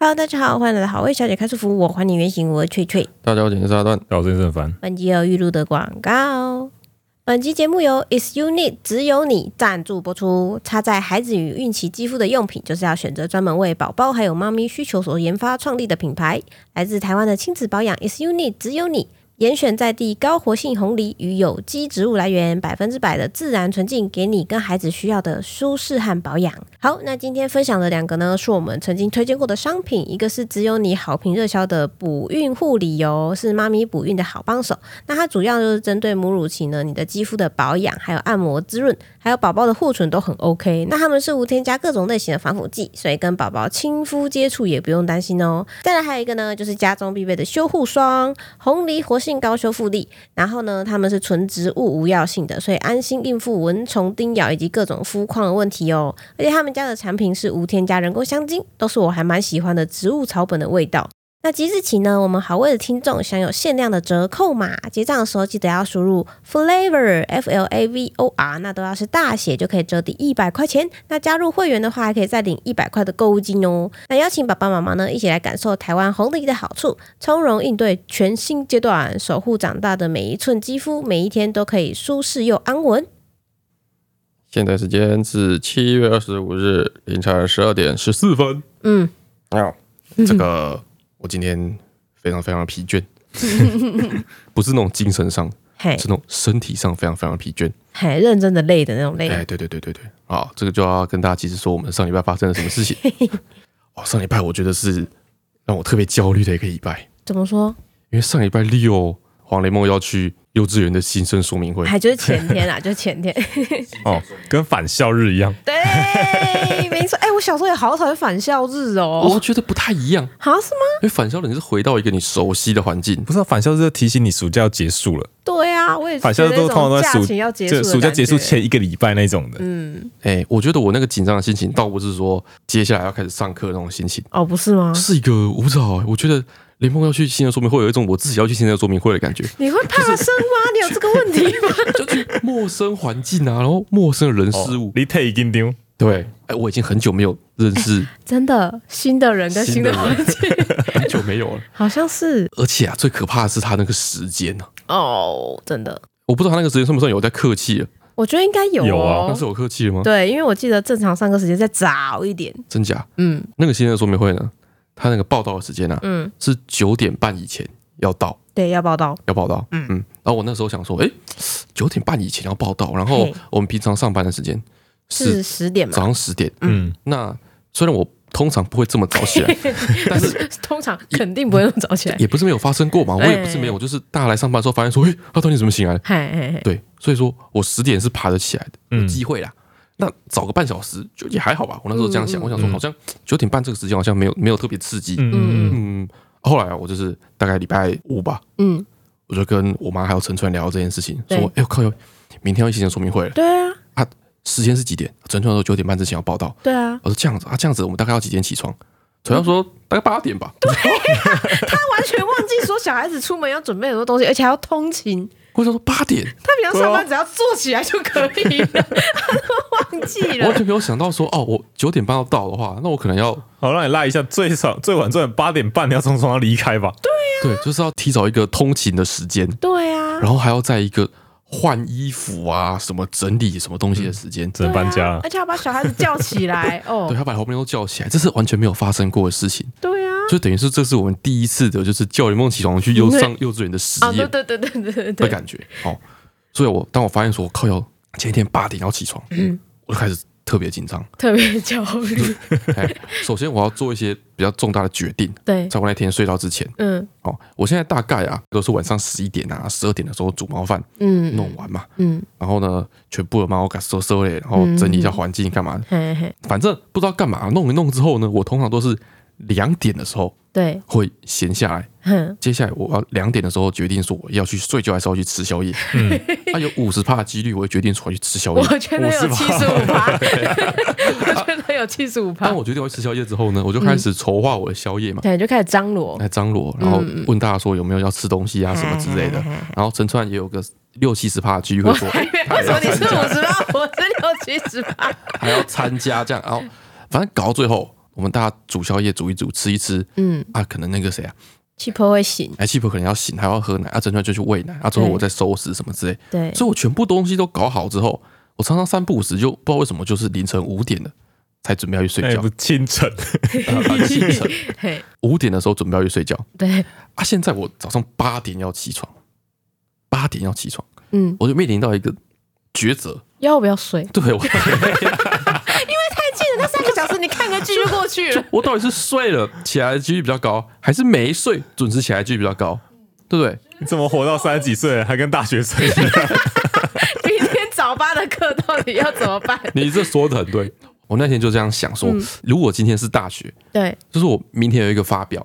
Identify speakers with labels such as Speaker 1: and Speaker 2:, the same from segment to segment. Speaker 1: Hello，大家好，欢迎来到好味小姐开束服，我还你原形，我是翠翠。
Speaker 2: 大家好，我是阿段。
Speaker 3: 让我真是很烦。
Speaker 1: 本集有预录的广告。本集节目由 Is Unique 只有你赞助播出。插在孩子与孕期肌肤的用品，就是要选择专门为宝宝还有妈咪需求所研发创立的品牌。来自台湾的亲子保养 Is Unique 只有你，严选在地高活性红梨与有机植物来源，百分之百的自然纯净，给你跟孩子需要的舒适和保养。好，那今天分享的两个呢，是我们曾经推荐过的商品，一个是只有你好评热销的补孕护理油，是妈咪补孕的好帮手。那它主要就是针对母乳期呢，你的肌肤的保养，还有按摩滋润，还有宝宝的护唇都很 OK。那它们是无添加各种类型的防腐剂，所以跟宝宝亲肤接触也不用担心哦。再来还有一个呢，就是家中必备的修护霜，红梨活性高修复力。然后呢，它们是纯植物无药性的，所以安心应付蚊虫叮咬以及各种肤况的问题哦。而且他们家的产品是无添加人工香精，都是我还蛮喜欢的植物草本的味道。那即日起呢，我们好味的听众享有限量的折扣码，结账的时候记得要输入 flavor f l a v o r，那都要是大写就可以折抵一百块钱。那加入会员的话，还可以再领一百块的购物金哦。那邀请爸爸妈妈呢一起来感受台湾红梨的好处，从容应对全新阶段，守护长大的每一寸肌肤，每一天都可以舒适又安稳。
Speaker 2: 现在时间是七月二十五日凌晨十二点十四分。
Speaker 1: 嗯，
Speaker 2: 哦，这个我今天非常非常 疲倦，不是那种精神上，
Speaker 1: 嘿
Speaker 2: 是那种身体上非常非常疲倦。
Speaker 1: 嘿，认真的累的那种累。
Speaker 2: 哎，对对对对对，啊，这个就要跟大家其实说我们上礼拜发生了什么事情。哦，上礼拜我觉得是让我特别焦虑的一个礼拜，
Speaker 1: 怎么说？
Speaker 2: 因为上礼拜六黄雷梦要去幼稚园的新生说明会，
Speaker 1: 还就是前天 啊，就是前天。
Speaker 3: 哦，跟返校日一样，
Speaker 1: 对，没错。哎、我小时候也好讨厌返校日哦。
Speaker 2: 我觉得不太一样，
Speaker 1: 好像是吗？
Speaker 2: 因为返校人是回到一个你熟悉的环境，
Speaker 3: 不是、啊、返校日提醒你暑假要结束了，
Speaker 1: 对啊，我也
Speaker 3: 返校日都通常都在
Speaker 1: 假
Speaker 3: 暑
Speaker 1: 期要结束
Speaker 3: 就
Speaker 1: 的感觉，
Speaker 3: 暑假结束前一个礼拜那种的。嗯，
Speaker 2: 哎、我觉得我那个紧张的心情，倒不是说接下来要开始上课那种心情，
Speaker 1: 哦，不是吗？
Speaker 2: 是一个我不知道、欸我觉得雷梦要去新的说明会，有一种我自己要去新的说明会的感觉，
Speaker 1: 你会怕生吗？你有这个问题吗？
Speaker 2: 就去陌生环境啊，然后陌生的人事物。
Speaker 3: 你退一定丢，
Speaker 2: 对，哎、我已经很久没有认识，
Speaker 1: 真的，新的人跟新的环境，
Speaker 2: 很久没有了。
Speaker 1: 好像是
Speaker 2: 而且啊，最可怕的是他那个时间啊，
Speaker 1: 哦，真的，
Speaker 2: 我不知道他那个时间算不算有在客气了，
Speaker 1: 我觉得应该有
Speaker 3: 有啊
Speaker 1: 哦
Speaker 2: 那。是有客气了吗？
Speaker 1: 对，因为我记得正常上课时间再早一点，
Speaker 2: 真假？
Speaker 1: 嗯
Speaker 2: 那个新的说明会呢，他那个报道的时间啊，
Speaker 1: 嗯，
Speaker 2: 是九点半以前要到。
Speaker 1: 对，要报道，
Speaker 2: 要报道，嗯嗯。然后我那时候想说，哎，九点半以前要报道，然后
Speaker 1: 嘿
Speaker 2: 我们平常上班的时间
Speaker 1: 是
Speaker 2: 是
Speaker 1: 十点
Speaker 2: 早
Speaker 1: 嘛？
Speaker 2: 上十点。
Speaker 3: 嗯，
Speaker 2: 那虽然我通常不会这么早起来，但是
Speaker 1: 通常肯定不会那么早起来，
Speaker 2: 也不是没有发生过嘛，我也不是没有，就是大家来上班的时候发现说，哎，他到底怎么醒来的？
Speaker 1: 嘿嘿嘿，
Speaker 2: 对，所以说我十点是爬得起来的，有
Speaker 3: 嗯
Speaker 2: 机会啦。那早个半小时就也还好吧，我那时候这样
Speaker 1: 嗯
Speaker 2: 想，
Speaker 1: 嗯
Speaker 2: 我想说
Speaker 3: 嗯
Speaker 2: 好像九点半这个时间好像没有没有特别刺激，
Speaker 3: 嗯嗯嗯，
Speaker 2: 嗯。后来啊，我就是大概礼拜五吧，
Speaker 1: 嗯，
Speaker 2: 我就跟我妈还有陈川聊这件事情，说
Speaker 1: 对：“
Speaker 2: 哎、呦靠，明天要一起讲说明会了，
Speaker 1: 对啊，
Speaker 2: 时间是几点？”陈川说：“九点半之前要报道。
Speaker 1: 对啊”，
Speaker 2: 我说：“这样子啊，这样子，我们大概要几点起床？”陈川说：“大概八点吧。
Speaker 1: 完全忘记说小孩子出门要准备很多 东西，而且还要通勤。”
Speaker 2: 我想说八点，
Speaker 1: 他平常上班只要坐起来就可以了， 他都忘记
Speaker 2: 我完
Speaker 1: 了。
Speaker 2: 全没有想到说哦，我九点半要到的话，那我可能要
Speaker 3: 好，让你拉一下，最少最晚最晚八点半你要从床上离开吧。
Speaker 2: 对，就是要提早一个通勤的时间，
Speaker 1: 对啊，
Speaker 2: 然后还要在一个换衣服啊、什么整理什么东西的时间，
Speaker 3: 只能搬家
Speaker 1: 对啊
Speaker 3: 了。
Speaker 1: 而且要把小孩子叫起 来。哦
Speaker 2: 对，，他把后面都叫起来，这是完全没有发生过的事情。
Speaker 1: 对啊，
Speaker 2: 就等于是这是我们第一次的，就是叫人梦起床去幼
Speaker 1: 对
Speaker 2: 上幼稚园的实
Speaker 1: 啊，对
Speaker 2: 验
Speaker 1: 对对对对
Speaker 2: 的
Speaker 1: 对，
Speaker 2: 感觉。哦，所以我当我发现说，靠要前一天八点要起床，嗯，我就开始特别紧张。
Speaker 1: 特别焦 虑。
Speaker 2: 哎，首先我要做一些比较重大的决定，
Speaker 1: 对，
Speaker 2: 在我那天睡觉之前。
Speaker 1: 嗯
Speaker 2: 哦，我现在大概啊都是晚上十一点啊、十二点的时候煮猫饭
Speaker 1: 嗯
Speaker 2: 弄完嘛，
Speaker 1: 嗯，
Speaker 2: 然后呢，全部的猫给收收嘞，然后整理一下环境干嘛的。
Speaker 1: 嘿嘿，
Speaker 2: 反正不知道干嘛，弄一弄之后呢，我通常都是两点的时候
Speaker 1: 对，
Speaker 2: 会闲下来，
Speaker 1: 哼，
Speaker 2: 接下来我要两点的时候决定说我要去睡觉还是要去吃宵夜。嗯， 啊，有五十帕的几率我会决定说我去吃宵夜。
Speaker 4: 我觉得有七十五趴， 我觉得有七十五趴
Speaker 2: 当，我决定我要吃宵夜之后呢，我就开始筹划我的宵夜嘛，
Speaker 1: 嗯对，就嗯开始张罗，
Speaker 2: 来张罗，然后问大家说有没有要吃东西啊什么之类的。然后陈川也有个六七十帕的几 率会
Speaker 4: 我
Speaker 2: 说
Speaker 4: 还以为为什么你是五十趴， 我是六七十趴，
Speaker 2: 还要参加这样，然后反正搞到最后，我们大家煮宵夜煮一煮，吃一吃
Speaker 1: 嗯，
Speaker 2: 啊，可能那个谁啊，
Speaker 1: 气泡会醒，
Speaker 2: 哎，气婆可能要醒，还要喝奶，啊，陈川就去喂奶，啊，最后
Speaker 1: 对
Speaker 2: 我再收拾什么之类，
Speaker 1: 对，
Speaker 2: 所以我全部东西都搞好之后，我常常三不五时就不知道为什么就是凌晨五点了才准备要去睡
Speaker 3: 那也
Speaker 2: 觉
Speaker 3: 哎不，清晨，
Speaker 2: 啊清 晨
Speaker 1: 嘿，
Speaker 2: 五点的时候准备要去睡觉
Speaker 1: 对，
Speaker 2: 啊，现在我早上八点要起床，八点要起床，
Speaker 1: 嗯，
Speaker 2: 我就面临到一个抉择，
Speaker 1: 要不要睡？
Speaker 2: 对我。
Speaker 4: 太近了，那三个小时你看个剧就过 去了。
Speaker 2: 我到底是睡了起来的几率比较高，还是没睡准时起来的几率比较高？对不对？
Speaker 3: 你怎么活到三十几岁还跟大学生一样？
Speaker 4: 明天早八的课到底要怎么办？
Speaker 2: 你这说的很对。我那天就这样想说，如果今天是大学，
Speaker 1: 对，
Speaker 2: 就是我明天有一个发表，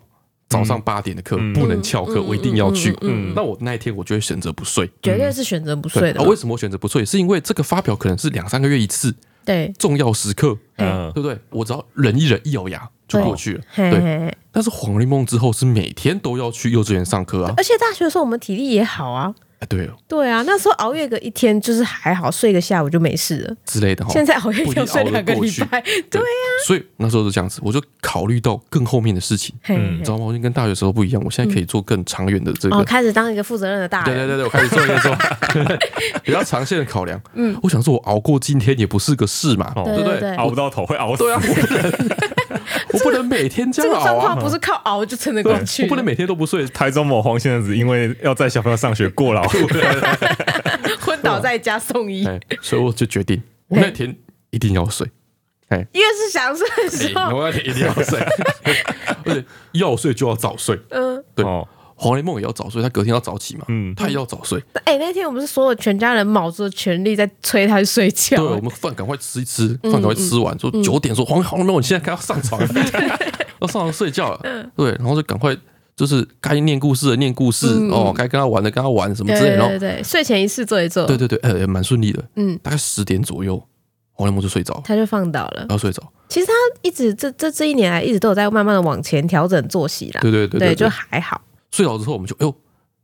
Speaker 2: 早上八点的课、
Speaker 3: 嗯
Speaker 2: 不能翘课，我一定要去。
Speaker 3: 嗯
Speaker 2: 那我那一天我就会选择不睡。
Speaker 1: 绝对是选择不睡的
Speaker 2: 啊，，为什么我选择不睡？是因为这个发表可能是两三个月一次，
Speaker 1: 对，
Speaker 2: 重要时刻，
Speaker 3: 嗯
Speaker 2: 对，不对？我只要忍一忍，一咬牙就过去了。
Speaker 1: 哦嘿
Speaker 2: 对
Speaker 1: 嘿，嘿
Speaker 2: 但是黄龄梦之后是每天都要去幼稚园上课啊。
Speaker 1: 而且大学的时候我们体力也好啊，
Speaker 2: 哎，对哦，
Speaker 1: 对啊，那时候熬夜个一天就是还好，睡个下午就没事了。
Speaker 2: 之类的哈。
Speaker 1: 现在熬夜
Speaker 2: 哦不一定
Speaker 1: 要睡
Speaker 2: 熬得
Speaker 1: 两个
Speaker 2: 过
Speaker 1: 礼
Speaker 2: 去嗯
Speaker 1: 拜，对，
Speaker 2: 所以那时候是这样子，我就考虑到更后面的事情，
Speaker 1: 嘿
Speaker 3: 嗯
Speaker 2: 你知道吗？我已经跟大学时候不一样，我现在可以做更长远的这
Speaker 1: 嗯哦，
Speaker 2: 个。
Speaker 1: 开始当一个负责任的大
Speaker 2: 对对
Speaker 1: 人，
Speaker 2: 对对，我开始做一个做比较长线的考量。嗯，我想说，我熬过今天也不是个事嘛，
Speaker 3: 哦
Speaker 2: 对不
Speaker 1: 对
Speaker 3: 熬不到头会熬死
Speaker 2: 对。啊，我不能，我不能每天这
Speaker 4: 这个
Speaker 2: 样熬
Speaker 4: 状况
Speaker 2: 啊，
Speaker 4: 不是靠熬就撑得
Speaker 2: 对
Speaker 4: 过
Speaker 2: 啊，
Speaker 4: 去
Speaker 2: 我不能每天都不睡。
Speaker 3: 台中某黄先生只因为要载小朋友上学过劳，
Speaker 4: 昏
Speaker 2: 嗯
Speaker 4: 倒在家送医，
Speaker 2: 哎，所以我就决定，我那天一定要睡。
Speaker 4: 因为是想睡的时
Speaker 2: 哎
Speaker 4: 候，
Speaker 2: 我那天一定要睡，而且要睡就要早睡。
Speaker 4: 嗯，
Speaker 2: 对
Speaker 3: 哦，
Speaker 2: 黄雷梦也要早睡，他隔天要早起嘛，
Speaker 3: 嗯
Speaker 2: 他也要早睡。
Speaker 1: 哎、那天我们是所有全家人卯足了全力在催他去睡觉、
Speaker 2: 对，我们饭赶快吃一吃，饭赶快吃
Speaker 1: 嗯
Speaker 2: 完，说九点说黄黄龙，你现在该要上床 了，要上床睡觉
Speaker 1: 嗯
Speaker 2: 了。对，然后就赶快就是该念故事的念故事哦，该跟他玩的跟他玩什
Speaker 1: 嗯
Speaker 2: 么
Speaker 1: 对
Speaker 2: 之类的。
Speaker 1: 对
Speaker 2: 然
Speaker 1: 对
Speaker 2: 后
Speaker 1: 对，睡前一次做一做，
Speaker 2: 对对对，呃，蛮顺利的。
Speaker 1: 嗯
Speaker 2: 嗯，大概十点左右，黄雷梦就睡着了，
Speaker 1: 他就放倒了。
Speaker 2: 然后睡着。
Speaker 1: 其实他一直这这这一年来一直都有在慢慢的往前调整作息啦，
Speaker 2: 对对对对，
Speaker 1: 就
Speaker 2: 对
Speaker 1: 还好。
Speaker 2: 睡着之后我们就哎呦，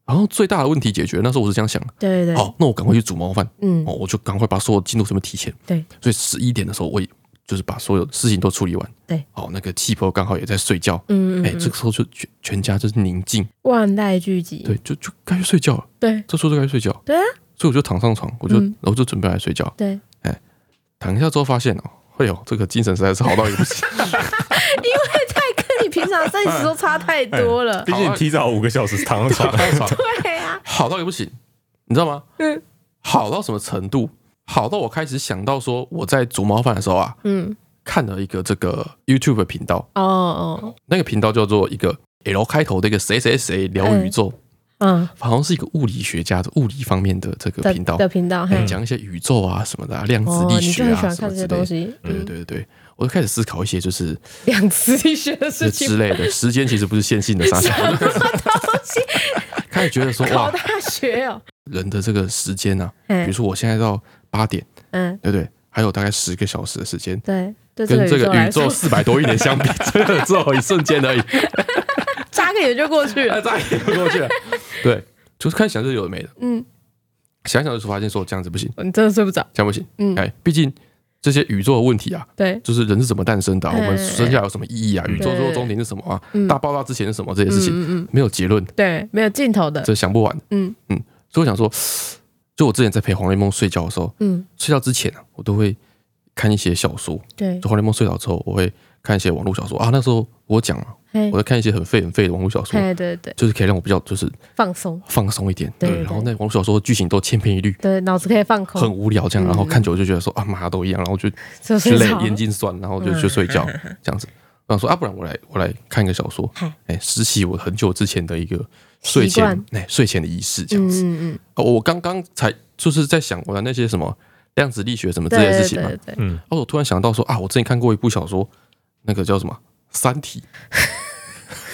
Speaker 2: 然后最大的问题解决。那时候我是这样想的，
Speaker 1: 对对对，
Speaker 2: 好，那我赶快去煮猫饭。
Speaker 1: 嗯
Speaker 2: 哦哦，我就赶快把所有进度什么提前。
Speaker 1: 对，
Speaker 2: 所以十一点的时候，我也就是把所有事情都处理完。
Speaker 1: 对，
Speaker 2: 哦，那个气泡刚好也在睡觉。
Speaker 1: 嗯嗯
Speaker 2: 哎、
Speaker 1: 嗯
Speaker 2: 这个时候就全全家就是宁静，
Speaker 1: 万籁俱寂，
Speaker 2: 对，就就该去睡觉了，
Speaker 1: 对
Speaker 2: 这时候就该睡觉，
Speaker 1: 嗯对啊，
Speaker 2: 所以我就躺上床，我就、
Speaker 1: 嗯
Speaker 2: 我就准备来睡觉，
Speaker 1: 对，
Speaker 2: 躺一下之后发现哦， 哎呦，这个精神实在是好到一个不行，
Speaker 1: 跟你平常在时都差太多了。
Speaker 3: 毕竟你提早五个小时躺上
Speaker 2: 躺
Speaker 3: 床，
Speaker 2: 上床
Speaker 1: 对啊，
Speaker 2: 好到一个不行，你知道吗？
Speaker 1: 嗯，
Speaker 2: 好到什么程度？好到我开始想到说，我在煮猫饭的时候啊，
Speaker 1: 嗯，
Speaker 2: 看了一个这个 YouTube 的频道，
Speaker 1: 哦哦，
Speaker 2: 那个频道叫做一个 L 开头的一个谁谁谁聊宇宙，
Speaker 1: 嗯，
Speaker 2: 好像是一个物理学家的物理方面的这个
Speaker 1: 的
Speaker 2: 频道，
Speaker 1: 的频道，嘿
Speaker 2: 哎，讲一些宇宙啊什么的、啊，量子
Speaker 1: 哦，
Speaker 2: 力
Speaker 1: 你
Speaker 2: 学
Speaker 1: 就很
Speaker 2: 啊
Speaker 1: 喜欢
Speaker 2: 什么
Speaker 1: 看这
Speaker 2: 之
Speaker 1: 些
Speaker 2: 类
Speaker 1: 东
Speaker 2: 的。嗯
Speaker 1: 西，
Speaker 2: 对对对对，我就开始思考一些就是
Speaker 1: 量子力学的事情
Speaker 2: 之，类 的，时间其实不是线性的啥
Speaker 1: 啊
Speaker 2: 啥，我就开始开始觉 得说
Speaker 4: 考
Speaker 2: 哇，
Speaker 4: 大学哦，
Speaker 2: 人的这个时间啊，比
Speaker 1: 嗯
Speaker 2: 如说我现在到八点，
Speaker 1: 嗯，
Speaker 2: 对不对？还有大概十个小时的时间，
Speaker 1: 对，对
Speaker 2: 跟这个
Speaker 1: 来
Speaker 2: 宇宙
Speaker 1: 说
Speaker 2: 四百多亿年相比，真的只有一瞬间而已，哎
Speaker 1: 眨个眼就过去 了。
Speaker 2: 再也不过去了。对，就是开始想这有的没的，
Speaker 1: 嗯，
Speaker 2: 想一想就发现说这样子不行，
Speaker 1: 你真的睡不着。
Speaker 2: 这样不行，
Speaker 1: 嗯
Speaker 2: 哎，毕竟这些宇宙的问题啊，
Speaker 1: 对，
Speaker 2: 就是人是怎么诞生的啊、
Speaker 1: 嗯
Speaker 2: 我们生下来有什么意义啊？宇宙最后终点是什么啊？大爆炸之前是什么？这些事情、
Speaker 1: 嗯嗯，
Speaker 2: 没有结论，
Speaker 1: 对，没有尽头的。
Speaker 2: 这想不完。
Speaker 1: 嗯
Speaker 2: 所以我想说，就我之前在陪黄雷梦睡觉的时候，
Speaker 1: 嗯，
Speaker 2: 睡觉之前啊，我都会看一些小说。
Speaker 1: 对
Speaker 2: 就，黄雷梦睡着之后，我会看一些网络小说啊。那时候我讲嘛，
Speaker 1: 嘿
Speaker 2: 我，在看一些很废很废的网络小说，
Speaker 1: 嘿，对对，
Speaker 2: 就是可以让我比较就是
Speaker 1: 放松，
Speaker 2: 放松一点。
Speaker 1: 对对
Speaker 2: 然后那网络小说剧情都千篇一律。
Speaker 1: 对，脑子可以放
Speaker 2: 很
Speaker 1: 空，
Speaker 2: 无聊，这
Speaker 1: 嗯
Speaker 2: 样，然后看久了就觉得说啊妈都一样，然后就
Speaker 1: 就
Speaker 2: 之
Speaker 1: 睡
Speaker 2: 类
Speaker 1: 着，
Speaker 2: 眼睛酸，然后
Speaker 1: 嗯
Speaker 2: 就去睡 觉这样子。然后说啊，不然我来我来看一个小说
Speaker 1: 嗨，
Speaker 2: 哎，拾起我很久之前的一个睡
Speaker 1: 习
Speaker 2: 前
Speaker 1: 惯
Speaker 2: 哎睡前的仪式这样
Speaker 1: 嗯
Speaker 2: 子。
Speaker 1: 嗯嗯，
Speaker 2: 哦，我刚刚才就是在想我的那些什么量子力学什么这
Speaker 1: 对
Speaker 2: 些
Speaker 1: 对
Speaker 2: 事情嘛嗯
Speaker 1: 对，对，
Speaker 2: 哦，我突然想到说啊，我之前看过一部小说，那个叫什么《三体》，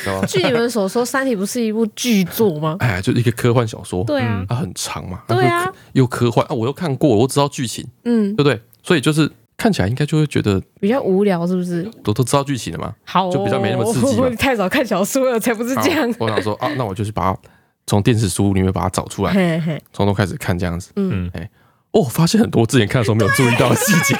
Speaker 2: 知道吗？
Speaker 1: 据你们所说，《三体》不是一部巨作吗？
Speaker 2: 哎，就一个科幻小说，嗯
Speaker 1: 对啊，
Speaker 2: 它很长嘛，
Speaker 1: 对啊
Speaker 2: 它又科又科幻啊，我又看过，我知道剧情，
Speaker 1: 嗯
Speaker 2: 对，不对？所以就是看起来应该就会觉得
Speaker 1: 比较无聊是不是？
Speaker 2: 都都知道剧情了嘛。
Speaker 1: 好、哦，
Speaker 2: 就比较没那么刺激嘛
Speaker 1: 我 太少看小说了，才不是这样
Speaker 2: 好。我想说啊，那我就是把它从电视书里面把它找出来，
Speaker 1: 嘿嘿，
Speaker 2: 从头开始看这样子。
Speaker 3: 嗯
Speaker 2: 嗯，哎，哦，发现很多之前看的时候没有注意到的细 节。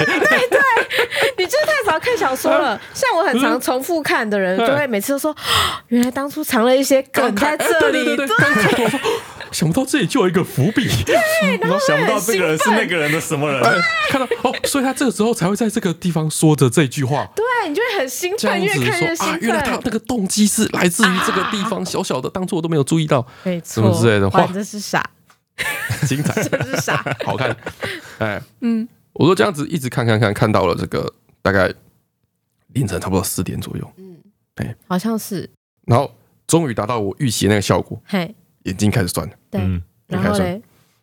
Speaker 1: 你真的太少看小说 了。像我很常重复看的人，
Speaker 2: 嗯哎
Speaker 1: 就会每次都说， 啊原来当初藏了一些梗在这
Speaker 2: 对对
Speaker 1: 里。
Speaker 2: 对对，刚看我说 想不到这里就有一个伏笔，
Speaker 3: 然后 想不到这个人是那个人的什么人，
Speaker 2: 看到哦，所以他这个时候才会在这个地方说着这句话。
Speaker 1: 对，你就会很兴
Speaker 2: 这
Speaker 1: 奋，
Speaker 2: 样
Speaker 1: 越
Speaker 2: 子
Speaker 1: 看越
Speaker 2: 说
Speaker 1: 兴
Speaker 2: 啊，
Speaker 1: 奋。啊
Speaker 2: 原来他那个动机是来自于这个地方小小的，当初我都没有注意到，
Speaker 1: 没
Speaker 2: 什么
Speaker 1: 错，
Speaker 2: 之类的
Speaker 1: 哇，
Speaker 2: 哇
Speaker 1: 你真是傻，
Speaker 2: 精彩，
Speaker 1: 真是傻。
Speaker 2: 好 看，哎，嗯，我都这样子一直看看看，看到了这个大概凌晨差不多四点左右，
Speaker 1: 好像是，
Speaker 2: 然后终于达到我预期的那个效果，
Speaker 1: 嘿，
Speaker 2: 眼睛开始酸了，
Speaker 1: 对。
Speaker 3: 嗯
Speaker 1: 然后
Speaker 2: 你看
Speaker 1: 嘞，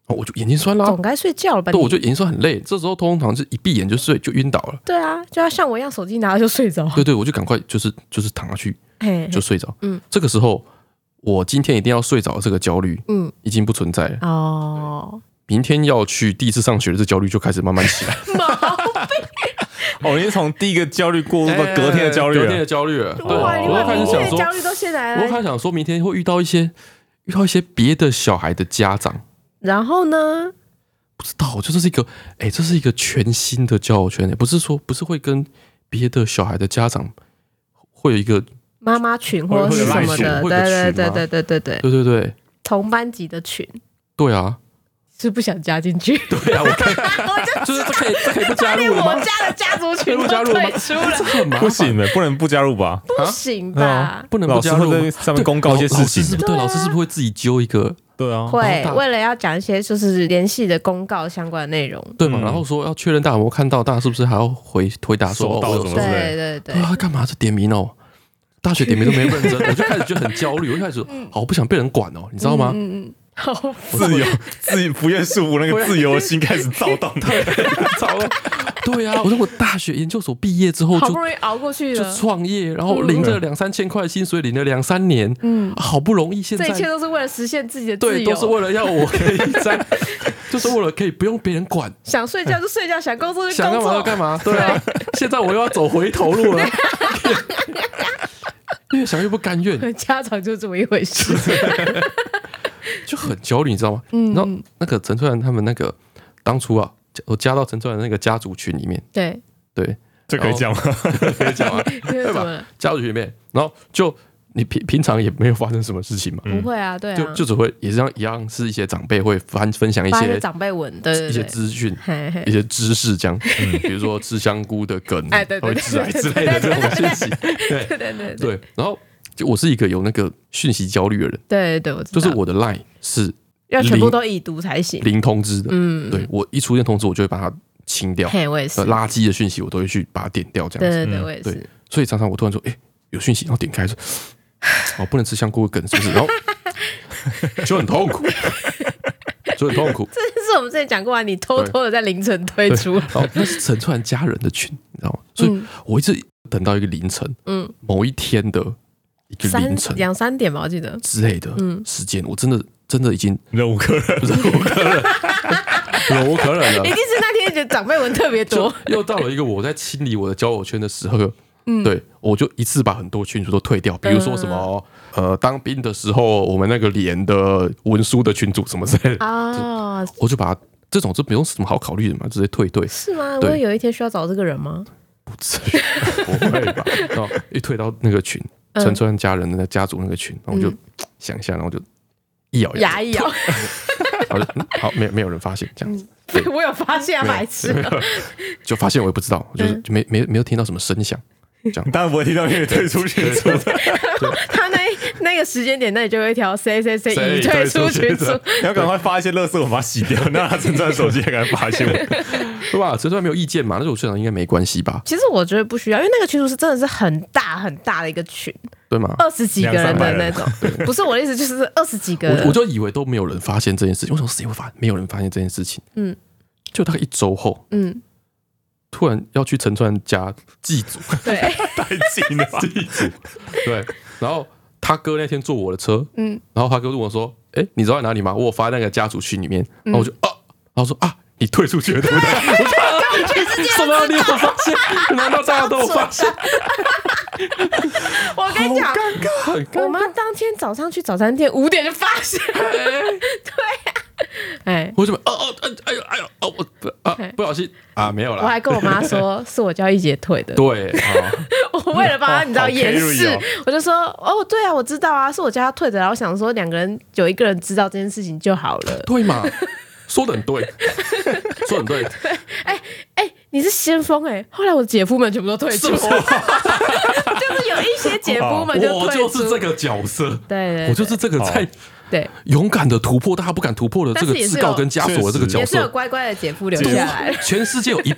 Speaker 2: 哦，我就眼睛酸啦
Speaker 1: 总，该睡觉了吧？
Speaker 2: 对，我
Speaker 1: 你
Speaker 2: 就眼睛酸很累，这时候通常是一闭眼就睡就晕倒了，
Speaker 1: 对啊，就要像我一样，手机拿了就睡着。
Speaker 2: 对对，我就赶快就是就是躺下去
Speaker 1: 嘿，
Speaker 2: 就睡着，
Speaker 1: 哦嗯
Speaker 2: 嗯，这个时候我今天一定要睡着，这个焦虑
Speaker 1: 嗯，
Speaker 2: 已经不存在了，
Speaker 1: 哦，
Speaker 2: 明天要去第一次上学的这焦虑就开始慢慢起来。
Speaker 3: 哦，你是从第一个焦虑过渡到
Speaker 2: 哎
Speaker 3: 隔天的焦虑
Speaker 2: 隔天
Speaker 3: 了
Speaker 2: 的，焦虑了。对，
Speaker 1: 哇，你
Speaker 2: 我
Speaker 1: 把
Speaker 2: 都开
Speaker 1: 明
Speaker 2: 始想
Speaker 1: 天的
Speaker 2: 说，
Speaker 1: 焦虑都卸下
Speaker 2: 我都
Speaker 1: 来
Speaker 2: 开
Speaker 1: 了。
Speaker 2: 始想说明天会遇到一些遇到一些别的小孩的家长，
Speaker 1: 然后呢？
Speaker 2: 不知道，就这是一个，哎、这是一个全新的交友圈，不是说不是会跟别的小孩的家长会有一个，
Speaker 1: 妈妈群或者是什么的，
Speaker 2: 会有
Speaker 1: 对对
Speaker 2: 赖群
Speaker 1: 对
Speaker 2: 吗
Speaker 1: 对对对对，
Speaker 2: 对对对，
Speaker 1: 同班级的群
Speaker 2: 对啊，
Speaker 1: 是不想加 进去，
Speaker 2: 对啊，我看就是这可以这可以不加入了
Speaker 1: 我
Speaker 2: 吗？
Speaker 1: 家的家族群
Speaker 2: 不
Speaker 1: 都
Speaker 2: 加入了吗
Speaker 1: 退出了
Speaker 2: 这，很麻烦
Speaker 3: 不行的，不能不加入吧？
Speaker 1: 不行
Speaker 3: 啊
Speaker 1: 吧？
Speaker 2: 不能
Speaker 3: 老
Speaker 2: 不
Speaker 3: 师
Speaker 2: 加入
Speaker 3: 会在
Speaker 2: 吗。
Speaker 3: 上面公告一些
Speaker 2: 对老
Speaker 3: 事
Speaker 2: 师是
Speaker 3: 情
Speaker 2: 不，是对
Speaker 1: 对啊
Speaker 2: 老师是不是会自己揪一个
Speaker 3: 对啊，
Speaker 1: 会
Speaker 2: 哦大
Speaker 1: 为了要讲一些就是联系的公告相关内容，
Speaker 2: 对嘛？
Speaker 3: 嗯
Speaker 2: 然后说要确认大家有没有看到，大家是不是还要回回答说
Speaker 3: 收到
Speaker 2: 哦我有
Speaker 3: 什么
Speaker 2: 收
Speaker 3: 之类
Speaker 1: 对
Speaker 3: 的
Speaker 1: 对对
Speaker 2: 对，啊，干嘛这点名哦？大学点名都 没认真，我就开始觉得很焦虑，我就开始说好，我不想被人管哦，你知道吗？
Speaker 1: 嗯嗯嗯，好，
Speaker 3: 自由自不愿束缚那个自由的心开始躁动，
Speaker 1: 嗯
Speaker 2: 糟了，对啊，我说我大学研究所毕业之后
Speaker 1: 好
Speaker 2: 就
Speaker 1: 不容易熬过去
Speaker 2: 就
Speaker 1: 了，
Speaker 2: 创业，然后领着两三千块薪水，领了两三年，
Speaker 1: 嗯，
Speaker 2: 好不容易现
Speaker 1: 这一切
Speaker 2: 在
Speaker 1: 都是为了实现自己的自
Speaker 2: 对，
Speaker 1: 由
Speaker 2: 都，是为了要我可以 在，就是为了可以不用别人管，
Speaker 1: 想睡觉就睡觉，想工作就
Speaker 2: 想
Speaker 1: 工
Speaker 2: 干嘛
Speaker 1: 作
Speaker 2: 就，干嘛，对啊，现在我又要走回头路 了，越想越不甘愿，
Speaker 1: 家长就这么一回事，
Speaker 2: 就很焦虑，你知道吗？嗯，然后那个陈翠兰他们那个当初啊，我加到陈翠兰那个家族群里面，
Speaker 1: 对，
Speaker 2: 对，
Speaker 3: 这可以讲吗？
Speaker 2: 可以讲啊，
Speaker 1: 因为怎么了？
Speaker 2: 家族群里面，然后就你平平常也没有发生什么事情嘛，
Speaker 1: 不会啊，对啊，
Speaker 2: 就就只会也是这样一样，是一些长辈会分分享一
Speaker 1: 发一些
Speaker 2: 些
Speaker 1: 长辈文，对对
Speaker 2: 一些
Speaker 1: 对。
Speaker 2: 资讯。
Speaker 1: 嘿嘿
Speaker 2: 一些知识这样，比如说吃香菇的梗，
Speaker 1: 哎对对
Speaker 2: 会
Speaker 1: 对
Speaker 2: 致癌
Speaker 1: 对
Speaker 2: 之
Speaker 1: 对
Speaker 2: 类的这种讯息。
Speaker 1: 对对 对对
Speaker 2: 对，然后就我是一个有那个讯息焦虑的人，
Speaker 1: 对对，我啊知
Speaker 2: 就
Speaker 1: 道
Speaker 2: 是我的 line 是
Speaker 1: 要全部都已读才行。
Speaker 2: 零通知的，
Speaker 1: 嗯，
Speaker 2: 对我一出现通知我就会把它清掉。
Speaker 1: 嘿，我也是
Speaker 2: 呃，垃圾的讯息，我都会去把它点掉这
Speaker 1: 对
Speaker 2: 样子。
Speaker 1: 对对，
Speaker 3: 嗯
Speaker 1: 我也
Speaker 2: 对
Speaker 1: 是。，
Speaker 2: 所以常常我突然说，哎、有讯息，然后点 开说，哦，不能吃香菇的梗是不是？然后 就很痛苦， 就很痛苦。
Speaker 1: 这是我们之前讲过啊，你偷偷的在凌晨退出，
Speaker 2: 然后那是陈川家人的群，你知道吗？所以我一直等到一个凌晨，
Speaker 1: 嗯
Speaker 2: 嗯，某一天的一个
Speaker 1: 三
Speaker 2: 凌晨
Speaker 1: 两嗯三点吧，我记得。
Speaker 2: 之类的时间，我真的真的已经
Speaker 3: 忍无可忍，
Speaker 2: 忍无可忍，忍无可忍
Speaker 1: 一定
Speaker 2: 了。
Speaker 1: 是那天觉得长辈文特别
Speaker 2: 就
Speaker 1: 多，
Speaker 2: 又到了一个我在清理我的交友圈的时候，
Speaker 1: 嗯
Speaker 2: 对，我就一次把很多群组都退掉，比如说什么、
Speaker 1: 嗯
Speaker 2: 呃，当兵的时候我们那个连的文书的群组什么之类的，
Speaker 1: 啊，
Speaker 2: 我就把它这种就不用什么好考虑的嘛，直接退队，
Speaker 1: 是吗？
Speaker 2: 对
Speaker 1: 我有一天需要找这个人吗？
Speaker 2: 不至于，不会 吧？然后一退到那个群，
Speaker 1: 嗯
Speaker 2: 陈川家人的那个家族那个群，然后我就想一下，然后就一咬牙，
Speaker 1: 牙哦一 咬，嗯
Speaker 2: 然后就嗯好，没有没有人发现这样子，
Speaker 1: 我有发现白痴哦，
Speaker 2: 就发现我也不知道，
Speaker 1: 嗯
Speaker 2: 就是就没没没有听到什么声响，
Speaker 3: 你当然不会听到因为退出群组的，
Speaker 1: 他那那个时间点，那你就会挑谁谁谁已退出群组，
Speaker 3: 你要赶快发一些垃圾文把它洗 掉，让他真正手机也赶快发现我。
Speaker 2: 对吧？陈川没有意见嘛，那是我社长应该没关系吧？
Speaker 1: 其实我觉得不需要，因为那个群组是真的是很大很大的一个群，
Speaker 2: 对吗？
Speaker 1: 二十几个人的那
Speaker 3: 两
Speaker 1: 种，不是我的意思，就是二十几个人。
Speaker 2: 我我就以为都没有人发现这件事情，我想谁会发？没有人发现这件事情。
Speaker 1: 嗯
Speaker 2: 嗯，就大概一周后，
Speaker 1: 嗯，
Speaker 2: 突然要去陈川家祭祖，
Speaker 1: 对，
Speaker 3: 近了吧？
Speaker 2: 对，然后他哥那天坐我的车，
Speaker 1: 嗯
Speaker 2: 嗯，然后他哥问我说：“哎、你知道在哪里吗？”我有发那个家族群里面，然后我就、啊，然后说啊，你退出去了，对不对？我就什么？你有发现？啊难道大家都有发现？
Speaker 1: 我跟你讲，
Speaker 2: 很尴
Speaker 5: 我妈当天早上去早餐店五点就发现，
Speaker 1: 哎，
Speaker 2: 我就哦哦哎哎呦哎呦哦我不啊不小心啊没有
Speaker 1: 我
Speaker 2: 啦，
Speaker 1: 还跟我妈说是我叫一姐退的，
Speaker 2: 对啊，
Speaker 1: 我为了帮她你知道
Speaker 3: 好
Speaker 1: 掩
Speaker 3: carry
Speaker 1: 饰
Speaker 3: 哦，
Speaker 1: 我就说哦，对啊，我知道啊，是我叫她退的，然后我想说两个人有一个人知道这件事情就好了。
Speaker 2: 对嘛，说的很对，说得很对，
Speaker 1: 哎，你是先锋哎，后来我姐夫们全部都退出，
Speaker 2: 是不是？
Speaker 1: 就是有一些姐夫们
Speaker 2: 我
Speaker 1: 退
Speaker 2: 就是这
Speaker 1: 出，
Speaker 2: 个角色，
Speaker 1: 对对对
Speaker 2: 我就是这个
Speaker 1: 哦
Speaker 2: 在
Speaker 1: 对，
Speaker 2: 勇敢的突破大家不敢突破的这个自告跟枷锁的这个角
Speaker 1: 也是有
Speaker 2: 色。
Speaker 1: 乖乖的姐夫留
Speaker 2: 对
Speaker 1: 下来。
Speaker 2: 全世界有一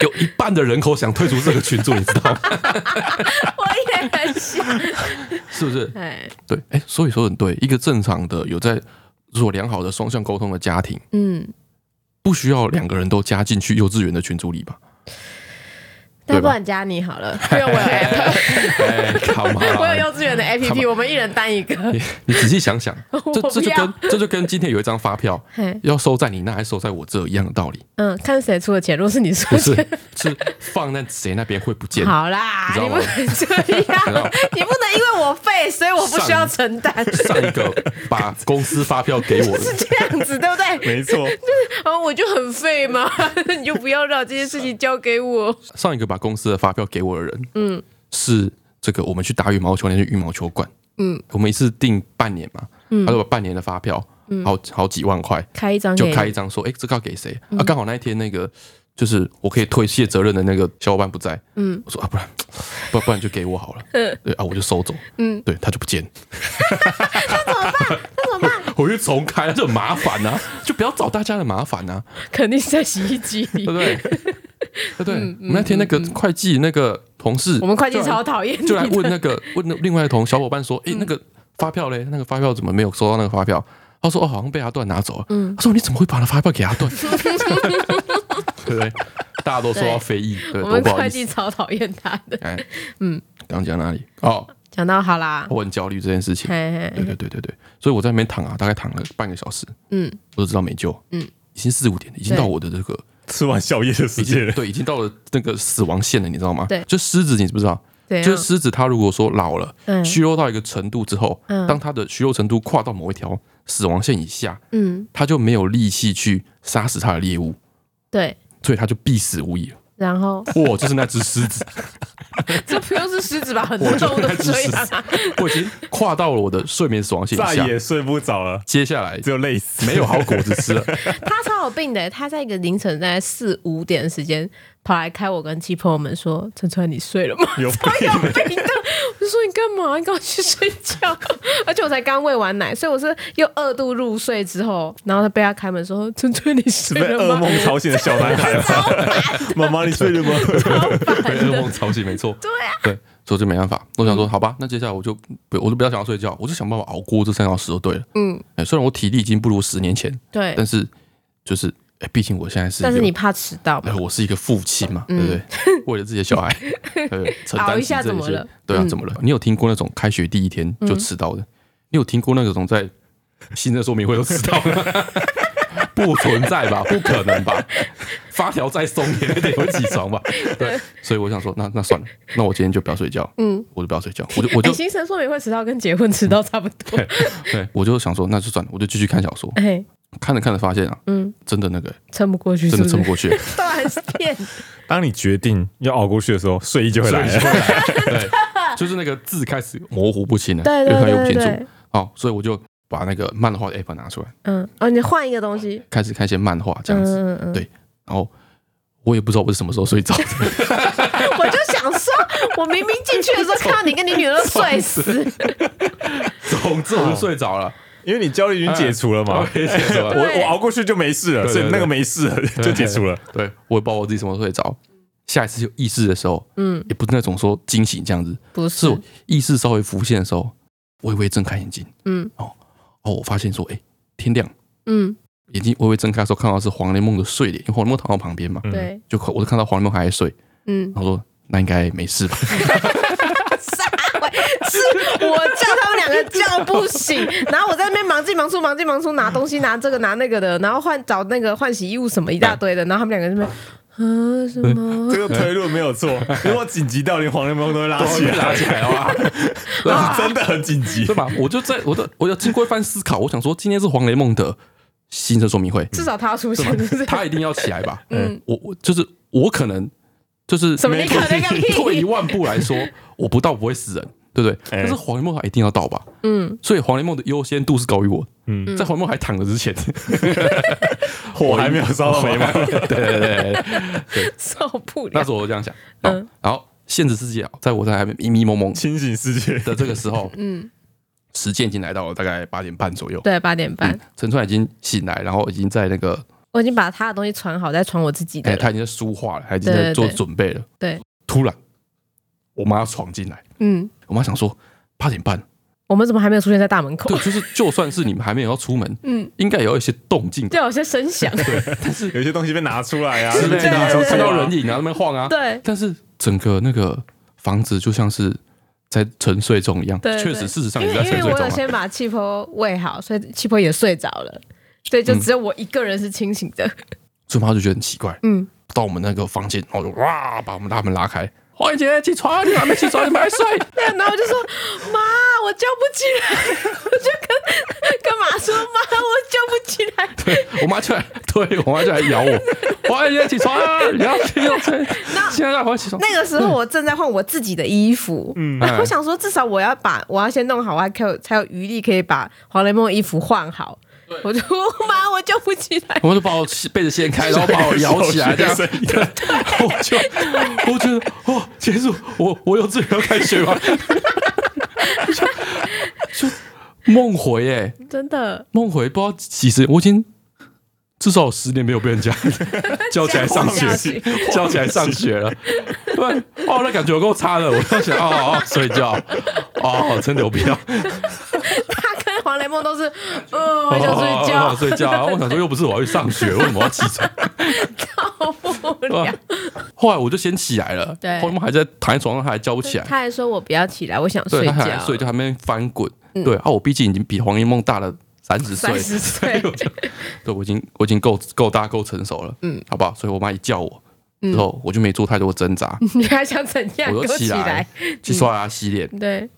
Speaker 2: 有一半的人口想退出这个群组，你知道吗？
Speaker 1: 我也很想。
Speaker 2: 是不 是？
Speaker 1: 哎，
Speaker 2: 对，哎、所以说很对，一个正常的有在做良好的双向沟通的家庭，
Speaker 1: 嗯，
Speaker 2: 不需要两个人都加进去幼稚园的群组里吧？
Speaker 1: 那
Speaker 2: 对吧
Speaker 1: 不然加你好了，因为 我有 app，
Speaker 2: 哎，好嘛，
Speaker 1: 我有幼稚园的 app，
Speaker 2: 干
Speaker 1: 我们一人单一个。
Speaker 2: 你你仔细想想，这
Speaker 1: 我
Speaker 2: 这
Speaker 1: 不
Speaker 2: 就
Speaker 1: 要
Speaker 2: 跟这就跟今天有一张发票
Speaker 1: 嘿，
Speaker 2: 要收在你那，还收在我这一样的道理，
Speaker 1: 嗯，看谁出的钱，如果是你 出
Speaker 2: 不
Speaker 1: 的
Speaker 2: 是
Speaker 1: 钱，
Speaker 2: 是放在谁那边会不见。
Speaker 1: 好啦，
Speaker 2: 你
Speaker 1: 你
Speaker 2: 知
Speaker 1: 不
Speaker 2: 道吗
Speaker 1: 能这样
Speaker 2: 知道吗，
Speaker 1: 你不能因为我废，所以我不需要承担，
Speaker 2: 上一个 把公司发票给我
Speaker 1: 是
Speaker 2: 的，
Speaker 1: 这样子，对不对？
Speaker 3: 没错，
Speaker 1: 啊，我就很废嘛， 你就不要让这件事情交给我。
Speaker 2: 上一个把公司的发票给我的人，嗯，是这个我们去打羽毛球那去羽毛球馆，嗯，我们一次订半年嘛，他就把半年的发票，好好几万块，
Speaker 1: 开一张
Speaker 2: 就开一张说，哎、这个要给谁？
Speaker 1: 嗯
Speaker 2: 啊，刚好那一天那个就是我可以推卸责任的那个小伙伴不在，嗯，我说啊，不然不然不然就给我 好了，对啊，我就收走，嗯，对，他就不见，
Speaker 1: 那怎么办？
Speaker 2: 我就重开，这很麻烦呐、就不要找大家的麻烦呐、啊
Speaker 1: 肯定是在洗衣 机里
Speaker 2: 对。不 对？对不
Speaker 1: 嗯
Speaker 2: 对？我们那天那个会计那个同事，
Speaker 1: 我们会计
Speaker 2: 就来
Speaker 1: 超讨厌你
Speaker 2: 就来问
Speaker 1: 的，嗯
Speaker 2: 那个问那另外一同小伙伴说：“诶，那个发票嘞？那个发票怎么没有收到那个发票？”他说：“哦，好像被阿段拿走了。”
Speaker 1: 嗯
Speaker 2: 他说：“你怎么会把那发票给阿 段？”对不对？大家都说到非议，对，
Speaker 1: 我
Speaker 2: 多
Speaker 1: 们
Speaker 2: 不好
Speaker 1: 会
Speaker 2: 意
Speaker 1: 计
Speaker 2: 思。
Speaker 1: 超讨厌他的。
Speaker 2: 哎，嗯，刚刚讲哪里？哦，
Speaker 1: 讲到好啦，
Speaker 2: 我很焦虑这件 事情。
Speaker 1: 嘿嘿
Speaker 2: 对对对对对，所以我在那边躺啊，大概躺了半个小时，
Speaker 1: 嗯，
Speaker 2: 我就知道没救，嗯，已经四五点了，已经
Speaker 1: 对
Speaker 2: 到我的这个
Speaker 3: 吃完宵夜的时
Speaker 2: 已
Speaker 3: 间
Speaker 2: 经
Speaker 3: 了，
Speaker 2: 对，已经到了那个死亡线了，你知道吗？
Speaker 1: 对
Speaker 2: 就狮子，你知不知道？
Speaker 1: 对，啊
Speaker 2: 就是狮子，它如果说老了
Speaker 1: 嗯，
Speaker 2: 虚弱到一个程度之后，
Speaker 1: 嗯
Speaker 2: 当它的虚弱程度跨到某一条死亡线以下，
Speaker 1: 嗯，
Speaker 2: 它就没有力气去杀死它的猎物，
Speaker 1: 对。
Speaker 2: 所以它就必死无疑了。
Speaker 1: 然后
Speaker 2: 我就是那只狮子，
Speaker 1: 这不用是狮子吧？很多动物都这样啊。
Speaker 2: 我已经跨到了我的睡眠死亡线以
Speaker 3: 再
Speaker 2: 下，
Speaker 3: 也睡不着了，
Speaker 2: 接下来
Speaker 3: 只有累死。
Speaker 2: 没有好果子吃了。
Speaker 1: 他超有病的，他在一个凌晨大概四五点的时间跑来开我跟七朋友们说：“陈川，你睡了吗？”
Speaker 3: 有
Speaker 1: 超有病的，我就说你干嘛？你赶快去睡觉。而且我才刚喂完奶，所以我是又二度入睡之后，然后他被他开门说：“陈川，你
Speaker 3: 是
Speaker 1: 睡
Speaker 3: 被
Speaker 1: 了
Speaker 3: 噩
Speaker 1: 吗
Speaker 3: 梦吵醒的小男孩吗？ 妈妈，你睡了吗？
Speaker 2: 被噩梦吵醒，没错。对啊，对，所以就没办法。我想说，好吧，那接下来我就不，我就不要想要睡觉，我就想办法熬过这三小时就对了。嗯，哎，虽然我体力已经不如十年前，？”
Speaker 1: 对
Speaker 2: 但，是就是，哎，毕竟我现在是一个，
Speaker 1: 但是你怕迟到
Speaker 2: 哎，
Speaker 1: 嘛？
Speaker 2: 我是一个父亲嘛，对不对？为了自己的 小孩，对不对承
Speaker 1: 熬
Speaker 2: 担
Speaker 1: 嗯一
Speaker 2: 起
Speaker 1: 下
Speaker 2: 这
Speaker 1: 怎么
Speaker 2: 些
Speaker 1: 了嗯
Speaker 2: 对啊，怎么了？你有听过那种开学第一天就迟到的？你有听过那种 在新的说明会都迟到的？不存在吧？不可能吧？发条再松也得有起床吧？对，所以我想说，那那算了，那我今天就不要睡觉，嗯，我就不要睡觉，我就我
Speaker 1: 哎，
Speaker 2: 就
Speaker 1: 行程说明会迟到跟结婚迟到差不多。
Speaker 2: 对，我就想说，那就算了，我就继续看小说，
Speaker 1: 哎，
Speaker 2: 看着看着发现啊，嗯，真的那个
Speaker 1: 撑不过去，
Speaker 2: 真
Speaker 1: 是
Speaker 2: 的
Speaker 1: 不是
Speaker 2: 撑不过去，
Speaker 1: 断电。
Speaker 3: 当你决定要熬过去的时候，睡意就会来
Speaker 2: 睡意就
Speaker 3: 了。
Speaker 2: 对，就是那个字开始模糊不清了，
Speaker 1: 对
Speaker 2: 越看越
Speaker 1: 对
Speaker 2: 不
Speaker 1: 对
Speaker 2: 清楚。
Speaker 1: 对，
Speaker 2: 哦，所以我就把那个漫画的 app 拿出来，
Speaker 1: 嗯，哦，你换一个东西，
Speaker 2: 开始看一些漫画这样子。
Speaker 1: 嗯嗯嗯，
Speaker 2: 对然后我也不知道我是什么时候睡着 的，
Speaker 1: 我就想说，我明明进去的时候看到你跟你女儿都睡死，
Speaker 2: 总之我就睡着 了。
Speaker 3: 因为你焦虑已经解除了 嘛，
Speaker 2: 解除了
Speaker 3: 我我熬过去就没事了，
Speaker 2: 对对
Speaker 3: 所以那个
Speaker 2: 对
Speaker 3: 没事了就解除了。
Speaker 2: 对，我也不知道我自己什么时候睡着。下一次有意识的时候，嗯，也不是那种说惊醒这样子，
Speaker 1: 不
Speaker 2: 是我意识稍微浮现的时候，微微睁开眼睛，
Speaker 1: 嗯
Speaker 2: 哦，我发现说，哎，天亮，
Speaker 1: 嗯，
Speaker 2: 眼睛微微睁开的时候，看到是黄连梦的睡脸，因为黄连梦躺在我旁边嘛，
Speaker 3: 嗯
Speaker 1: 对，
Speaker 2: 就看我就看到黄连梦还在睡，
Speaker 1: 嗯，
Speaker 2: 然后说那应该没事吧，
Speaker 6: 喂，
Speaker 2: 嗯
Speaker 6: 是我叫他们两个叫不醒，然后我在那边忙进忙出，忙进忙出，拿东西拿这个拿那个的，然后换找那个换洗衣物什么一大堆的，然后他们两个在那边。啊，什
Speaker 2: 嗯
Speaker 6: 么？
Speaker 3: 这个推论没有错。如果紧急到连黄连梦都会拉起来，
Speaker 2: 拉起来 哇！
Speaker 3: 那是真的很紧急
Speaker 2: 啊对。吧？我就在我的我要经过一番思考，我想说，今天是黄雷梦的新生说明 会，
Speaker 1: 至少他要出现，是不是？
Speaker 2: 他一定要起来吧？
Speaker 1: 嗯，
Speaker 2: 我我就是我可能就是
Speaker 1: 什么？你可能个
Speaker 2: 退一
Speaker 1: 屁！
Speaker 2: 万步来说，我不到不会死人，对不对？
Speaker 3: 哎
Speaker 2: 但是黄雷梦他一定要到吧？
Speaker 1: 嗯，
Speaker 2: 所以黄雷梦的优先度是高于我。
Speaker 3: 嗯
Speaker 2: 在黄雷梦还躺着之前，
Speaker 3: 火还没有烧到眉 毛，
Speaker 2: 对对对对，
Speaker 1: 受不
Speaker 2: 那
Speaker 1: 了
Speaker 2: 时。候我就这样想。嗯，然后现实世界啊，在我在还迷迷蒙蒙
Speaker 3: 清醒世界
Speaker 2: 的这个时候，
Speaker 1: 嗯，
Speaker 2: 时间已经来到了大概八点半左右。嗯
Speaker 1: 对，八点半，
Speaker 2: 陈川已经醒来，然后已经在那个
Speaker 1: 我已经把他的东西传好，再传我自己的
Speaker 2: 哎、
Speaker 1: 了。
Speaker 2: 他已经在梳化了，他已经在做
Speaker 1: 对对对
Speaker 2: 准备了。
Speaker 1: 对，
Speaker 2: 突然，我妈闯进来，
Speaker 1: 嗯，
Speaker 2: 我妈想说八点半，
Speaker 1: 我们怎么还没有出现在大门口
Speaker 2: 对，？就是就算是你们还没有要出门，
Speaker 1: 嗯，
Speaker 2: 应该也要有一些动静吧。
Speaker 1: 对，有些声响。
Speaker 3: 有一些东西被拿出来啊，
Speaker 2: 之类的啊，
Speaker 3: 拿出
Speaker 2: 然后
Speaker 3: 来
Speaker 2: 看到人影啊，那边晃啊。
Speaker 1: 对，
Speaker 2: 但是整个那个房子就像是在沉睡中一样，
Speaker 1: 对对
Speaker 2: 确实，事实上
Speaker 1: 因
Speaker 2: 也
Speaker 1: 为
Speaker 2: 在
Speaker 1: 因
Speaker 2: 沉
Speaker 1: 为
Speaker 2: 睡
Speaker 1: 我
Speaker 2: 中、
Speaker 1: 有
Speaker 2: 啊。
Speaker 1: 先把气泡喂好，所以气泡也睡着了。对，
Speaker 2: 嗯
Speaker 1: 就只有我一个人是清醒的。
Speaker 2: 所以我妈就觉得很奇怪，
Speaker 1: 嗯，
Speaker 2: 到我们那个房间，然后就哇，把我们大门拉开，黄怡姐起床，啊你还没起床，你们还睡？
Speaker 1: 对，然后我就说妈，我叫不起来， 我就跟跟妈说妈，我叫不起 来。
Speaker 2: 对我妈就来，对我妈就来 咬我，黄怡姐起床啊，你要起床，现在让我起床。
Speaker 6: 那个时候我正在换我自己的衣服，嗯，然
Speaker 2: 哎
Speaker 6: 后我想说，至少我要把我要先弄好，我还可以才有余力可以把黄雷梦的衣服换好。
Speaker 1: 我就妈，我叫不起来。
Speaker 2: 我们就把我被子掀开，然后把我摇起来，这样， 我就我觉得哦，结束，我我幼稚园要开学吗？ 就就梦回哎、
Speaker 1: 真的，
Speaker 2: 梦回不知道几十，我已经至少有十年没有 被人家叫起来上学， 叫起来上学 了。对，哦，那感觉有够差的。我就想，哦哦，睡觉，哦，真的 有必要，
Speaker 1: 他跟黄雷梦都是，嗯，我
Speaker 2: 哦
Speaker 1: 想
Speaker 2: 哦
Speaker 1: 睡
Speaker 2: 哦
Speaker 1: 觉
Speaker 2: 哦，睡觉。然后我想说，又不是我要去上学，为什么要起 床？哦
Speaker 1: 受 不
Speaker 2: 对
Speaker 1: 了
Speaker 2: 吧。后来我就先起来了，
Speaker 1: 对
Speaker 2: 后面还在躺在床上，他还叫不起来，
Speaker 1: 他还说我不要起来，我想
Speaker 2: 对，
Speaker 1: 睡
Speaker 2: 他还
Speaker 1: 觉。嗯
Speaker 2: 在睡觉，还没翻滚。对啊，我毕竟已经比黄一梦大了三十岁，
Speaker 1: 三十
Speaker 2: 哎
Speaker 1: 岁，
Speaker 2: 对我已经我已经够够大够成熟了，嗯，好不好？所以我妈一叫我之后，我就没做太多 挣扎，
Speaker 1: 你还想怎嗯样？
Speaker 2: 我
Speaker 1: 给
Speaker 2: 就
Speaker 1: 我
Speaker 2: 起
Speaker 1: 起
Speaker 2: 来
Speaker 1: 来。
Speaker 2: 去刷牙洗脸，
Speaker 1: 对，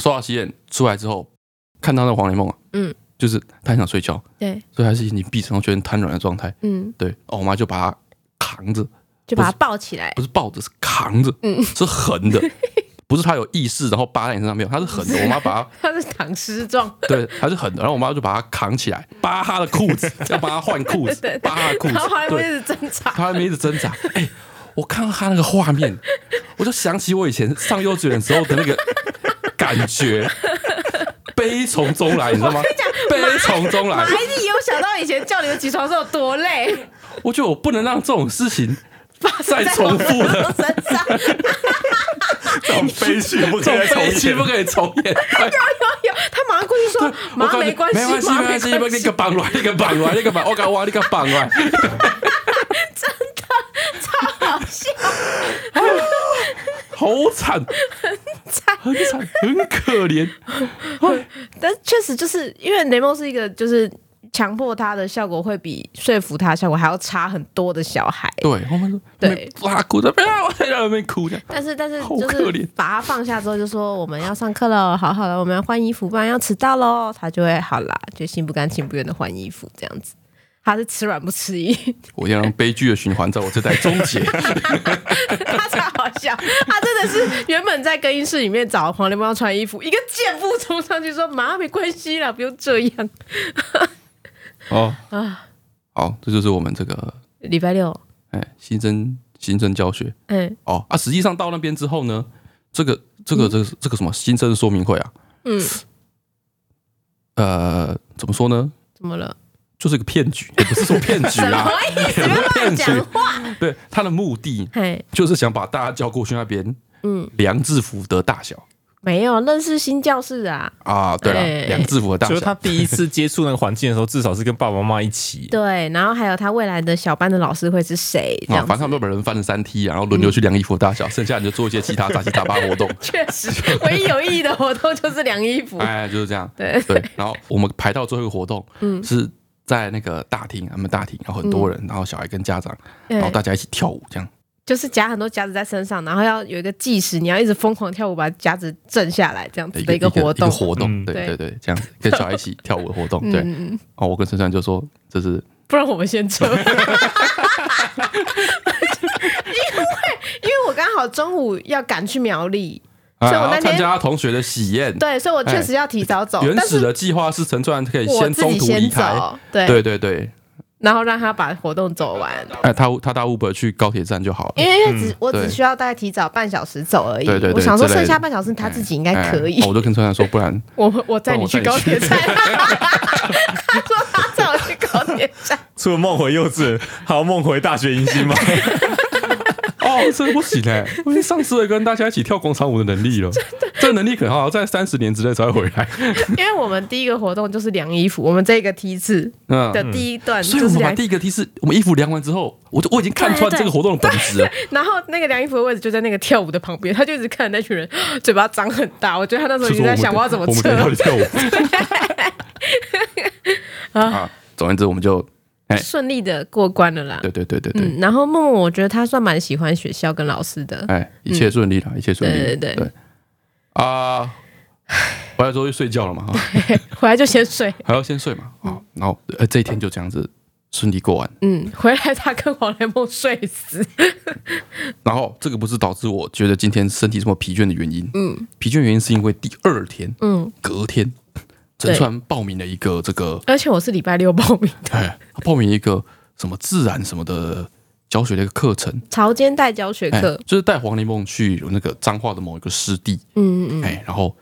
Speaker 2: 刷牙洗脸出来之后，看到那黄连梦啊，
Speaker 1: 嗯，
Speaker 2: 就是她很想睡觉，
Speaker 1: 对，
Speaker 2: 所以还是眼睛闭上，全身瘫软的状态，
Speaker 1: 嗯，
Speaker 2: 对，哦，我妈就把她扛着，
Speaker 1: 就把他抱起来。
Speaker 2: 不是抱着，是扛着，嗯，是横的。不是她有意识，然后扒在你身上没有，她是横的。我妈把她
Speaker 1: 他是躺尸 状，
Speaker 2: 对，还是狠的。然后我妈就把他扛起来，扒他的裤 子，要帮他换裤子
Speaker 1: 对，
Speaker 2: 扒他的裤子
Speaker 1: 然后还。会一
Speaker 2: 对，
Speaker 1: 直挣扎。
Speaker 2: 他还没一直挣扎。 哎、我看到他那个画面， 我就想起我以前上幼稚园时候的那个感觉， 悲从中来，你知道吗？悲从中来
Speaker 1: 还。是哎有想到以前叫你们起床的时候有多累，
Speaker 2: 我觉得我不能让这种事情再
Speaker 1: 在
Speaker 2: 重复了。
Speaker 1: 我身上，
Speaker 3: 这种悲剧不
Speaker 2: 这
Speaker 3: 可以再
Speaker 2: 种悲
Speaker 3: 重
Speaker 2: 剧
Speaker 3: 现
Speaker 2: 不。可以重演。对
Speaker 1: 有有， 他马上过去说：“
Speaker 2: 我
Speaker 1: 妈，
Speaker 2: 告诉你
Speaker 1: 没关系，
Speaker 2: 没关系，
Speaker 1: 妈
Speaker 2: 没关系，
Speaker 1: 没
Speaker 2: 那
Speaker 1: 关系
Speaker 2: 个绑来，那个绑来，那个绑，我搞我那个绑来。
Speaker 1: 超好笑。
Speaker 2: 好惨，很惨，很可怜。
Speaker 1: 但确实就是因为雷梦是一个就是强迫他的效果会比说服他的效果还要差很多的小孩，
Speaker 2: 对，后面说
Speaker 1: 对，
Speaker 2: 哇，哭的不要，在那边哭的。
Speaker 1: 但是但是
Speaker 2: 好
Speaker 1: 就
Speaker 2: 可
Speaker 1: 是
Speaker 2: 怜
Speaker 1: 把他放下之后，就说我们要上课了，好好了，我们要换衣服，不然要迟到喽。他就会好啦，就心不甘情不愿的换衣服这样子。他是吃软不吃硬，
Speaker 2: 我一定要让悲剧的循环在我这代终结。
Speaker 1: 他才好笑。他真的是原本在更衣室里面找黄连梦要穿衣服，一个箭步冲上去说：“妈，没关系啦，不用这样。
Speaker 2: 哦
Speaker 1: 啊
Speaker 2: 好，这就是我们这个”
Speaker 1: 礼拜六，
Speaker 2: 哎新增新增教学
Speaker 1: 嗯
Speaker 2: 哦啊，实际上到那边之后呢，这个这个这个这个什么新生说明会啊，
Speaker 1: 嗯，
Speaker 2: 呃，怎么说呢？
Speaker 1: 怎么了？
Speaker 2: 就是个骗局，也不是说骗局
Speaker 1: 什
Speaker 2: 啦
Speaker 1: 么，意思？
Speaker 2: 也
Speaker 1: 不
Speaker 2: 不
Speaker 1: 要
Speaker 2: 是骗
Speaker 1: 乱 讲
Speaker 2: 局。
Speaker 1: 话。
Speaker 2: 对，他的目的
Speaker 1: 嘿，
Speaker 2: 就是想把大家叫过去那边，嗯，量制服的大小。
Speaker 1: 没有认识新教室啊，
Speaker 2: 啊，对
Speaker 4: 哎
Speaker 2: 了，两个制服的大
Speaker 3: 就是
Speaker 2: 小，
Speaker 3: 他第一次接触那个环境的时候，至少是跟爸爸妈妈一 起。
Speaker 1: 对，然后还有他未来的小班的老师会是谁？这
Speaker 2: 啊，
Speaker 1: 样
Speaker 2: 反正他们本人翻了三梯啊，然后
Speaker 1: 嗯
Speaker 2: 轮流去量衣服的大小，剩下你就做一些其他杂七杂八的活动，
Speaker 1: 确实，唯一有意义的活动就是晾衣服。
Speaker 2: 哎，就是这样。
Speaker 1: 对
Speaker 2: 对，然后我们排到最后一个活动，嗯，是在那个大厅，他们大厅，然后很多人，然后小孩跟家长，然后
Speaker 1: 嗯对
Speaker 2: 大家一起跳舞，这样。
Speaker 1: 哎就是夹很多夹子在身上，然后要有一个计时，你要一直疯狂跳舞把夹子震下来，这样子的哎一个活动。
Speaker 2: 活动，
Speaker 3: 嗯
Speaker 2: 对
Speaker 1: 对
Speaker 2: 对对，这样子跟小孩一起跳舞的活动，对。然
Speaker 1: 嗯，
Speaker 2: 后我跟陈川就说，这是
Speaker 4: 不然我们 先撤。
Speaker 1: 因为我刚好中午要赶去苗栗，
Speaker 2: 哎
Speaker 1: 所以我
Speaker 2: 然后
Speaker 1: 那天
Speaker 2: 参加同学的喜宴，
Speaker 1: 对，所以我确实要提早走，
Speaker 2: 哎原
Speaker 1: 但
Speaker 2: 始
Speaker 1: 是
Speaker 2: 的计划是陈川可以
Speaker 1: 我
Speaker 2: 先
Speaker 1: 自
Speaker 2: 中
Speaker 1: 己
Speaker 2: 途离
Speaker 1: 先
Speaker 2: 开，
Speaker 1: 走，对，
Speaker 2: 对对对，
Speaker 1: 然后让他把活动走完，
Speaker 2: 哎，他他搭 Uber 去高铁站就好了
Speaker 1: 因。为只、我只
Speaker 2: 嗯对
Speaker 1: 需要大概提早半小时走而已。
Speaker 2: 对对对
Speaker 1: 我想说
Speaker 2: 之类
Speaker 1: 剩
Speaker 2: 的
Speaker 1: 下半小时他自己应该可以。
Speaker 2: 哎我就跟陈川说，不然
Speaker 4: 我我载你去高铁站，
Speaker 1: 他说他载 我去高铁站，
Speaker 3: 除了梦回幼稚，还有梦回大学迎 新吗？
Speaker 2: 哦，这不行哎、我已经丧失了跟大家一起跳广场舞的能力了。这能力可能好像在三十年之内才会回来。
Speaker 4: 因为我们第一个活动就是量衣服，我们这个梯次
Speaker 2: 嗯，
Speaker 4: 的第一段
Speaker 2: 所以
Speaker 4: 就
Speaker 2: 我
Speaker 4: 是
Speaker 2: 们把
Speaker 4: 量，
Speaker 2: 第一个 T 是我们衣服量完之后，我就我已经看穿这个活动的本质了。
Speaker 4: 然后那个量衣服的位置就在那个跳舞的旁边，他就一直看那群人，嘴巴张很大，我觉得他那时候
Speaker 2: 就
Speaker 4: 已
Speaker 2: 是
Speaker 4: 经
Speaker 2: 我们
Speaker 4: 在想我要怎么
Speaker 2: 我们
Speaker 4: 撤
Speaker 2: 等一下要去跳 舞。啊，总而言之，我们就哎
Speaker 4: 顺利的过关了啦。
Speaker 2: 对对对对对，
Speaker 4: 嗯，然后默默我觉得他算蛮喜欢学校跟老师的，
Speaker 2: 哎，一切顺利了，一切顺利。
Speaker 4: 对对对
Speaker 2: 对啊，回来之后就睡觉了嘛，啊
Speaker 4: 回来就先睡。
Speaker 2: 还要先睡嘛啊，然后呃这一天就这样子顺利过完。
Speaker 4: 嗯，回来他跟黄连梦睡死。
Speaker 2: 然后这个不是导致我觉得今天身体这么疲倦的原因。嗯，疲倦原因是因为第二天，
Speaker 4: 嗯，
Speaker 2: 隔天，
Speaker 4: 对
Speaker 2: 陈川报名了一个这个，
Speaker 4: 而且我是礼拜六报名的，
Speaker 2: 哎，他报名一个什么自然什么的教学的一个课程，
Speaker 1: 潮间带教学
Speaker 2: 哎
Speaker 1: 课，，
Speaker 2: 就是带黄连梦去那个彰化的某一个湿地，嗯嗯，哎，然后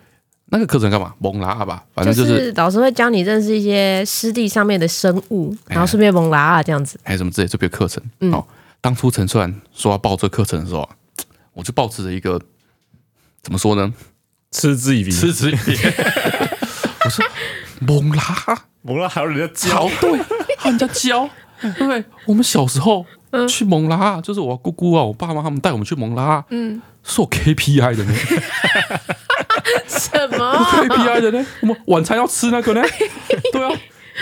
Speaker 2: 那个课程干嘛？蒙拉啊吧，反
Speaker 1: 就
Speaker 2: 正就是
Speaker 1: 是老师会教你认识一些湿地上面的生物，然后顺便蒙拉啊这样子。
Speaker 2: 还有哎什么之类这边课程。哦，当初陈川说要报这课程的时候啊，我就抱持着一个怎么说呢，
Speaker 3: 嗤之以鼻，
Speaker 2: 嗤之以鼻。 我说蒙拉。
Speaker 3: 蒙拉还有人家
Speaker 2: 潮
Speaker 3: 教，
Speaker 2: 对，还人家教，对不对？我们小时候
Speaker 4: 嗯
Speaker 2: 去蒙拉，就是我姑姑啊，我爸妈他们带我们去蒙拉，嗯，是我 KPI 的呢
Speaker 4: 什么？
Speaker 2: ，KPI 的呢，我们晚餐要吃那 个呢，对啊，我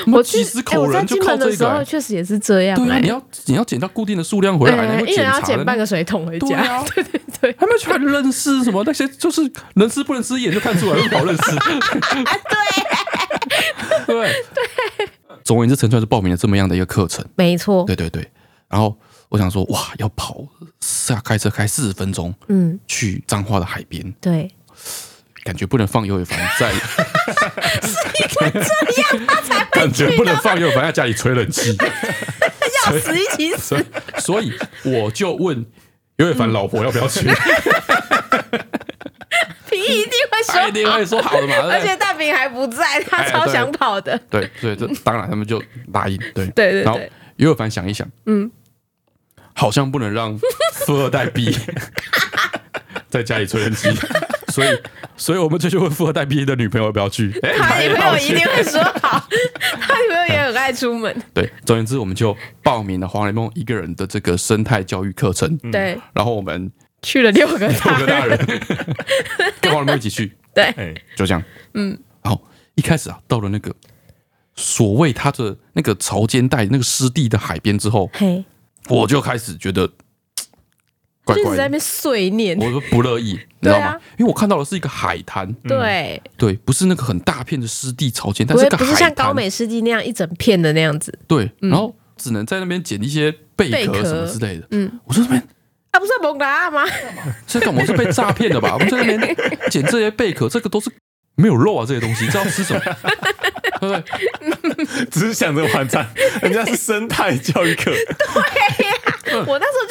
Speaker 4: 我
Speaker 2: 们几
Speaker 4: 去
Speaker 2: 十，
Speaker 4: 哎
Speaker 2: 口
Speaker 4: 我在
Speaker 2: 人就
Speaker 4: 金
Speaker 2: 靠
Speaker 4: 门的
Speaker 2: 这
Speaker 4: 时
Speaker 2: 个
Speaker 4: 候
Speaker 2: 欸，
Speaker 4: 确实也是这样、
Speaker 2: 对啊，
Speaker 4: 哎
Speaker 2: 你要你要捡到固定的数量回来，你
Speaker 4: 哎
Speaker 2: 会
Speaker 4: 一人
Speaker 2: 检
Speaker 4: 要
Speaker 2: 查
Speaker 4: 捡
Speaker 2: 的
Speaker 4: 半
Speaker 2: 呢。
Speaker 4: 个水桶回
Speaker 2: 对
Speaker 4: 家
Speaker 2: 啊。
Speaker 4: 对对对，
Speaker 2: 还没去认识什么那些，就是能吃不能吃，一眼就看出来，又不好认识。
Speaker 1: 啊
Speaker 2: 对对对，总而言之，陈川是报名了这么样的一个课程。
Speaker 1: 没错，
Speaker 2: 对对对，然后我想说，哇，要跑下开车开四十分钟，嗯，去彰化的海边，
Speaker 1: 对，
Speaker 2: 感觉不能放尤伟凡在，感觉不能放尤伟凡在家里吹冷气，
Speaker 1: 要死一起死。
Speaker 2: 所以所以我就问尤伟凡老婆要不要去，
Speaker 1: 平一定会
Speaker 2: 他一
Speaker 1: 说，
Speaker 2: 定会说好的嘛，对
Speaker 1: 而
Speaker 2: 不对
Speaker 1: 且大饼还不在，他
Speaker 2: 哎
Speaker 1: 超
Speaker 2: 对
Speaker 1: 想跑的。
Speaker 2: 对，所 以这当然他们就答应，对
Speaker 4: 对对
Speaker 2: 然后
Speaker 4: 对
Speaker 2: 尤伟凡想一想，嗯，好像不能让富二代 B 在家里吹 冷气，所以所以我们就去问富二代 B 的女朋友要不要去，哎，
Speaker 4: 他女朋友一
Speaker 2: 去
Speaker 4: 定会说好，他女朋友也很爱出门。
Speaker 2: 对，总而言之，我们就报名了黄连梦一个人的这个生态教育课程，
Speaker 4: 对，
Speaker 2: 然后我们
Speaker 4: 去了六个
Speaker 2: 六
Speaker 4: 大
Speaker 2: 个 大人跟黄连梦一起去，
Speaker 4: 对，
Speaker 3: 哎，
Speaker 2: 就这样，嗯，然后一开始啊，到了那个所谓它的那个潮间带那个湿地的海边之后。
Speaker 1: 嘿，
Speaker 2: 我就开始觉得怪
Speaker 4: 就一直
Speaker 2: 怪
Speaker 4: 在那
Speaker 2: 的，
Speaker 4: 边碎念。
Speaker 2: 我就不乐意，你知
Speaker 4: 对啊
Speaker 2: 道吗？因为我看到的是一个海滩，
Speaker 4: 对，
Speaker 2: 对，不是那个很大片的湿地潮间，但
Speaker 1: 不
Speaker 2: 是
Speaker 1: 会
Speaker 2: 一个
Speaker 1: 不是
Speaker 2: 海
Speaker 1: 像高
Speaker 2: 滩，
Speaker 1: 美湿地那样一整片的那样子
Speaker 2: 对，然后只能在那边捡一些贝
Speaker 4: 贝壳
Speaker 2: 壳什么之类的。嗯，我说这边
Speaker 4: 啊，不是蒙达吗？
Speaker 2: 现在干嘛？我是被诈骗的吧？我们在那边捡这些贝壳，这个都是没有肉啊，这些东西，这要吃什么？对不对？
Speaker 3: 只是想着晚餐，人家是生态教育 课，
Speaker 4: 我那时候就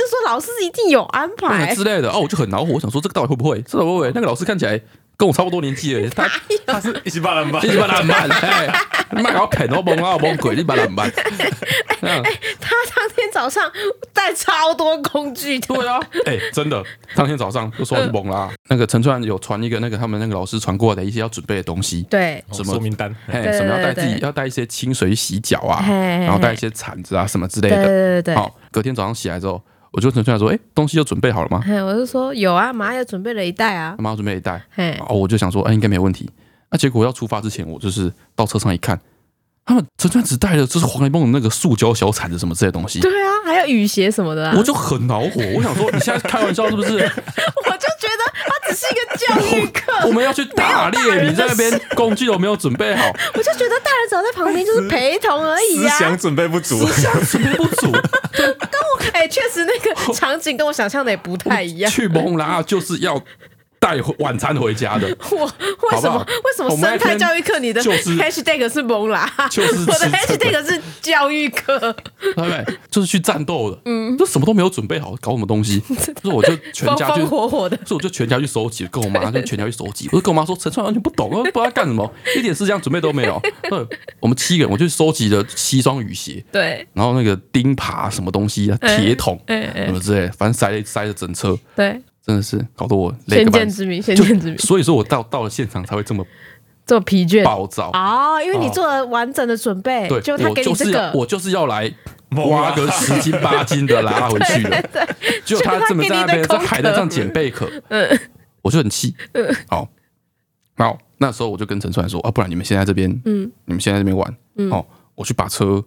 Speaker 4: 说老师一定有安
Speaker 2: 或者
Speaker 4: 排
Speaker 2: 哎之，类的哦，我就很恼火，我想说这个到底会不会？这个会不会？那个老师看起来跟我差不多年纪了，他
Speaker 3: 他是一起把人吧
Speaker 2: 你，把他慢，哎，你把我啃到崩啊崩鬼，你把他慢。 嗯
Speaker 1: 他当天早上带超多工具的，
Speaker 2: 对啊，哎、真的，当天早上就说是崩
Speaker 1: 嗯
Speaker 2: 啦。那个陈川有传一个那个他们那个老师传过来的一些要准备的东西，
Speaker 1: 对，
Speaker 3: 哦
Speaker 2: 什么
Speaker 3: 说明单？
Speaker 2: 哎，
Speaker 1: 对
Speaker 2: 什么要带
Speaker 1: 对
Speaker 2: 自己
Speaker 1: 对
Speaker 2: 要带一些清水洗脚啊，
Speaker 1: 嘿嘿嘿
Speaker 2: 然后带一些铲子啊什么之类
Speaker 1: 对
Speaker 2: 的。
Speaker 1: 对对对。
Speaker 2: 好，隔天早上起来之后，我就陈川说，哎、东西都准备好了吗？
Speaker 1: 嘿，我就说有啊，马上也准备了一袋啊
Speaker 2: 他。妈准备一袋，
Speaker 1: 嘿，
Speaker 2: 哦，我就想说，哎、应该没有问题。那、结果要出发之前，我就是到车上一看，他们陈川只带了就是黄雷梦的那个塑胶小铲子什么之类的东西，
Speaker 1: 对啊，还有雨鞋什么的啊。
Speaker 2: 我就很恼火，我想说你现在开玩笑是不是？
Speaker 1: 我就觉得它只是一个教育课，
Speaker 2: 我们要去打猎，你在那边工具都没有准备好，
Speaker 1: 我就觉得大人只要在旁边就是陪同而已啊
Speaker 3: 思
Speaker 1: 呀、
Speaker 3: 想准备不足，
Speaker 2: 准备不足，
Speaker 1: 哎、确实那 个场景跟我想象的也不太一样。
Speaker 2: 去蒙拉就是要带晚餐回家 的，
Speaker 1: 我为什
Speaker 2: 好不
Speaker 1: 么
Speaker 2: 好
Speaker 1: 为什么
Speaker 2: 我们那
Speaker 1: 生态
Speaker 2: 天
Speaker 1: 教育课你的
Speaker 2: 就是
Speaker 1: hashtag 是蒙啦？
Speaker 2: 就是 吃
Speaker 1: 我的
Speaker 2: 这个
Speaker 1: hashtag 是教育课，
Speaker 2: 对不对？就是去战斗的，嗯，就什么都没有准备好，搞什 么东西？所以我就全
Speaker 1: 风
Speaker 2: 家就
Speaker 1: 风火火的。
Speaker 2: 所以我就全家去收集，跟我妈就全家去收集。我就跟我妈说，陈川完全不懂，啊不知道干什么，一点思想准备都没有。对， 我们七个人，我就收集了七双雨鞋，
Speaker 1: 对
Speaker 2: 然后那个钉耙什么东西啊，铁桶
Speaker 1: 嗯嗯嗯
Speaker 2: 什么之类，反正塞了塞了整车，
Speaker 1: 对，
Speaker 2: 真的是搞得我累
Speaker 1: 先
Speaker 2: 个
Speaker 1: 见
Speaker 2: 半
Speaker 1: 之
Speaker 2: 死。
Speaker 1: 明，先
Speaker 2: 就
Speaker 1: 见之明，
Speaker 2: 所以说我到到了现场才会这么
Speaker 1: 这么疲倦
Speaker 2: 暴躁。
Speaker 1: 哦，因为你做了完整的准备，
Speaker 2: 对，
Speaker 1: 就他
Speaker 2: 我
Speaker 1: 给你
Speaker 2: 就
Speaker 1: 这
Speaker 2: 是
Speaker 1: 个
Speaker 2: 要，我就是要来
Speaker 3: 猛
Speaker 2: 挖
Speaker 3: 拉
Speaker 2: 个十斤八斤的拉回去的，就他这么在那边在海南上捡贝壳，
Speaker 1: 嗯
Speaker 2: 我就很气，好，好，那时候我就跟陈川说啊，不然你们先在这边，嗯，你们先在这边玩，哦，我去把车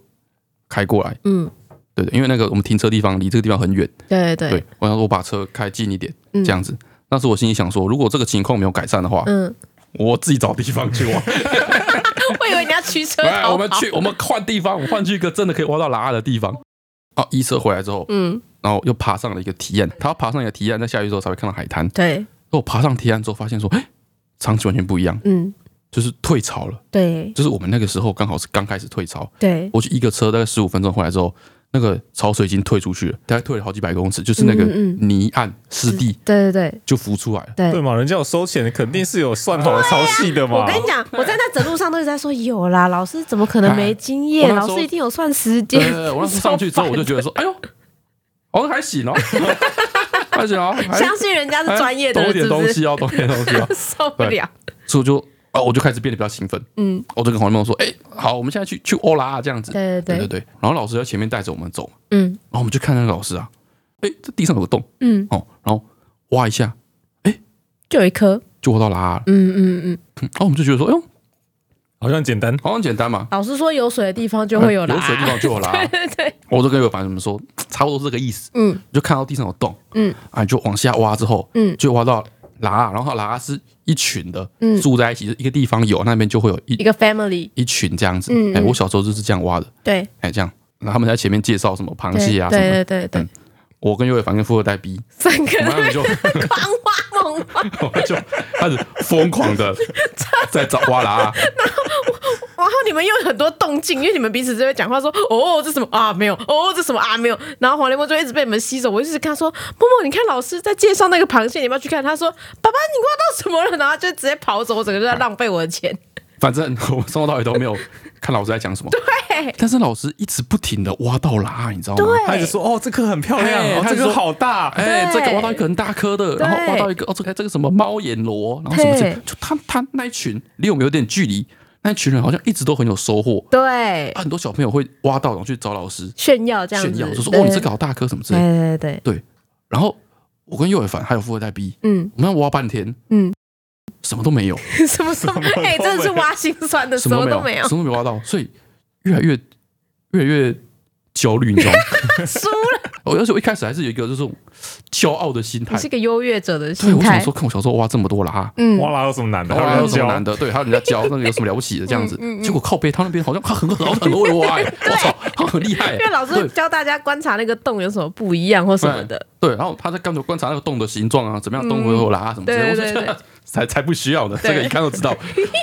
Speaker 2: 开过来，
Speaker 1: 嗯，
Speaker 2: 对对，因为那个我们停车地方离这个地方很远，
Speaker 1: 对对
Speaker 2: 对，我想说我把车开近一点，这样子。那时候我心里想说，如果这个情况没有改善的话，
Speaker 1: 嗯，
Speaker 2: 我自己找地方去玩。
Speaker 1: 我以为你要驱 车逃
Speaker 2: 来，
Speaker 1: 跑，
Speaker 2: 哎我们去，我们换地方，我们换去一个真的可以挖到拉的地方。哦，一车回来之后，
Speaker 1: 嗯，
Speaker 2: 然后又爬上了一个堤岸，他要爬上一个堤岸，在下雨之后才会看到海滩。
Speaker 1: 对，
Speaker 2: 我爬上堤岸之后，发现说，哎，场景完全不一样，
Speaker 1: 嗯，
Speaker 2: 就是退潮了，
Speaker 1: 对
Speaker 2: 就是我们那个时候刚好是刚开始退潮。
Speaker 1: 对，
Speaker 2: 我去一个车，大概十五分钟回来之后，那个潮水已经退出去了，大概退了好几百公尺，就是那个
Speaker 1: 嗯嗯
Speaker 2: 泥岸湿地
Speaker 1: 对对对
Speaker 2: 就浮出来 了。
Speaker 1: 对
Speaker 3: 对。嘛？人家有收钱，肯定是有算好的潮汐的嘛。
Speaker 1: 我跟你讲，我在那整路上都一直在说有啦，老师怎么可能没经验？
Speaker 2: 哎我那
Speaker 1: 老
Speaker 2: 时候
Speaker 1: 师一定有算时间
Speaker 2: 对对。对，我那时候上去之后，我就觉 得说，哎呦，哦，还行哦， 还行哦，还
Speaker 1: 相信人家是专业的
Speaker 2: 哎
Speaker 1: 人，
Speaker 2: 懂一
Speaker 1: 是
Speaker 2: 点
Speaker 1: 不
Speaker 2: 东
Speaker 1: 是？，
Speaker 2: 西哦，懂一点东西哦
Speaker 1: 受不了，
Speaker 2: 所以我就哦，我就开始变得比较兴奋，嗯，我就跟黄立梦说，哎，好，我们现在去去欧拉啊这样子，
Speaker 1: 对对
Speaker 2: 对
Speaker 1: 对
Speaker 2: 对对，然后老师在前面带着我们走，
Speaker 1: 嗯
Speaker 2: 然后我们就看那个老师啊，哎，这地上有个洞
Speaker 1: 嗯，
Speaker 2: 哦，然后挖一下
Speaker 1: 就有一颗，
Speaker 2: 就挖到拉了，
Speaker 1: 嗯嗯嗯。
Speaker 2: 然后我们就觉得说，哎呦，
Speaker 3: 好像简单，
Speaker 2: 好像简单嘛，
Speaker 1: 老师说有水的地方 就会有啦，
Speaker 2: 哎有水的地方就有拉，
Speaker 1: 对 对，
Speaker 2: 我就跟有反正们说，差不多是这个意思。
Speaker 1: 嗯，
Speaker 2: 就看到地上有洞，
Speaker 1: 嗯，
Speaker 2: 啊，你就往下挖之后，
Speaker 1: 嗯
Speaker 2: 就挖到喇，然后喇是一群的，
Speaker 1: 嗯
Speaker 2: 住在一起，就一个地方有，那边就会有
Speaker 1: 一
Speaker 2: 一
Speaker 1: 个 family，
Speaker 2: 一群这样子。
Speaker 1: 嗯
Speaker 2: 哎，
Speaker 1: 嗯
Speaker 2: 我小时候就是这样挖的，
Speaker 1: 对
Speaker 2: 哎，这样，然后他们在前面介绍什么螃
Speaker 1: 对
Speaker 2: 蟹啊什么
Speaker 1: 对
Speaker 2: 的，
Speaker 1: 对对对
Speaker 2: 嗯，我跟尤伟凡跟富二代比，
Speaker 1: 三个
Speaker 2: 我们 他们就
Speaker 1: 狂挖猛挖，
Speaker 2: 我们就开始疯 狂的在找挖啊喇，
Speaker 1: 然后你们又有很多动静，因为你们彼此就会讲话说：“哦，这什么啊？没有，哦，这什么啊？没有。”然后黄连梦就一直被你们吸走。我就一直跟他说：“默默，你看老师在介绍那个螃蟹，你要不要去看？”他说：“爸爸，你挖到什么了？”然后就直接跑走，我整个就在浪费我的 钱。
Speaker 2: 反正 我从头到尾都没有看老师在讲什么。对，但是老师一直不停的挖到喇，你知道吗？对
Speaker 3: 他一直说哦，这颗很漂亮，
Speaker 2: 哎
Speaker 3: 哦
Speaker 2: 他
Speaker 3: 这
Speaker 2: 就
Speaker 3: 颗
Speaker 2: 说
Speaker 3: 好大，
Speaker 2: 哎，这
Speaker 1: 对
Speaker 2: 个挖到一个很大颗的，然后挖到一个哦，这个这个什么猫眼螺，然后什么之类
Speaker 1: 对
Speaker 2: 就他他那一群离我们有点距离，那一群人好像一直都很有收获，
Speaker 1: 对，
Speaker 2: 很多小朋友会挖到然后去找老师
Speaker 1: 炫耀这样子，
Speaker 2: 炫耀，就说
Speaker 1: 对
Speaker 2: 哦，你这个好大颗什么之
Speaker 1: 对
Speaker 2: 类的。
Speaker 1: 对对对，
Speaker 2: 对，然后我跟右伟凡还有富二代 B，
Speaker 1: 嗯，
Speaker 2: 我们挖半天，
Speaker 1: 嗯，
Speaker 2: 什么都没有，
Speaker 1: 什么什么，哎，
Speaker 3: 都
Speaker 1: 真的是
Speaker 3: 没有
Speaker 1: 挖心酸的，什
Speaker 2: 什么
Speaker 1: 么都
Speaker 2: 都
Speaker 1: 没
Speaker 2: 没
Speaker 1: 有
Speaker 2: 有，，什么都没挖到，所以越来越越来越焦虑，你知道吗？
Speaker 1: 输了。
Speaker 2: 我而且我一开始还是有一个就是骄傲的心态
Speaker 1: 你是，个优越者的
Speaker 2: 对，
Speaker 1: 心
Speaker 2: 我想
Speaker 1: 态
Speaker 2: 说，，看我小时候挖这么多啦，
Speaker 1: 嗯，
Speaker 3: 哇啦有什么难的？
Speaker 2: 然后
Speaker 3: 还
Speaker 2: 人
Speaker 3: 有
Speaker 2: 家教
Speaker 3: 教
Speaker 2: 男的，对，还有人家教那个有什么了不起的这样子。
Speaker 1: 嗯
Speaker 2: 结果靠背他那边好像他很很很会挖，哎 我操，他很厉害。
Speaker 1: 因为老师
Speaker 2: 哎对
Speaker 1: 教大家观察那个洞有什么不一样或什么的，
Speaker 2: 对，然后他在干着观察那个洞的形状啊，怎么样洞会有拉什么之类
Speaker 1: 对
Speaker 2: 的，
Speaker 1: 对
Speaker 2: 我
Speaker 1: 对
Speaker 2: 说这 才才不需要呢，
Speaker 1: 对
Speaker 2: 这个一看就 知道，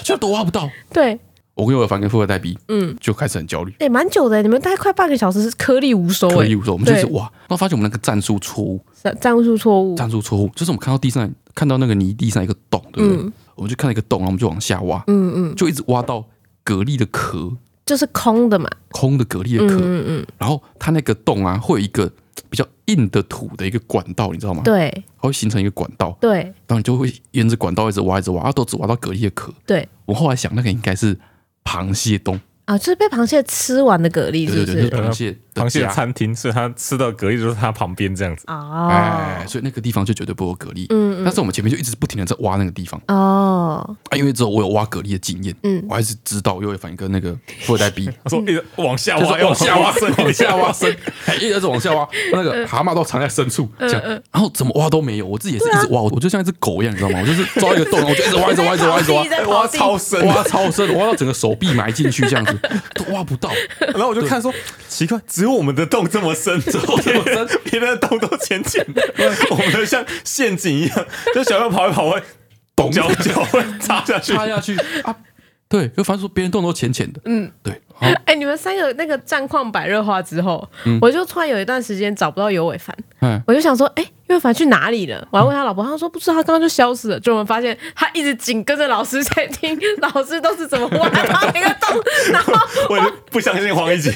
Speaker 2: 就都挖不到。
Speaker 1: 对，
Speaker 2: 我跟我凡跟富二代比，
Speaker 1: 嗯，
Speaker 2: 就开始很焦虑。
Speaker 1: 哎、蛮久的，你们大概快半个小时是颗粒无收
Speaker 2: 可
Speaker 1: 哎
Speaker 2: 以，我说我们就是
Speaker 1: 对嗯
Speaker 2: 哇，然后发现我们那个战术错误，
Speaker 1: 战战术错误，
Speaker 2: 战术错误，就是我们看到地上看到那个泥地上一个洞，对不对？
Speaker 1: 嗯
Speaker 2: 我们就看到一个洞，然后我们就往下挖，嗯嗯，就一直挖到蛤蜊的壳，
Speaker 4: 就是空的嘛，
Speaker 2: 空的蛤蜊的壳，嗯嗯，然后它那个洞啊，会有一个比较硬的土的一个管道，你知道吗？
Speaker 4: 对
Speaker 2: 它会形成一个管道，
Speaker 4: 对
Speaker 2: 然后你就会沿着管道一直挖，一直挖，然啊后都只挖到蛤蜊的壳。
Speaker 4: 对，
Speaker 2: 我后来想，那个应该是螃蟹洞，
Speaker 4: 啊，就是被螃蟹吃完的蛤蜊，
Speaker 2: 对对
Speaker 4: 是不
Speaker 2: 对，就是
Speaker 4: 是？
Speaker 2: 呃螃蟹的
Speaker 3: 螃蟹的
Speaker 2: 家
Speaker 3: 餐厅，所以他吃到蛤蜊就是他旁边这样子。
Speaker 4: 哦
Speaker 2: 哎，所以那个地方就绝对不会有蛤蜊。嗯但是我们前面就一直不停的在挖那个地方
Speaker 4: 哦，
Speaker 2: 啊，因为只有我有挖蛤蜊的经验，嗯，我还是知道，因为反正跟那个富二代比，
Speaker 3: 他说一直往下
Speaker 2: 嗯就是
Speaker 3: 挖，要
Speaker 2: 往下挖
Speaker 3: 深
Speaker 2: 深，， 往下挖深，还一直往下挖，那个蛤蟆都藏在深处，这样，然后怎么挖都没有，我自己也是一直挖，我就像一只狗一样，你知道吗？我就是抓一个洞，然后我就一直挖，一直挖，一直挖，一直挖
Speaker 4: 在。
Speaker 3: 哎
Speaker 4: 跑
Speaker 3: 挖
Speaker 4: 地
Speaker 3: 超深，
Speaker 2: 挖超深，挖到整个手臂埋进去，这样子都挖不到。
Speaker 3: 然后我就看说，奇怪，只有我们的洞 这么深，只有我
Speaker 2: 这么深，
Speaker 3: 别人的洞都浅浅的，我们的像陷阱一样，就小朋友跑一跑会，
Speaker 2: 咚
Speaker 3: 脚脚会插下 去。
Speaker 2: 插下去啊，对，就发现说别人洞都浅浅的，嗯，对，好，
Speaker 4: 哎、你们三个那个战况百热化之后，我就突然有一段时间找不到尤伟凡，
Speaker 2: 嗯，
Speaker 4: 我就想说，哎、尤伟凡去哪里了？我还问他老婆，他说不知道，他刚刚就消失了。就我们发现他一直紧跟着老师在听，老师都是怎么挖到那个 洞，然后
Speaker 3: 我就不相信黄一姐，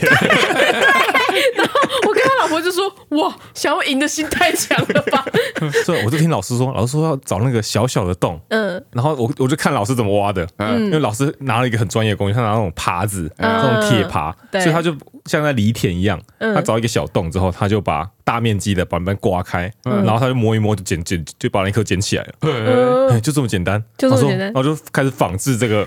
Speaker 4: 我跟他老婆就说，哇，想要赢的心太强了 吧？
Speaker 3: 所以我就听老师说，老师说要找那个小小的洞，
Speaker 4: 嗯，
Speaker 3: 然后我我就看老师怎么挖的，因为老师拿了一个很专业的工具，他拿那种耙子，
Speaker 4: 嗯
Speaker 3: 这种铁耙，
Speaker 4: 对嗯
Speaker 3: 所以他就像在犁田一样，他找一个小洞之后，他就把大面积的板板刮开，
Speaker 4: 嗯
Speaker 3: 然后他就摸一摸，就捡捡，就把那颗捡起来了，
Speaker 2: 嗯
Speaker 3: 哎就这么简单，
Speaker 4: 就这么
Speaker 3: 然后说
Speaker 4: 简单
Speaker 3: 然后就开始仿制这个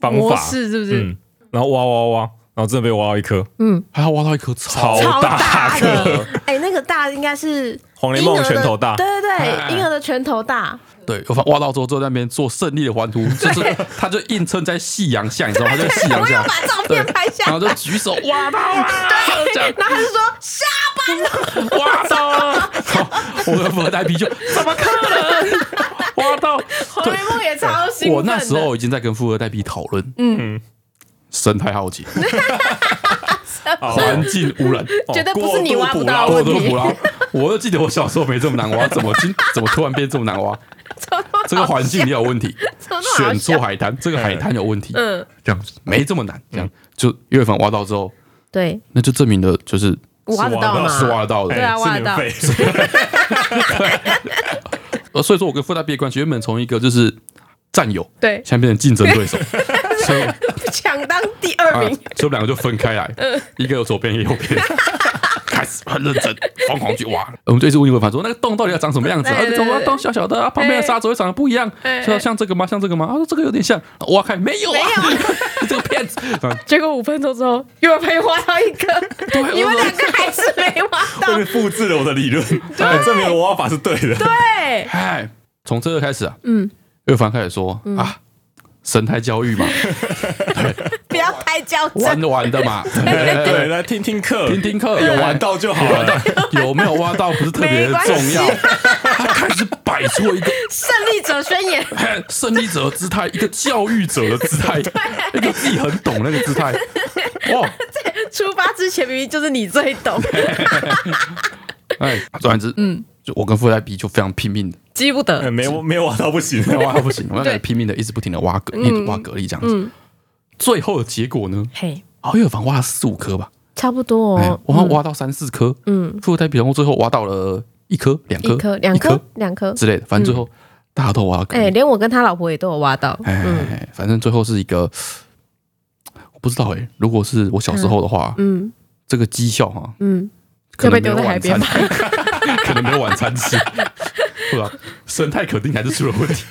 Speaker 3: 方
Speaker 4: 模
Speaker 3: 法，
Speaker 4: 式是不是？
Speaker 3: 嗯，然后挖挖挖，然后真的被挖到一颗，
Speaker 2: 还要挖到一颗草，
Speaker 3: 超
Speaker 4: 超大
Speaker 3: 大
Speaker 4: 的
Speaker 3: 个，
Speaker 4: 哎、那个大应该是
Speaker 3: 黄连
Speaker 4: 婴
Speaker 3: 梦
Speaker 4: 儿的
Speaker 3: 拳头大
Speaker 4: 对对对，婴儿的拳头大，
Speaker 2: 对，我发挖到之后就在那边做胜利的欢呼，就是他就硬撑在夕阳下，你知道吗？他在夕阳
Speaker 4: 我有
Speaker 2: 下，
Speaker 4: 把照片拍下
Speaker 2: 然后
Speaker 4: 来。
Speaker 2: 就举手挖到啦，这样
Speaker 4: 然后他就说下
Speaker 2: 挖到了，然后我的粉带皮就怎么可能挖 到？
Speaker 4: 黄连梦也超兴奋的。
Speaker 2: 我那时候已经在跟富二代 B 讨论，嗯，生态浩劫、环境污 染，
Speaker 3: 哦
Speaker 4: 绝对不是你挖不到
Speaker 2: 拉
Speaker 4: 的
Speaker 2: 我
Speaker 4: 问
Speaker 2: 都
Speaker 4: 题
Speaker 2: 不，拉。 我就记得我小时候没这么难挖，怎么今怎么突然变这么难挖？这个环境也有问 题，
Speaker 4: 怎么那么好
Speaker 2: 选错
Speaker 4: 笑？
Speaker 2: 海滩，这个海滩有问题。
Speaker 4: 嗯，
Speaker 2: 这样子没这么难，这样就岳凡挖到之后，
Speaker 4: 对，
Speaker 2: 那就证明了就是
Speaker 4: 挖得
Speaker 3: 到
Speaker 4: 到
Speaker 3: 嘛
Speaker 2: 是挖
Speaker 4: 嘛？
Speaker 2: 得到
Speaker 3: 哎
Speaker 4: 对
Speaker 2: 的。
Speaker 4: 啊
Speaker 3: 是
Speaker 4: 挖得到
Speaker 3: 免费
Speaker 2: 呃，所以说我跟富大毕的关系原本从一个就是战友，
Speaker 4: 对，
Speaker 2: 现在变成竞争对 手，所以
Speaker 4: 抢当第二
Speaker 2: 啊，
Speaker 4: 名，
Speaker 2: 所以我们两个就分开来，一个有左边，一个右边。 开始很认真，疯狂去挖。 我们就一直问岳凡说：“那个洞到底要长什么样子、啊？
Speaker 4: 对对对
Speaker 2: 怎么洞小小的、啊，旁边的沙子会长得不一样？
Speaker 4: 哎
Speaker 2: 像像这个吗？像这个吗？”啊他说：“这个有点像。”挖开没有啊？ 这个骗子！啊
Speaker 4: 结果五分钟之后又陪我挖到一个，你们两个还是没挖
Speaker 3: 我
Speaker 4: 到
Speaker 3: 就。复制了我的理 论，哎证明我挖法是对的。
Speaker 4: 对，
Speaker 2: 哎，从这个开始啊，嗯，岳凡开始说、啊，生态教育嘛，
Speaker 4: 不要太较
Speaker 2: 玩
Speaker 4: 真。
Speaker 2: 玩的嘛，
Speaker 3: 哎对，来听听课，
Speaker 2: 听听课，
Speaker 3: 有玩到就好了。
Speaker 2: 有没有挖到不是特别
Speaker 4: 没
Speaker 2: 的
Speaker 4: 关
Speaker 2: 重
Speaker 4: 系
Speaker 2: 要。他开始摆出一个
Speaker 4: 胜利者宣言，
Speaker 2: 哎 胜利者的姿态，一个教育者的姿 态，一个自己很懂那个姿态。哇，
Speaker 4: 出发之前明明就是你最懂，
Speaker 2: 哎，总而言之，嗯，就我跟富代比就非常拼 命的，
Speaker 4: 记不
Speaker 3: 哎，
Speaker 4: 得。
Speaker 3: 没没挖到不行，
Speaker 2: 要啊挖到不行，我们要开始拼命的，一直不停的挖
Speaker 4: 嗯
Speaker 2: 蛤，一直挖蛤蜊这样子。最后的结果呢，
Speaker 4: 嘿，
Speaker 2: 好像有房挖了四五颗吧，
Speaker 4: 差不多
Speaker 2: 哎
Speaker 4: 哦，，
Speaker 2: 我好像挖到三四颗，嗯，富代比然后最后挖到了一颗、两颗、
Speaker 4: 一颗、两
Speaker 2: 哎一
Speaker 4: 颗、两颗。嗯
Speaker 2: 之类的，反正最后大家都挖到蛤蜊
Speaker 4: 哎，连我跟他老婆也都有挖到。嗯
Speaker 2: 哎，反正最后是一个，我不知道哎、如果是我小时候的话，嗯，这个绩效哈，
Speaker 4: 嗯，
Speaker 2: 可能没
Speaker 4: 就
Speaker 2: 有
Speaker 4: 被丢在海
Speaker 2: 晚
Speaker 4: 边
Speaker 2: 餐， 可能没有晚餐吃， 对吧？生态肯定还是出了问 题。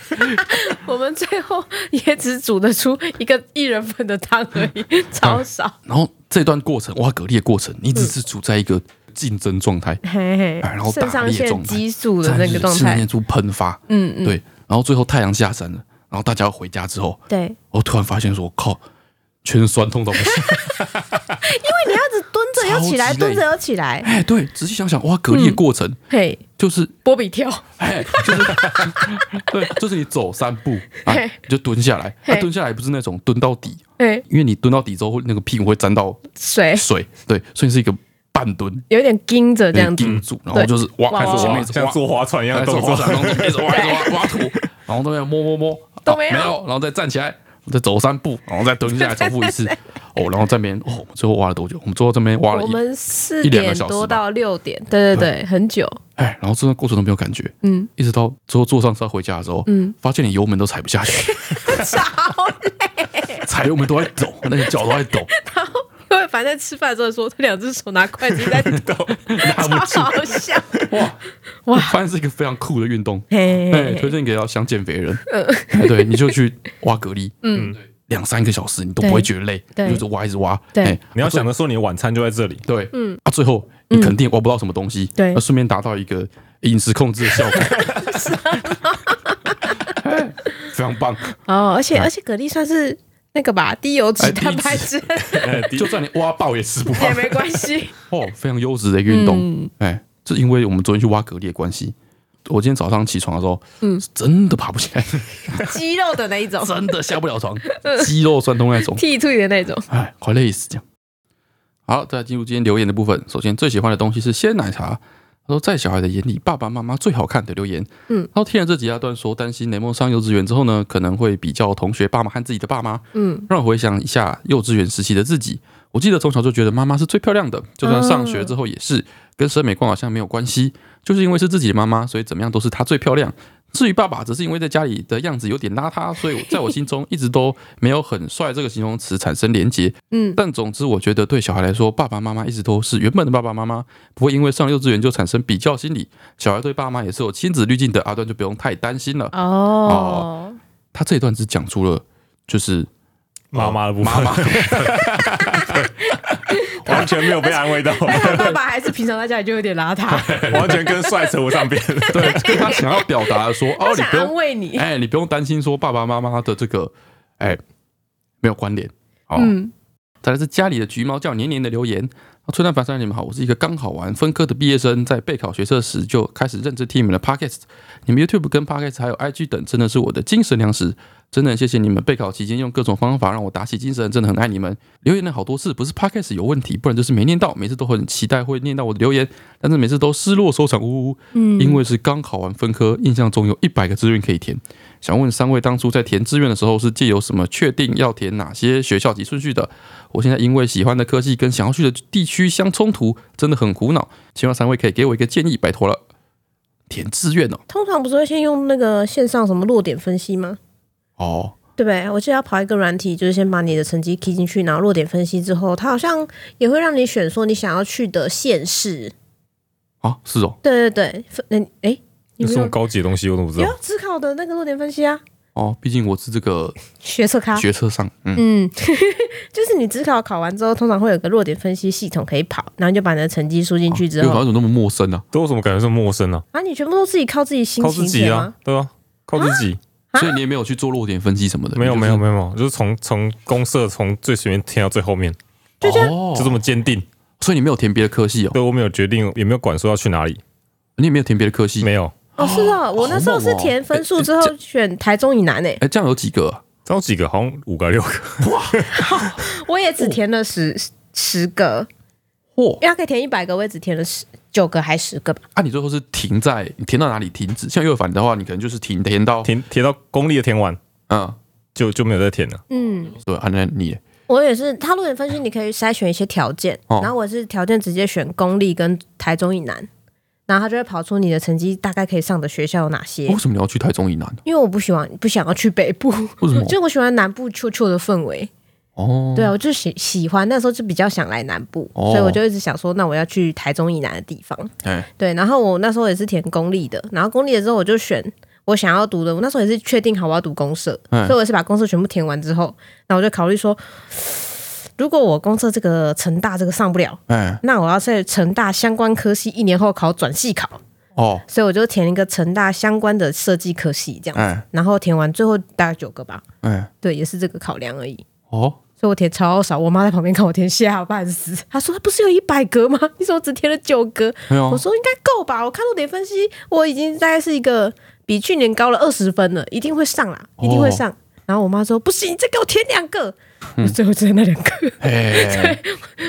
Speaker 4: 我们最后 也只煮得出一个一人份的汤而已，超少。
Speaker 2: 然后这段过程挖蛤蜊的过程，你只是处在一个竞争状态，
Speaker 4: 嘿嘿，
Speaker 2: 哎然后
Speaker 4: 肾
Speaker 2: 打
Speaker 4: 上
Speaker 2: 猎
Speaker 4: 腺
Speaker 2: 状态，
Speaker 4: 激素嗯的那个状态
Speaker 2: 念，出喷发，
Speaker 4: 嗯嗯，
Speaker 2: 对。然后最后太阳下山了，然后大家回家之后，
Speaker 4: 对，因
Speaker 2: 我突然发现说，靠，全身酸痛到不 行。
Speaker 4: 为你要一直蹲着又起来，
Speaker 2: 超级累
Speaker 4: 蹲着又起来，
Speaker 2: 哎，对，仔细想想，挖蛤蜊的过程
Speaker 4: 嘿，
Speaker 2: 就是
Speaker 4: 波比跳，
Speaker 2: 哎，就是对，就是你走三步，啊，
Speaker 4: 嘿
Speaker 2: 你就蹲下来。
Speaker 4: 嘿
Speaker 2: 啊、蹲下来不是那种蹲到底，
Speaker 4: 嘿，
Speaker 2: 因为你蹲到底之后，那个屁股会沾到
Speaker 4: 水
Speaker 2: 水，对，所以是一个半蹲，
Speaker 4: 有点盯着这样子，
Speaker 2: 定住，然后就是挖，
Speaker 4: 哇
Speaker 2: 开始前面
Speaker 3: 哇
Speaker 2: 一直
Speaker 3: 像
Speaker 2: 挖，哎
Speaker 3: 做划船一样
Speaker 2: 开
Speaker 3: 的
Speaker 2: 始
Speaker 3: 动
Speaker 2: 挖
Speaker 3: 作，
Speaker 2: 山洞，一直挖，一直挖，挖土，然后那边摸摸摸，
Speaker 1: 都没有
Speaker 2: 哦没有，然后再站起来，再走三步，然后再蹲下来重复一次，哦，然后这边哦，我们最后挖了多久？我们最后这边
Speaker 4: 哦
Speaker 2: 挖了
Speaker 1: 我
Speaker 2: 一，
Speaker 1: 们四
Speaker 2: 一两个
Speaker 1: 点
Speaker 2: 小时吧
Speaker 1: 多到六点，对对对，很久。
Speaker 2: 哎，然后这段过程都没有感觉，
Speaker 1: 嗯，
Speaker 2: 一直到最后坐上车回家的时候，嗯，发现你油门都踩不下去，踩油门都在抖，那个脚都在抖，
Speaker 1: 因为反正在吃饭的时候说，他两只手拿筷子在抖，
Speaker 2: 拿不住
Speaker 1: 超，好 笑。
Speaker 2: 哇
Speaker 1: 哇
Speaker 2: 哇，发现是一个非常酷的运动，
Speaker 1: 嘿呃
Speaker 2: 哎，推荐给要想减肥的人，哎对，你就去挖蛤蜊，嗯，两三个小时你都不会觉得累，
Speaker 1: 对
Speaker 2: 你就一直挖一直挖，
Speaker 1: 对
Speaker 2: 哎
Speaker 3: 你要想着说你的晚餐就在这里，
Speaker 2: 对，嗯，啊，最后你肯定挖不到什么东西，
Speaker 1: 对
Speaker 2: 那顺便达到一个饮食控制的 效果，哎非常棒。
Speaker 1: 哦，而且而且蛤蜊算是那个吧，低油脂
Speaker 2: 哎
Speaker 1: 蛋白质
Speaker 3: 哎的
Speaker 2: 就算你挖爆也吃不
Speaker 1: 也
Speaker 2: 完，
Speaker 1: 没关系。
Speaker 2: 哦，非常优质的一个运动，哎，这因为我们昨天去挖蛤蜊的关系，我今天早上起床的时候，嗯，真的爬不起来，
Speaker 1: 肌肉的那一 种，
Speaker 2: 真的下不了床，肌肉酸痛那种，
Speaker 1: 剃腿的那种。
Speaker 2: 哎，快累死这样。好，再来进入今天留言的部分。首先，最喜欢的东西是鲜奶茶。他说，在小孩的眼里，爸爸妈妈最好看的留言。
Speaker 1: 嗯，
Speaker 2: 他说听了这集阿段说，担心雷蒙上幼稚园之后呢，可能会比较同学爸妈和自己的爸妈。
Speaker 1: 嗯，
Speaker 2: 让我回想一下幼稚园时期的自己。我记得从小就觉得妈妈是最漂亮的，就算上学之后也是，跟审美观好像没有关系，就是因为是自己的妈妈，所以怎么样都是她最漂亮。至于爸爸，只是因为在家里的样子有点邋遢，所以在我心中一直都没有“很帅”这个形容词产生连结。
Speaker 1: 嗯
Speaker 2: 但总之，我觉得对小孩来说，爸爸妈妈一直都是原本的爸爸妈妈，不会因为上幼稚园就产生比较心理。小孩对爸妈也是有亲子滤镜的，阿段就不用太担心了。
Speaker 1: 哦，
Speaker 2: 他这一段只讲出了就是
Speaker 3: 妈妈的部分，
Speaker 2: 哦妈妈
Speaker 3: 完全没有被安慰到，
Speaker 1: 但他爸爸还是平常在家里就有点 邋遢，
Speaker 3: 完全跟帅扯不 上边。
Speaker 2: 对，就是他想要表达的说，哦
Speaker 1: 他，
Speaker 2: 你
Speaker 1: 想
Speaker 2: 不
Speaker 1: 安
Speaker 2: 用，
Speaker 1: 慰你。
Speaker 2: 哎，你不用担心说爸爸妈妈的这个，哎，没有关联。哦，
Speaker 1: 嗯，
Speaker 2: 再来是家里的橘猫叫年年的留言。啊崔丹凡山，你们好，我是一个刚考完分科的毕业生，在备考学测时就开始认真听你们的 podcast，你们 YouTube 跟 podcast 还有 IG 等，真的是我的精神粮食，真的很谢谢你们备考期间用各种方法让我打起精神，真的很爱你们。留言了好多次，不是 podcast 有问题，不然就是没念到，每次都很期待会念到我的留言，但是每次都失落收场，呜呜。嗯，因为是刚考完分科，印象中有一百个志愿可以填，想问三位当初在填志愿的时候是借由什么确定要填哪些学校及顺序的？我现在因为喜欢的科系跟想要去的地区相冲突，真的很苦恼。希望三位可以给我一个建议，拜托了。填志愿哦，
Speaker 4: 通常不是会先用那个线上什么落点分析吗？
Speaker 2: 哦，
Speaker 4: 对不对？我记得要跑一个软体，就是先把你的成绩 key 进去，然后落点分析之后，它好像也会让你选说你想要去的县市。
Speaker 2: 啊，是哦，
Speaker 4: 对对对，分那哎，你
Speaker 3: 有
Speaker 4: 没
Speaker 3: 什么
Speaker 4: 有
Speaker 3: 高级的东西我都不知
Speaker 4: 有
Speaker 3: 道，
Speaker 4: 只考的那个落点分析啊，
Speaker 2: 哦，毕竟我是这个
Speaker 4: 学测啊咖。
Speaker 2: 学车上，嗯，
Speaker 4: 嗯，就是你只考考完之后，通常会有个落点分析系统可以跑，然后你就把你的成绩输进去之
Speaker 2: 因为好
Speaker 4: 后，
Speaker 2: 像怎么那么陌生啊呢、
Speaker 3: 都有什么感觉是陌生啊？
Speaker 4: 啊，你全部都自己靠自己心
Speaker 3: 靠
Speaker 4: 情
Speaker 3: 自己
Speaker 4: 填
Speaker 3: 啊
Speaker 4: 吗？，
Speaker 3: 对啊，靠自己。
Speaker 2: 啊？所以你也没有去做落点分析什么的，
Speaker 3: 没有没有没
Speaker 2: 有，
Speaker 3: 有，没有就是从从公社从最前面填到最后面，
Speaker 2: 就这样，
Speaker 3: 就这么坚定。
Speaker 2: 所以哦你没有填别的科系哦，
Speaker 3: 对我没有决定，也没有管说要去哪里，
Speaker 2: 你也没有填别的科系，
Speaker 3: 没有。
Speaker 4: 哦，是哦，我那时候是填分数之
Speaker 2: 好
Speaker 4: 后
Speaker 2: 猛
Speaker 4: 选台中以南诶、欸
Speaker 2: 哎，这样有几个啊、
Speaker 3: 这有几个？好像五个还六个。
Speaker 4: 我也只填了十十个，
Speaker 3: 哦
Speaker 2: 嚯、
Speaker 4: 因为它可以填一百个，我也只填了十九个还十个吧。
Speaker 2: 啊，你最后是停在你填到哪里停止？像右反的话，你可能就是停填到，
Speaker 3: 填填到公立的填完，
Speaker 2: 嗯，
Speaker 3: 就就没有再填了。
Speaker 4: 嗯，
Speaker 2: 对，啊，那你
Speaker 4: 我也是，它落点分析你可以筛选一些条件，
Speaker 2: 哦
Speaker 4: 然后我是条件直接选公立跟台中以南，然后它就会跑出你的成绩大概可以上的学校有哪些
Speaker 2: 为。什么你要去台中以南？
Speaker 4: 因为我不喜欢不想要去北部，
Speaker 2: 为什么？
Speaker 4: 就我喜欢南部秋秋的氛围。
Speaker 2: 哦，
Speaker 4: 对啊，我就喜喜欢那时候就比较想来南部，
Speaker 2: 哦
Speaker 4: 所以我就一直想说，那我要去台中以南的地方。
Speaker 2: 哎，
Speaker 4: 对，然后我那时候也是填公立的，然后公立的之后我就选我想要读的，我那时候也是确定好我要读公社，
Speaker 2: 嗯
Speaker 4: 所以我也是把公社全部填完之后，那我就考虑说，如果我公社这个成大这个上不了，
Speaker 2: 哎，
Speaker 4: 那我要在成大相关科系一年后考转系考，
Speaker 2: 哦，
Speaker 4: 所以我就填一个成大相关的设计科系这样子，
Speaker 2: 哎，
Speaker 4: 然后填完最后大概九个吧，
Speaker 2: 哎，
Speaker 4: 对，也是这个考量而已。
Speaker 2: 哦，
Speaker 4: 所以我填超少，我妈在旁边看我填吓半死。她说：“不是有一百格吗？你怎么只填了九格？”
Speaker 2: 没有
Speaker 4: 我
Speaker 2: 啊，
Speaker 4: 说：“应该够吧？我看重点分析，我已经大概是一个比去年高了二十分了，一定会上啦，
Speaker 2: 哦
Speaker 4: 一定会上。然后我妈说：“不行，你再给我填两个。我最后只有那两个，
Speaker 2: 哎，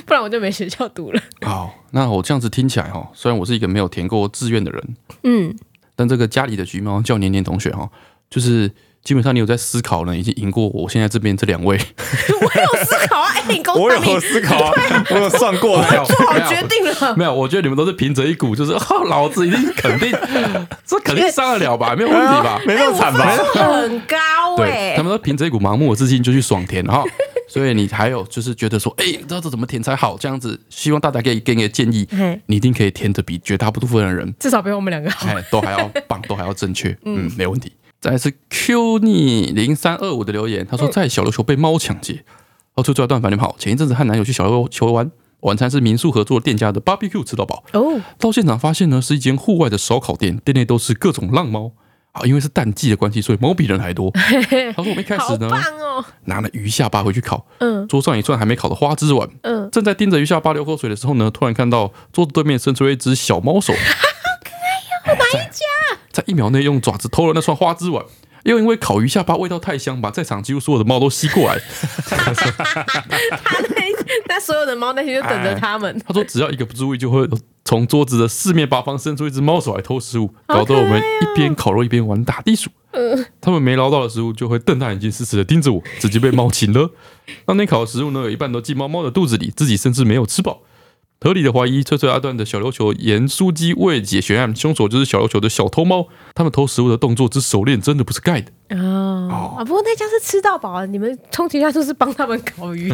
Speaker 4: 不然我就没学校读了。
Speaker 2: 好，那我这样子听起来哈，虽然我是一个没有填过志愿的人，
Speaker 4: 嗯，
Speaker 2: 但这个家里的橘猫叫年年同学哈，就是基本上你有在思考呢，已经赢过我现在这边这两位。
Speaker 4: 我有思考啊，哎、你公
Speaker 3: 我
Speaker 4: 司你
Speaker 3: 有思考啊，我有算过了。
Speaker 4: 做好决定了。
Speaker 2: 没有，我觉得你们都是凭着一股就是，哦，老子一定肯 定，这肯定上得了吧，没有问题吧？
Speaker 3: 没那么惨吧？
Speaker 4: 很高哎、
Speaker 2: 对，他们都凭着一股盲目的自信就去爽填哈。所以你还有就是觉得说，哎、你知道这怎么填才好？这样子，希望大家可以给你个建议
Speaker 1: 嘿，
Speaker 2: 你一定可以填的比绝大部分的人，
Speaker 4: 至少比我们 两个好。
Speaker 2: 哎，都还要棒，都还要正确，嗯，没问题。再来是 Q 你零三二五的留言，他
Speaker 4: 嗯
Speaker 2: 说在小琉球被猫抢劫，哦，出最后一段反正好。前一阵子和男友去小琉球玩，晚餐是民宿合作店家的 BBQ 吃到饱，
Speaker 4: 哦，
Speaker 2: 到现场发现呢，是一间户外的烧烤店，店内都是各种浪猫啊，因为是淡季的关系，所以猫比人还 多。他说我们一开
Speaker 4: 好
Speaker 2: 始呢，
Speaker 4: 棒哦！
Speaker 2: 拿了鱼下巴回去烤，
Speaker 4: 嗯
Speaker 2: 桌上一串还没烤的花枝丸，
Speaker 4: 嗯，
Speaker 2: 正在盯着鱼下巴流口水的时候呢，突然看到桌子对面伸出一只小猫手，好可爱呀、哦我买一家，在一秒内用爪子偷了那串花枝丸。又因为烤鱼下巴味道太香，把在场几乎所有的猫都吸过来。
Speaker 4: 他那那所有的猫那天就等着他们。
Speaker 2: 他说，只要一个不注意，就会从桌子的四面八方伸出一只猫手来偷食物，搞得我们一边烤肉一边玩打地鼠。他们没捞到的食物就会瞪大眼睛，死死的盯着我，直接被猫擒了。 当天烤的食物呢，有一半都进猫猫的肚子里，自己甚至没有吃饱。合理的怀疑，翠翠阿段的小琉球盐酥鸡未解悬案，凶手就是小琉球的小偷猫。他们偷食物的动作之熟练，真的不是盖的。
Speaker 4: 哦，啊，不过那家是吃到饱啊，你们充其量就是帮他们烤鱼，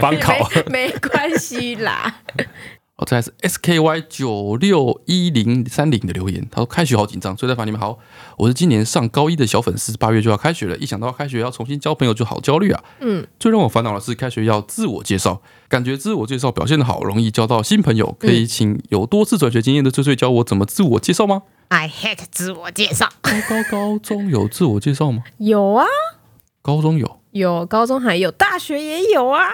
Speaker 3: 帮烤
Speaker 4: 没没关系 啦。
Speaker 2: 哦，这还是 S K Y 九六一零三零的留言，他说开学好紧张，所以在房你们好，我是今年上高一的小粉丝，八月就要开学了，一想到开学要重新交朋友就好焦虑啊。嗯，最让我烦恼的是开学要自我介绍，感觉自我介绍表现的好，容易交到新朋友，可以请有多次转学经验的翠翠教我怎么自我介绍吗？
Speaker 4: I hate 自我介绍，
Speaker 2: 高高高中有自我介绍吗？
Speaker 4: 有啊，
Speaker 2: 高中有，
Speaker 4: 有高中还有，大学也有啊。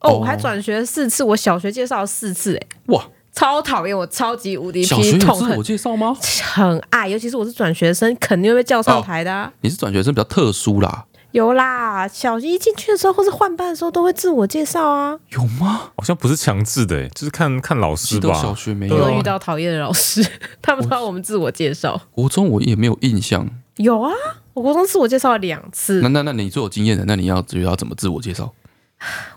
Speaker 4: 哦，
Speaker 2: 哦
Speaker 4: 我还转学四次，我小学介绍四次、哎，
Speaker 2: 哇，
Speaker 4: 超讨厌，我超级无敌
Speaker 2: 小学
Speaker 4: 批
Speaker 2: 有
Speaker 4: 痛
Speaker 2: 自
Speaker 4: 恨
Speaker 2: 我，介绍吗？
Speaker 4: 很爱，尤其是我是转学生，肯定会被叫上台的、啊。
Speaker 2: 你是转学生比较特殊啦，
Speaker 4: 有啦，小一进去的时候或是换班的时候都会自我介绍啊。
Speaker 2: 有吗？
Speaker 3: 好像不是强制的欸，就是看看老师
Speaker 2: 记得
Speaker 3: 吧。
Speaker 2: 小学没
Speaker 3: 对
Speaker 4: 都
Speaker 3: 啊
Speaker 2: 有
Speaker 4: 遇，到讨厌的老师， 他们都要我们自我介绍。
Speaker 2: 国中我也没有印象。
Speaker 4: 有啊，我国中自我介绍了两次
Speaker 2: 那。那那你最有经验的，那你要知道怎么自我介绍？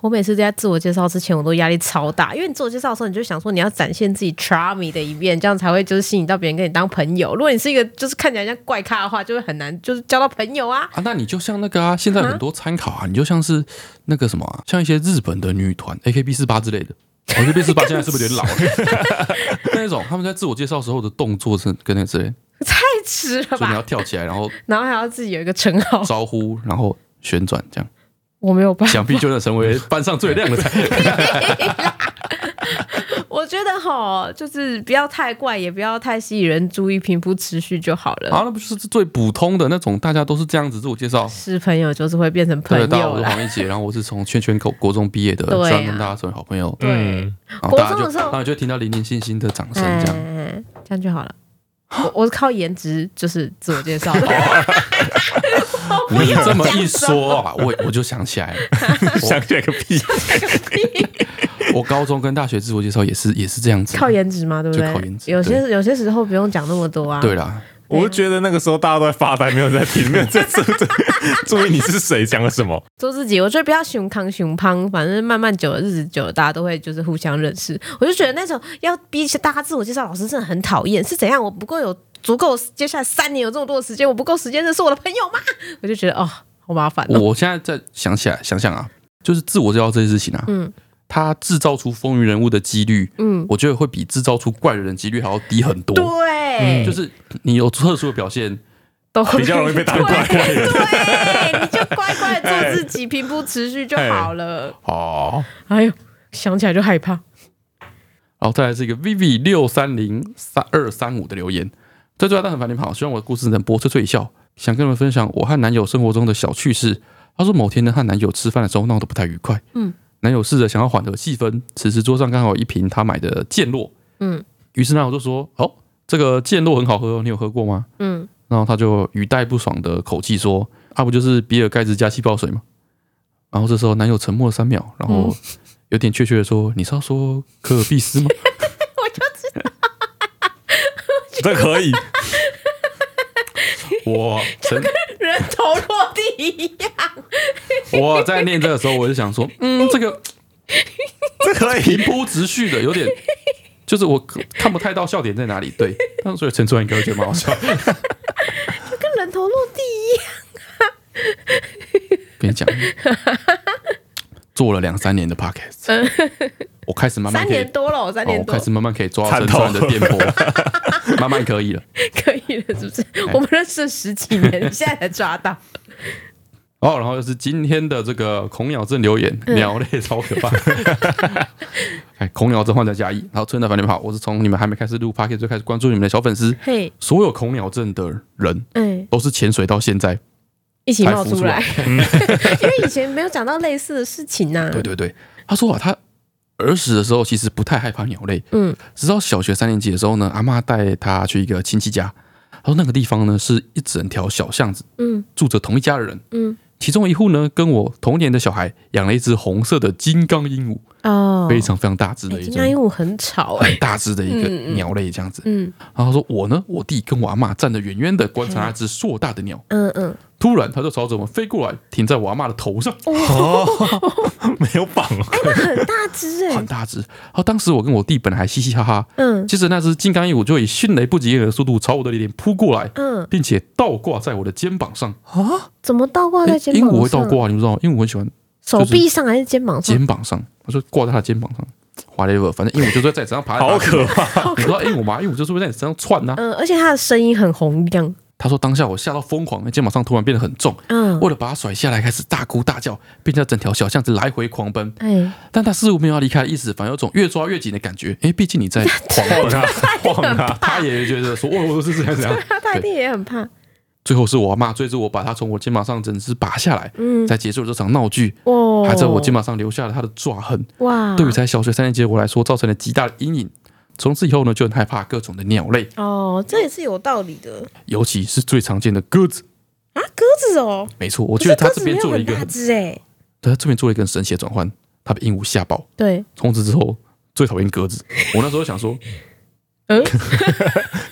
Speaker 4: 我每次在自我介绍之前，我都压力超大，因为你自我介绍的时候，你就想说你要展现自己 charming 的一面，这样才会就是吸引到别人跟你当朋友。如果你是一个就是看起来像怪咖的话，就会很难就是交到朋友 啊。
Speaker 2: 啊，那你就像那个啊，现在很多参考啊，你就像是那个什么、啊，像一些日本的女团 A K B 四八之类的。我觉得 B 四八现在是不是有点老了？ 那种他们在自我介绍时候的动作是跟那之类，
Speaker 4: 太迟
Speaker 2: 所
Speaker 4: 了
Speaker 2: 以你要
Speaker 4: 吧？
Speaker 2: 跳起来，然后
Speaker 4: 然后还要自己有一个称号，
Speaker 2: 招呼，然后旋转，这样
Speaker 4: 我没有办法。
Speaker 2: 想必就能成为班上最靓的才。
Speaker 4: 我觉得哈，就是不要太怪，也不要太吸引人注意，平铺持续就好了。
Speaker 2: 啊，那不就是最普通的那种，大家都是这样子自我介绍。
Speaker 4: 是朋友就是会变成朋
Speaker 2: 对，大家好，
Speaker 4: 友
Speaker 2: 我是
Speaker 4: 啦。
Speaker 2: 黄一杰，然后我是从圈圈国国中毕业的，
Speaker 4: 对啊
Speaker 2: 希望跟大家成为好朋友。
Speaker 4: 对，
Speaker 3: 嗯
Speaker 2: 然后大家
Speaker 4: 国
Speaker 2: 就
Speaker 4: 中的时候
Speaker 2: 然后你就听到零零星星的掌声
Speaker 4: 哎
Speaker 2: 这样。
Speaker 4: 这样就好了。 我我是靠颜值就是自我介绍的，
Speaker 2: 你这么一说啊，我我就想起 来了，
Speaker 3: 想起来个屁！
Speaker 2: 我高中跟大学自我介绍也是也是这样子。
Speaker 4: 靠颜值嘛，对不
Speaker 2: 就靠
Speaker 4: 对
Speaker 2: 颜？值
Speaker 4: 有些有些时候不用讲那么多啊。
Speaker 2: 对啦，
Speaker 3: 我就觉得那个时候大家都在发呆，没有人在听，没有人在注注意你是谁讲了什么。
Speaker 4: 做自己，我觉得不要熊康熊胖，反正慢慢久了，日子久了，大家都会就是互相认识。我就觉得那种要逼大家自我介绍，老师真的很讨厌。是怎样？我不够有足够接下来三年有这么多的时间，我不够时间认识我的朋友吗？我就觉得哦，好麻烦
Speaker 2: 我
Speaker 4: 哦。
Speaker 2: 我现在在想起来想想啊，就是自我介绍这件事情啊，嗯，它制造出风云人物的几率，嗯，我觉得会比制造出怪人的几率还要低很多。
Speaker 4: 对，
Speaker 2: 就是你有特殊的表现，
Speaker 4: 都会
Speaker 3: 比较容易被当
Speaker 4: 对
Speaker 3: 怪
Speaker 4: 对，你就乖乖做自己，平铺持续就好了。
Speaker 2: 哦。
Speaker 4: 哎呦，想起来就害 怕。
Speaker 2: 然后再来是一个 Viv 六三零三二三五的留言，最最爱的很烦你们好，希望我的故事能博翠翠一笑，想跟你们分享我和男友生活中的小趣事。她说某天呢和男友吃饭的时候闹得不太愉快，嗯，男友试着想要缓和气氛，此时桌上刚好有一瓶他买的健洛，
Speaker 4: 嗯，
Speaker 2: 于是男友就说：“哦，这个健洛很好喝哦，你有喝过吗？”
Speaker 4: 嗯，
Speaker 2: 然后他就语带不爽的口气说：“啊，不就是比尔盖茨加气泡水吗？”然后这时候男友沉默了三秒，然
Speaker 4: 嗯
Speaker 2: 后有点怯怯的说：“你是要说可尔必斯吗？”
Speaker 3: 这可以，我曾
Speaker 4: 人头落地一样。
Speaker 2: 我在念这个时候，我就想 说，嗯，这个
Speaker 3: 这可
Speaker 2: 平铺直叙的，有点就是我看不太到笑点在哪里。对，但是所以陈川应该会觉得蛮好笑。
Speaker 4: 跟人头落地一样。
Speaker 2: 跟你讲，做了两三年的 podcast，我开始慢慢
Speaker 4: 嗯三
Speaker 2: 可以
Speaker 4: 年，多了，三
Speaker 2: 哦
Speaker 4: 年
Speaker 2: 我
Speaker 4: 多、
Speaker 2: 开始慢慢可以抓到
Speaker 3: 参
Speaker 2: 陈
Speaker 3: 透
Speaker 2: 川的电波， 慢慢可以了。
Speaker 4: 可以了，是不是？我们认识了十几 年，现在才抓到。
Speaker 2: 哦，然后就是今天的这个恐鸟症留
Speaker 4: 嗯
Speaker 2: 言，鸟类超可怕。 哎，恐鸟症患者加一，然后村长凡你们好，我是从你们还没开始录 p o d c a s t 就开始关注你们的小粉丝，
Speaker 4: 嘿，
Speaker 2: 所有恐鸟症的人
Speaker 4: 嗯，
Speaker 2: 都是潜水到现在，
Speaker 4: 一起
Speaker 2: 才
Speaker 4: 冒
Speaker 2: 浮
Speaker 4: 出
Speaker 2: 出来嗯
Speaker 4: 来， 因为以前没有讲到类似的事情啊呐、
Speaker 2: 对对对，他说啊，他儿时的时候其实不太害怕鸟类，
Speaker 4: 嗯，
Speaker 2: 直到小学三年级的时候呢，阿妈带他去一个亲戚家，然后那个地方呢是一整条小巷子，
Speaker 4: 嗯，
Speaker 2: 住着同一家的人，
Speaker 4: 嗯，
Speaker 2: 其中一户呢跟我同年的小孩养了一只红色的金刚鹦鹉，
Speaker 4: 哦，
Speaker 2: 非常非常大只
Speaker 4: 哎
Speaker 2: 的一
Speaker 4: 金
Speaker 2: 只
Speaker 4: 刚。鹦鹉很吵哎、
Speaker 2: 很大只的一个鸟类这样子，
Speaker 4: 嗯
Speaker 2: 然后他说我呢，我弟跟我阿妈站得远远的观察那只硕大的鸟，
Speaker 4: 嗯嗯，
Speaker 2: 突然他就朝着我们飞过来，停在我阿妈的头上，
Speaker 3: 没有绑哦，
Speaker 4: 很大只哎、
Speaker 2: 很大只。然后当时我跟我弟本来还嘻嘻哈哈，
Speaker 4: 嗯
Speaker 2: 其实那只金刚鹦鹉就以迅雷不及掩耳的速度朝我的脸扑过来，
Speaker 4: 嗯，
Speaker 2: 并且倒挂在我的肩膀上。
Speaker 4: 怎么倒挂在
Speaker 2: 诶
Speaker 4: 肩
Speaker 2: 鹦
Speaker 4: 膀
Speaker 2: 哎
Speaker 4: 上？
Speaker 2: 鹉会倒挂，你们知道吗？鹦鹉很喜欢
Speaker 4: 手臂上还是肩膀上？
Speaker 2: 肩膀上，我就挂在它的肩膀上。whatever，反正鹦鹉就是会在你身上爬来
Speaker 3: 好
Speaker 2: 爬去。
Speaker 3: 可怕！
Speaker 2: 你知道鹦鹉吗？鹦鹉就是会在你身上窜呐、
Speaker 4: 嗯，而且它的声音很洪亮。
Speaker 2: 他说当下我吓到疯狂，肩膀上突然变得很重。
Speaker 4: 嗯，
Speaker 2: 为了把它甩下来，开始大哭大叫，并在整条小巷子来回狂奔。
Speaker 4: 哎，
Speaker 2: 但他似乎没有要离开的意思，反而有种越抓越紧的感觉。因为毕竟你在狂
Speaker 3: 晃
Speaker 2: 奔，
Speaker 3: 他，晃他，
Speaker 2: 他也觉得说：“哦，我是这样这样。
Speaker 4: 它它一定也很怕。
Speaker 2: 最后是我妈追着我，把她从我肩膀上整只拔下来，
Speaker 4: 嗯，哦
Speaker 2: 才结束了这场闹剧，
Speaker 4: 哇，
Speaker 2: 还在我肩膀上留下了她的抓痕。
Speaker 4: 哇，
Speaker 2: 对于才小学三年级的我来说，造成了极大的阴影。从此以后呢，就很害怕各种的鸟类，
Speaker 4: 哦，这也是有道理的
Speaker 2: 尤其是最常见的鸽子。
Speaker 4: 啊。鸽子哦，
Speaker 2: 没错，我
Speaker 4: 我
Speaker 2: 觉得他这边做了一个
Speaker 4: 大
Speaker 2: 很，
Speaker 4: 只哎，
Speaker 2: 对他这边做了一个很神奇的转换，他被鹦鹉吓爆。
Speaker 4: 对，
Speaker 2: 从此之后，最讨厌鸽子。我那时候想说，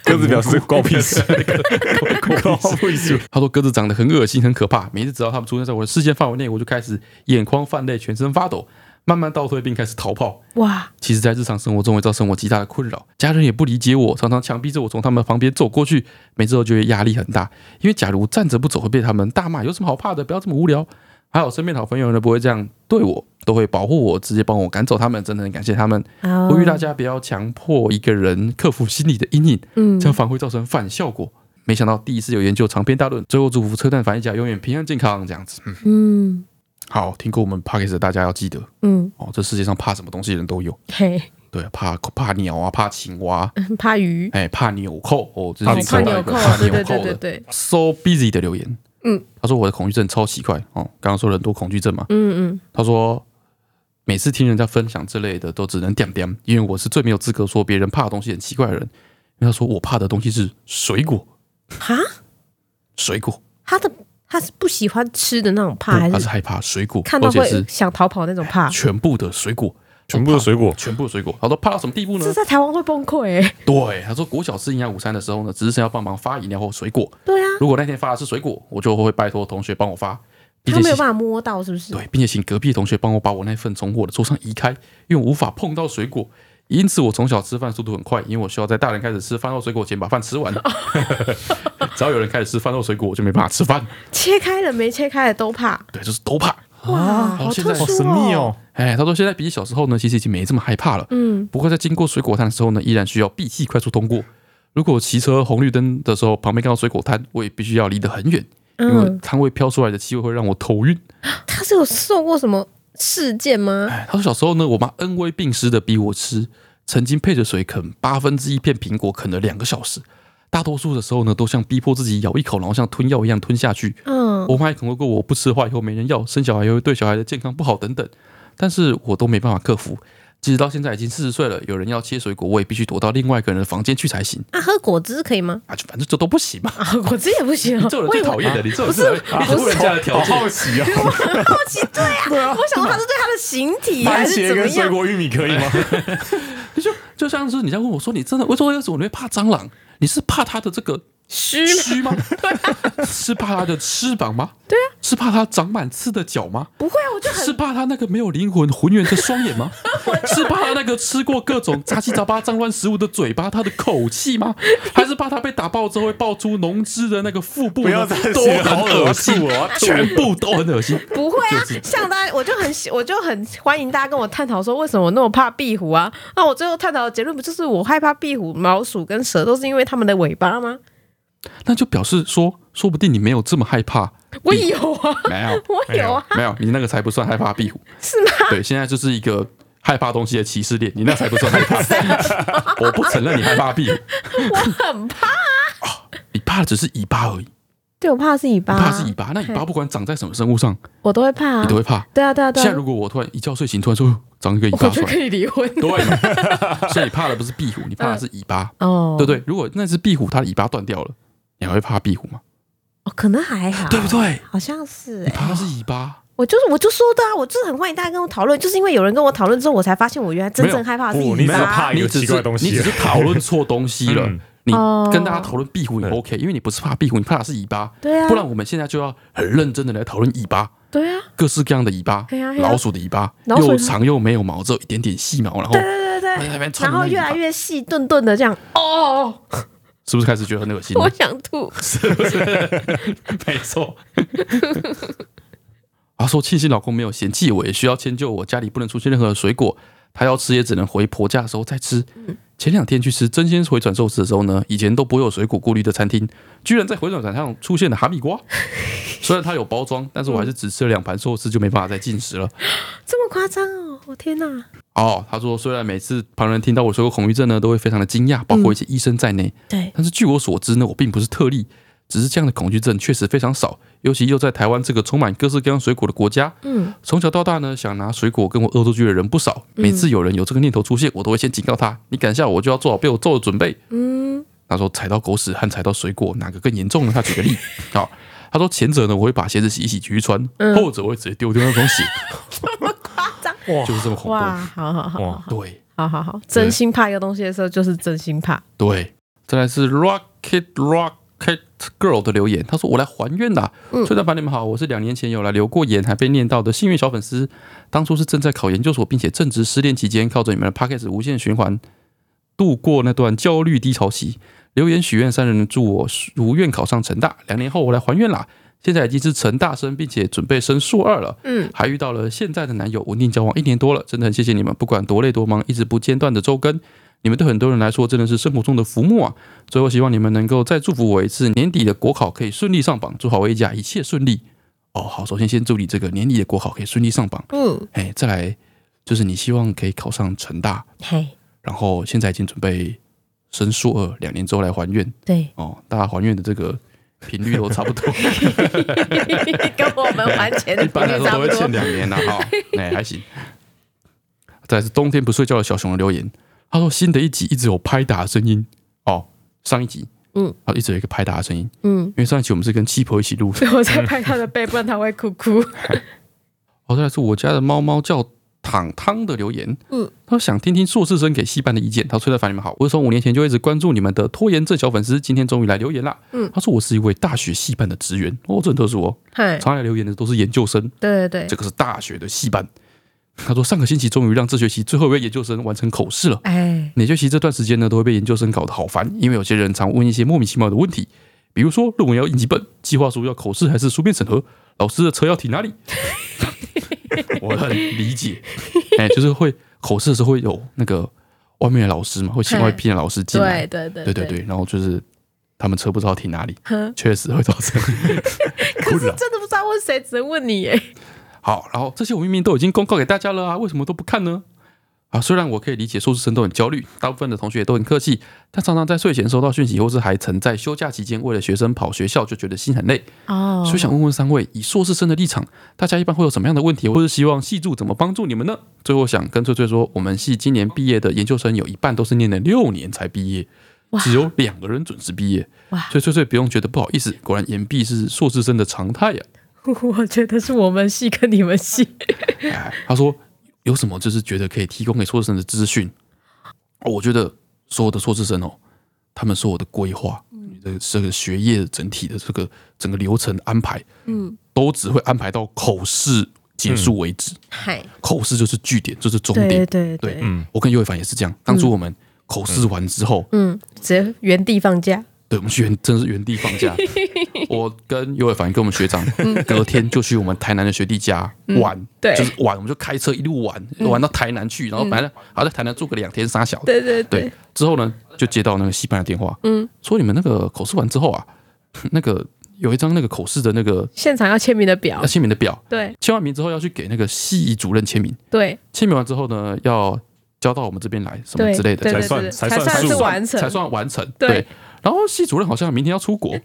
Speaker 3: 鸽子表示关我屁事，关我屁事。
Speaker 2: 他说鸽子长得很恶心、很可怕，每次只要它们出现在我的视线范围内，我就开始眼眶泛泪、全身发抖，慢慢倒退并开始逃跑。
Speaker 4: 哇，
Speaker 2: 其实，在日常生活中会造成哦我极大的困扰，家人也不理解我，常常强逼着我从他们旁边走过去，每次都觉得压力很大。因为假如站着不走，会被他们大骂，有什么好怕的？不要这么无聊。还有身边的好朋友呢，不会这样对我，都会保护我，直接帮我赶走他们，真的很感谢他们。呼
Speaker 4: 呼
Speaker 2: 吁大，家不要强迫一个人克服心理的阴影，
Speaker 4: 嗯
Speaker 2: 这样反而会造成反效果。没想到第一次有研究长篇大论，最后祝福车站反一甲永远平安健康这样子。嗯，
Speaker 4: 嗯
Speaker 2: 好，听过我们 p o d c a s 的大家要记得
Speaker 4: 嗯，
Speaker 2: 哦，这世界上怕什么东西的人都有。
Speaker 4: 嘿，
Speaker 2: 对，怕怕鸟啊，怕青蛙，
Speaker 4: 怕鱼，
Speaker 2: 哎，怕纽扣哦，这
Speaker 3: 怕
Speaker 2: 是
Speaker 4: 嗯怕
Speaker 2: 看到
Speaker 4: 纽
Speaker 2: 一个
Speaker 4: 扣，
Speaker 2: 怕
Speaker 4: 对
Speaker 2: 纽
Speaker 4: 对
Speaker 2: 扣
Speaker 4: 对对
Speaker 2: 的。
Speaker 4: 对，
Speaker 2: So busy 的留言，
Speaker 4: 嗯，
Speaker 2: 他说我的恐惧症超奇怪哦，刚刚说了很多恐惧症嘛，
Speaker 4: 嗯嗯，
Speaker 2: 他说每次听人家分享之类的都只能点点，因为我是最没有资格说别人怕的东西很奇怪的人，因为他说我怕的东西是水果，
Speaker 4: 哈，
Speaker 2: 水果，
Speaker 4: 他的他是不喜欢吃的那种怕，
Speaker 2: 不
Speaker 4: 还
Speaker 2: 他是
Speaker 4: 是
Speaker 2: 害怕水果，
Speaker 4: 看
Speaker 2: 而
Speaker 4: 到
Speaker 2: 且
Speaker 4: 会
Speaker 2: 是
Speaker 4: 想逃跑那种 怕？
Speaker 2: 全部的水果，
Speaker 3: 全部的水果，
Speaker 2: 全部的水果，他说怕到什么地步呢
Speaker 4: 这？在台湾会崩溃哎，
Speaker 2: 对，他说国小吃营养午餐的时候呢，只是想要帮忙发饮料或水果，
Speaker 4: 对啊，
Speaker 2: 如果那天发的是水果，我就会拜托同学帮我发，并
Speaker 4: 他
Speaker 2: 且
Speaker 4: 没有
Speaker 2: 请
Speaker 4: 办法摸到，是不是？
Speaker 2: 对，并且请隔壁同学帮我把我那份从我的桌上移开，因为我无法碰到水果。因此，我从小吃饭速度很快，因为我需要在大人开始吃饭后水果前把饭 吃完。只要有人开始吃饭后水果，我就没办法吃饭。
Speaker 4: 切开了没切开的都怕，
Speaker 2: 对，就是都怕。
Speaker 4: 哇，
Speaker 2: 好
Speaker 4: 好
Speaker 2: 现在
Speaker 4: 特
Speaker 3: 好
Speaker 4: 殊
Speaker 3: 神秘哦。
Speaker 2: 哎，他说现在比起小时候呢，其实已经没这么害怕了。
Speaker 4: 嗯，
Speaker 2: 不过在经过水果摊的时候呢，依然需要闭气快速通过。如果骑车红绿灯的时候，旁边看到水果摊，我也必须要离得很远，因为
Speaker 4: 嗯，
Speaker 2: 摊位飘出来的气味会让我头晕。
Speaker 4: 他是有受过什么事件吗？
Speaker 2: 哎，他说小时候呢，我妈恩威并施的逼我吃，曾经配着水啃八分之一片苹果，啃了两个小时。大多数的时候呢，都像逼迫自己咬一口，然后像吞药一样吞下去。
Speaker 4: 嗯，
Speaker 2: 我妈也恐吓过我，不吃坏以后没人要，生小孩又会对小孩的健康不好等等，但是我都没办法克服。即使到现在已经四十岁了，有人要切水果，我也必须躲到另外一个人的房间去才行。
Speaker 4: 啊，喝果汁可以吗？
Speaker 2: 啊，就反正这都不行嘛。
Speaker 4: 啊，果汁也不行啊，
Speaker 2: 这种人最讨厌的，你这种人最讨厌，你问人家的条
Speaker 3: 好
Speaker 2: 件，
Speaker 3: 好奇啊，
Speaker 4: 好奇对啊， 我想说他是对他的形体还
Speaker 3: 番
Speaker 4: 是
Speaker 3: 茄
Speaker 4: 怎么
Speaker 3: 跟水
Speaker 4: 样？
Speaker 3: 果玉米可以吗？
Speaker 2: 就就像是你在问我说，你真的，我说为什么你会怕蟑螂？你是怕它的这个
Speaker 4: 虚
Speaker 2: 蛆 吗？是怕它的翅膀吗？
Speaker 4: 啊对啊，
Speaker 2: 是怕它长满刺的脚吗？
Speaker 4: 不会啊，我就很
Speaker 2: 是怕它那个没有灵魂浑圆的双 眼吗？是怕它那个吃过各种杂七杂八脏乱食物的嘴巴，它的口气 吗？还是怕它被打爆之后会爆出浓汁的那个腹部呢？
Speaker 3: 不要再
Speaker 2: 都
Speaker 3: 写
Speaker 2: 很
Speaker 3: 好
Speaker 2: 恶
Speaker 3: 恶
Speaker 2: 心
Speaker 3: 心我要，吐
Speaker 2: 全部都很恶心。
Speaker 4: 不会啊
Speaker 2: 就是，
Speaker 4: 像大家，我就很喜，我就很欢迎大家跟我探讨说，为什么我那么怕壁虎啊？那我最后探讨的结论不就是我害怕壁虎、老鼠跟蛇都是因为它们的尾巴吗？
Speaker 2: 那就表示说，说不定你没有这么害 怕。
Speaker 4: 我有啊，
Speaker 2: 没有，
Speaker 4: 我有啊，
Speaker 2: 没有，你那个才不算害怕壁虎，是吗？对，现在就是一个害怕东西的歧视链，你那才不算害 怕。 我不承认你害怕壁虎，哦
Speaker 4: 很怕。
Speaker 2: 你怕的只是尾巴而已，你
Speaker 4: 对，我怕的是尾巴啊，
Speaker 2: 怕的是尾巴。那尾巴不管长在什么生物上，
Speaker 4: 我都会怕啊
Speaker 2: 你都。会怕。
Speaker 4: 对啊，对啊，对
Speaker 2: 现在
Speaker 4: 啊
Speaker 2: 如。果我突然一觉睡醒，突然说长一个尾
Speaker 4: 我
Speaker 2: 巴
Speaker 4: 就
Speaker 2: 出来，
Speaker 4: 可以离婚。
Speaker 2: 对，所以你怕的不是壁虎，你怕的是尾巴，
Speaker 4: 哦，
Speaker 2: 对不对？如果那只壁虎它的尾巴断掉了，你还会怕壁虎吗？
Speaker 4: 哦，可能还好，
Speaker 2: 对不？对？
Speaker 4: 好像是
Speaker 2: 你
Speaker 4: 欸，
Speaker 2: 怕的是尾巴。
Speaker 4: 我就是我就说的啊，我就是很欢迎大家跟我讨论，就是因为有人跟我讨论之后，我才发现我原来真
Speaker 2: 没
Speaker 4: 正
Speaker 2: 有哦
Speaker 4: 害怕的是
Speaker 3: 不
Speaker 4: 尾
Speaker 3: 你只是
Speaker 4: 巴
Speaker 3: 怕。
Speaker 2: 你
Speaker 3: 有
Speaker 2: 只
Speaker 3: 奇
Speaker 2: 是
Speaker 3: 怪的东西
Speaker 2: 你只是讨论错东西了
Speaker 3: 嗯。
Speaker 2: 你
Speaker 4: 哦
Speaker 2: 跟大家讨论壁虎也 OK，因为你不是怕壁虎，你怕的是尾巴。
Speaker 4: 对啊
Speaker 2: 不然我们现在就要很认真的来讨论尾巴，
Speaker 4: 对啊，
Speaker 2: 各式各样的尾巴
Speaker 4: 对啊，对啊
Speaker 2: 老鼠的尾巴，
Speaker 4: 老鼠
Speaker 2: 又长又没有毛，只有一点点细毛，然后
Speaker 4: 对对对
Speaker 2: 哎那边
Speaker 4: 对，
Speaker 2: 穿的
Speaker 4: 然
Speaker 2: 那
Speaker 4: 后
Speaker 2: 个
Speaker 4: 越来越细钝钝的这样，
Speaker 2: 嗯
Speaker 4: 哦，
Speaker 2: 是不是开始觉得很恶心？
Speaker 4: 我想吐。
Speaker 2: 没错。她啊说：“庆幸老公没有嫌弃我，也需要迁就我。家里不能出现任何的水果，她要吃也只能回婆家的时候再吃。前两天去吃真鲜回转寿司的时候呢，以前都不会有水果顾虑的餐厅，居然在回转转上出现了哈密瓜。虽然它有包装，但是我还是只吃了两盘寿司就没办法再进食了。
Speaker 4: 这么夸张哦！我天哪，
Speaker 2: 哦，她说虽然每次旁人听到我水果恐惧症呢，都会非常的惊讶，包括一些医生在内，
Speaker 4: 对，
Speaker 2: 但是据我所知呢，我并不是特例，只是这样的恐惧症确实非常少，尤其又在台湾这个充满各式各样水果的国家。
Speaker 4: 嗯，
Speaker 2: 从小到大呢，想拿水果跟我恶作剧的人不少。每次有人有这个念头出现，我都会先警告他：你敢吓我，就要做好被我揍的准备。嗯，他说踩到狗屎和踩到水果哪个更严重呢？他举个例，好。他说：“前者呢，我会把鞋子洗一洗继续穿；后者我会直接丢掉那双鞋，
Speaker 4: 夸张
Speaker 2: 就是这么恐
Speaker 4: 哇！
Speaker 2: 怖。
Speaker 4: 好好好
Speaker 3: 哇，
Speaker 2: 哦对
Speaker 4: 好好好，真心怕一个东西的时候就是真心怕。
Speaker 2: 对，再来是 Rocket Rocket Girl 的留言，他说：“我来还愿啦，崔大凡你们好，我是两年前有来留过言，还被念到的幸运小粉丝。当初是正在考研究所，并且正值失恋期间，靠着你们的 p a c k a g e 无限循环度过那段焦虑低潮期。留言许愿三人祝我如愿考上成大。两年后我来还愿啦，现在已经是成大生，并且准备升硕二了。
Speaker 4: 嗯，
Speaker 2: 还遇到了现在的男友，稳定交往一年多了，真的很谢谢你们，不管多累多忙，一直不间断的周更。”你们对很多人来说真的是生活中的浮木啊！最后希望你们能够再祝福我一次，年底的国考可以顺利上榜，祝好我一家一切顺利。哦，好，首先先祝你这个年底的国考可以顺利上榜，
Speaker 4: 嗯，
Speaker 2: 哎，再来就是你希望可以考上成大，
Speaker 4: 嘿，
Speaker 2: 然后现在已经准备升硕二，两年之后来还愿，
Speaker 4: 对
Speaker 2: 哦，大家还愿的这个频率都差不多，
Speaker 4: 跟我们还钱
Speaker 2: 一
Speaker 4: 的
Speaker 2: 般来
Speaker 4: 频率
Speaker 2: 说
Speaker 4: 差
Speaker 2: 都
Speaker 4: 不
Speaker 2: 会欠
Speaker 4: 多。
Speaker 2: 两年了哈， 哎、还行。再来是冬天不睡觉的小熊的留言，他说新的一集一直有拍打的声音哦，上一集
Speaker 4: 嗯，
Speaker 2: 他一直有一个拍打的声音，
Speaker 4: 嗯，
Speaker 2: 因为上一集我们是跟七婆一起录的。
Speaker 4: 所以我在拍他的背，不然他会哭 哭。
Speaker 2: 哦，再来是我家的猫猫叫糖糖的留言，
Speaker 4: 嗯，
Speaker 2: 他说想听听硕士生给戏班的意见。他说崔大凡你们好，我是从五年前就一直关注你们的拖延症小粉丝，今天终于来留言啦。
Speaker 4: 嗯，
Speaker 2: 他说我是一位大学戏班的职员，哦，这很特殊哦，
Speaker 4: 嗨，
Speaker 2: 常来留言的都是研究生，
Speaker 4: 对对
Speaker 2: 这
Speaker 4: 对，
Speaker 2: 个是大学的戏班。他说上个星期终于让这学期最后一位研究生完成口试了。
Speaker 4: 哎，
Speaker 2: 每学期这段时间呢，都会被研究生搞得好烦，因为有些人常问一些莫名其妙的问题，比如说论文要印几本，计划书要口试还是书面审核，老师的车要停哪里？ 我很理解，哎、就是会口试的时候会有那个外面的老师嘛，会请外聘的老师进来
Speaker 4: 对，对对
Speaker 2: 啊对对对，然后就是他们车不知道停哪里，
Speaker 4: 哼
Speaker 2: 确实会造成
Speaker 4: 可是真的不知道问谁，只能问你耶。
Speaker 2: 好，然后这些我明明都已经公告给大家了啊，为什么都不看呢？啊，虽然我可以理解硕士生都很焦虑，大部分的同学也都很客气，但常常在睡前收到讯息，或是还曾在休假期间为了学生跑学校，就觉得心很累。
Speaker 4: 哦
Speaker 2: 所以想问问三位，以硕士生的立场，大家一般会有什么样的问题，或是希望系助怎么帮助你们呢？最后想跟翠翠说，我们系今年毕业的研究生有一半都是念了六年才毕业，只有两个人准时毕业。
Speaker 4: 哇
Speaker 2: 所以翠翠不用觉得不好意思，果然延毕是硕士生的常态啊呀、
Speaker 4: 我觉得是我们系跟你们 系，
Speaker 2: 哎他说有什么就是觉得可以提供给硕士生的资讯？哦我觉得所有的硕士生哦，他们所有的规划、你呃这个学业整体的这个整个流程安排，嗯，都只会安排到口试结束为止。
Speaker 4: 嗨，
Speaker 2: 口试就是据点，就是终点。
Speaker 1: 对对
Speaker 2: 对，
Speaker 1: 对，
Speaker 2: 嗯，我跟尤伟凡也是这样。当初我们口试完之后，
Speaker 1: 嗯，直接原地放假，
Speaker 2: 对我们去原真的是原地放 假。我跟尤伟凡跟我们学长，隔天就去我们台南的学弟家玩，
Speaker 1: 嗯对嗯
Speaker 2: 就是玩，我们就开车一路玩，玩到台南去，然后本来好在台南住个两天三小的，
Speaker 1: 对对
Speaker 2: 对
Speaker 1: 对，，
Speaker 2: 之后呢，就接到那个西班牙电话，嗯，说你们那个口试完之后啊，那个有一张那个口试的那个啊
Speaker 1: 现场要签名的表
Speaker 2: 要，签名的表，
Speaker 1: 对
Speaker 2: 签完名之后要去给那个系仪主任签名，
Speaker 1: 对
Speaker 2: 签名完之后呢，要交到我们这边来什么
Speaker 1: 对
Speaker 2: 之类的，
Speaker 1: 对
Speaker 2: 才
Speaker 1: 对
Speaker 3: 才算
Speaker 1: 对，
Speaker 3: 才
Speaker 1: 才
Speaker 3: 算
Speaker 1: 算
Speaker 3: 数
Speaker 1: 是完成，
Speaker 2: 才算完成。
Speaker 1: 对
Speaker 2: 对，然后系主任好像明天要出国，
Speaker 4: 你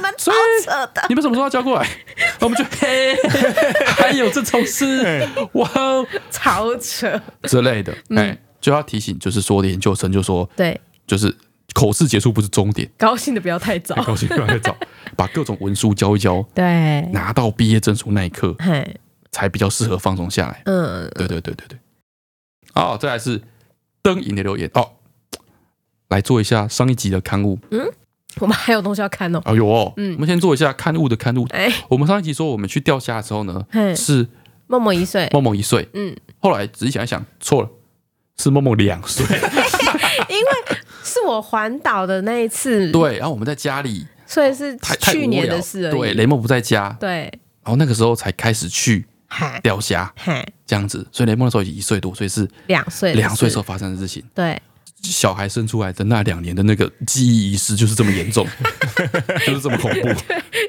Speaker 4: 们超扯的，
Speaker 2: 你们什么时候要交 过来？然后我们就 嘿，还有这 种事，哇哦
Speaker 1: 超扯，
Speaker 2: 之类的，哎，就要提醒，就是说研究生就说，
Speaker 1: 嗯对，
Speaker 2: 就是口试结束不是终点，
Speaker 1: 高兴的不要太早
Speaker 3: 太，高兴了，太 早。
Speaker 2: 把各种文书交一交，
Speaker 1: 对，
Speaker 2: 拿到毕业证书那一刻
Speaker 1: 嘿，
Speaker 2: 才比较适合放松下来。
Speaker 1: 嗯，
Speaker 2: 对对对对对。哦，再来是灯影的留言哦，来做一下上一集的刊物。
Speaker 1: 我们还有东西要看哦，
Speaker 2: 哎呦哦，
Speaker 1: 嗯
Speaker 2: 我们先做一下刊物的刊物。
Speaker 1: 哎，
Speaker 2: 我们上一集说我们去钓虾的时候呢，
Speaker 1: 嘿，
Speaker 2: 是
Speaker 1: 默默一岁，
Speaker 2: 梦梦一岁，
Speaker 1: 嗯，
Speaker 2: 后来仔细想一想，错了，是梦梦两 岁。
Speaker 1: 因为是我环岛的那一次，
Speaker 2: 对，然后我们在家里
Speaker 1: 所以是
Speaker 2: 太太
Speaker 1: 去
Speaker 2: 无
Speaker 1: 年
Speaker 2: 聊
Speaker 1: 的事而已，
Speaker 2: 对，雷梦不在家，
Speaker 1: 对，
Speaker 2: 然后那个时候才开始去
Speaker 1: 嗨
Speaker 2: 钓虾
Speaker 1: 嗨，
Speaker 2: 这样子，所以雷梦那时候已经一岁多，所以是
Speaker 1: 两岁的
Speaker 2: 两岁时
Speaker 1: 事
Speaker 2: 候发生的事情。
Speaker 1: 对，
Speaker 2: 小孩生出来的那两年的那个记忆遗失就是这么严 重，就是这么恐怖。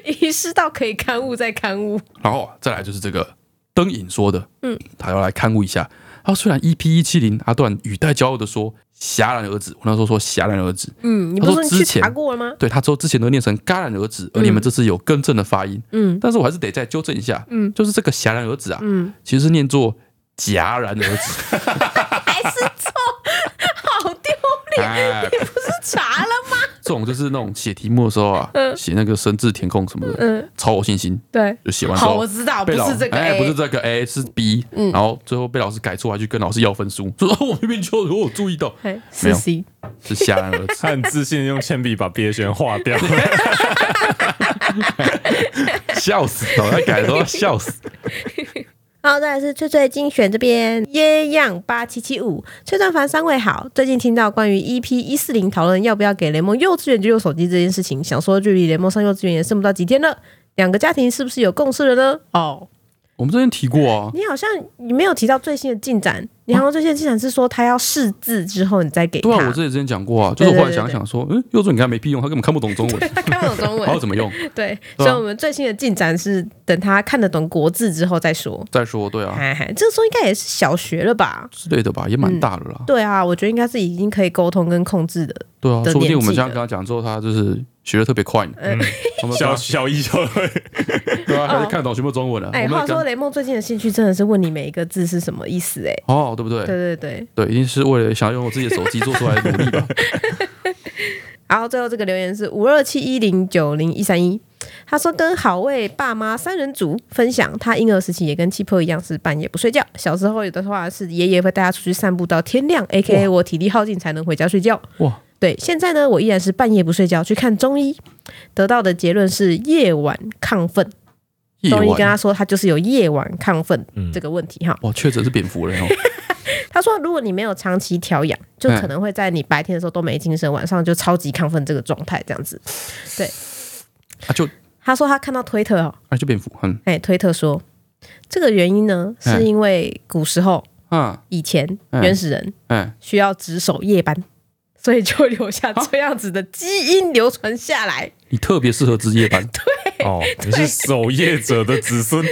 Speaker 1: 遗失到可以刊物再刊物，
Speaker 2: 然后再来就是这个灯影说的，嗯，他要来看顾一下。他虽然 EP 一七零阿段语带骄傲的说戛然而止，我那时候说戛然而止，
Speaker 1: 嗯，你不
Speaker 2: 他
Speaker 1: 是
Speaker 2: 说
Speaker 1: 你
Speaker 2: 之
Speaker 1: 去
Speaker 2: 前
Speaker 1: 查过了吗？
Speaker 2: 对他之后之前都念成戛然而止，而你们这次有更正的发音，
Speaker 1: 嗯
Speaker 2: 但是我还是得再纠正一下，
Speaker 1: 嗯
Speaker 2: 就是这个戛然而止啊，
Speaker 1: 嗯，
Speaker 2: 其实是念作戛然而止，
Speaker 1: 还是错，
Speaker 2: 哦
Speaker 1: 好丢脸！
Speaker 2: 哎，
Speaker 1: 你不是查了吗？
Speaker 2: 这种就是那种写题目的时候啊，写那个生字填空什么的，
Speaker 1: 嗯，
Speaker 2: 超有信心，
Speaker 1: 对，
Speaker 2: 就写完之
Speaker 1: 好，
Speaker 2: 后
Speaker 1: 我。知道，不
Speaker 2: 被老
Speaker 1: 是这个
Speaker 2: 哎，
Speaker 1: A，嗯
Speaker 2: 不是这个 A，是 B，、然后最后被老师改错，还去跟老师要分数，说、哦、我明明就我有注意到
Speaker 1: 嘿
Speaker 2: 没
Speaker 1: 是
Speaker 2: 有
Speaker 1: C，
Speaker 2: 是戛然而止，
Speaker 3: 他很自信地用铅笔把毕业学生画掉，
Speaker 2: 笑死！我在改的时候 笑死。
Speaker 4: 然后再来是翠翠精选这边，耶样八七七五，崔段凡三位好。最近听到关于 EP 一四零讨论要不要给雷蒙幼稚园就用手机这件事情，想说距离雷蒙上幼稚园也剩不到几天了，两个家庭是不是有共识了呢？哦，
Speaker 2: 我们之前提过啊，
Speaker 4: 你好像你没有提到最新的进展，你好像最新的进展是说他要试字之后你再给他，
Speaker 2: 对啊，我自己之前讲过啊， 就是我后来想一想说，嗯，幼稚园给他没屁用，他根本看不懂中 文，
Speaker 4: 他看不懂中
Speaker 2: 还要
Speaker 4: 文，
Speaker 2: 怎么用？对
Speaker 4: 对，
Speaker 2: 啊
Speaker 4: 所以我们最新的进展是等他看得懂国字之后再说。
Speaker 2: 再说，对 啊
Speaker 4: 嗨嗨，这个时候应该也是小学了吧？
Speaker 2: 之类的吧，也蛮大的啦。
Speaker 4: 对啊，我觉得应该是已经可以沟通跟控制的。
Speaker 2: 对啊，
Speaker 4: 的
Speaker 2: 说不定我们
Speaker 4: 年纪
Speaker 2: 这样
Speaker 4: 的呃
Speaker 2: 跟他讲之后，他就是学的特别快呢。嗯，我们
Speaker 3: 小小一、小二，
Speaker 2: 对啊，还是看得懂全部中文了。
Speaker 4: 哦哎、
Speaker 2: 我
Speaker 4: 话
Speaker 2: 们
Speaker 4: 说
Speaker 2: 讲
Speaker 4: 雷梦最近的兴趣真的是问你每一个字是什么意思、哎，
Speaker 2: 哦，对不
Speaker 4: 对
Speaker 2: 对？
Speaker 4: 对对。
Speaker 2: 对，一定是为了想要用我自己的手机做出来的努 力吧。
Speaker 4: 然后最后这个留言是五二七一零九零一三一，他说跟好味爸妈三人组分享，他婴儿时期也跟气泡一样是半夜不睡觉，小时候有的话是爷爷会带他出去散步到天亮，A K A 我体力耗尽才能回家睡觉。
Speaker 2: 哇，
Speaker 4: 对，现在呢我依然是半夜不睡觉去看中医，得到的结论是夜晚亢奋。
Speaker 2: 夜
Speaker 4: 中医跟
Speaker 2: 晚
Speaker 4: 他说他就是有夜晚亢奋
Speaker 3: 嗯
Speaker 4: 这个问题哈。
Speaker 2: 哇，确诊是蝙蝠人哦。
Speaker 4: 他说，如果你没有长期调养，就可能会在你白天的时候都没精神，晚上就超级亢奋这个状态这样子。
Speaker 2: 啊，就
Speaker 4: 他说他看到推特哦，
Speaker 2: 啊就蝙蝠，嗯
Speaker 4: 哎，推特说这个原因呢，
Speaker 2: 哎
Speaker 4: 是因为古时候
Speaker 2: 啊，
Speaker 4: 以前
Speaker 2: 哎
Speaker 4: 原始人
Speaker 2: 哎，
Speaker 4: 需要值守夜班，所以就留下这样子的基因流传下来。
Speaker 2: 你特别适合值夜 班，
Speaker 3: 哦，你是守夜者的子孙，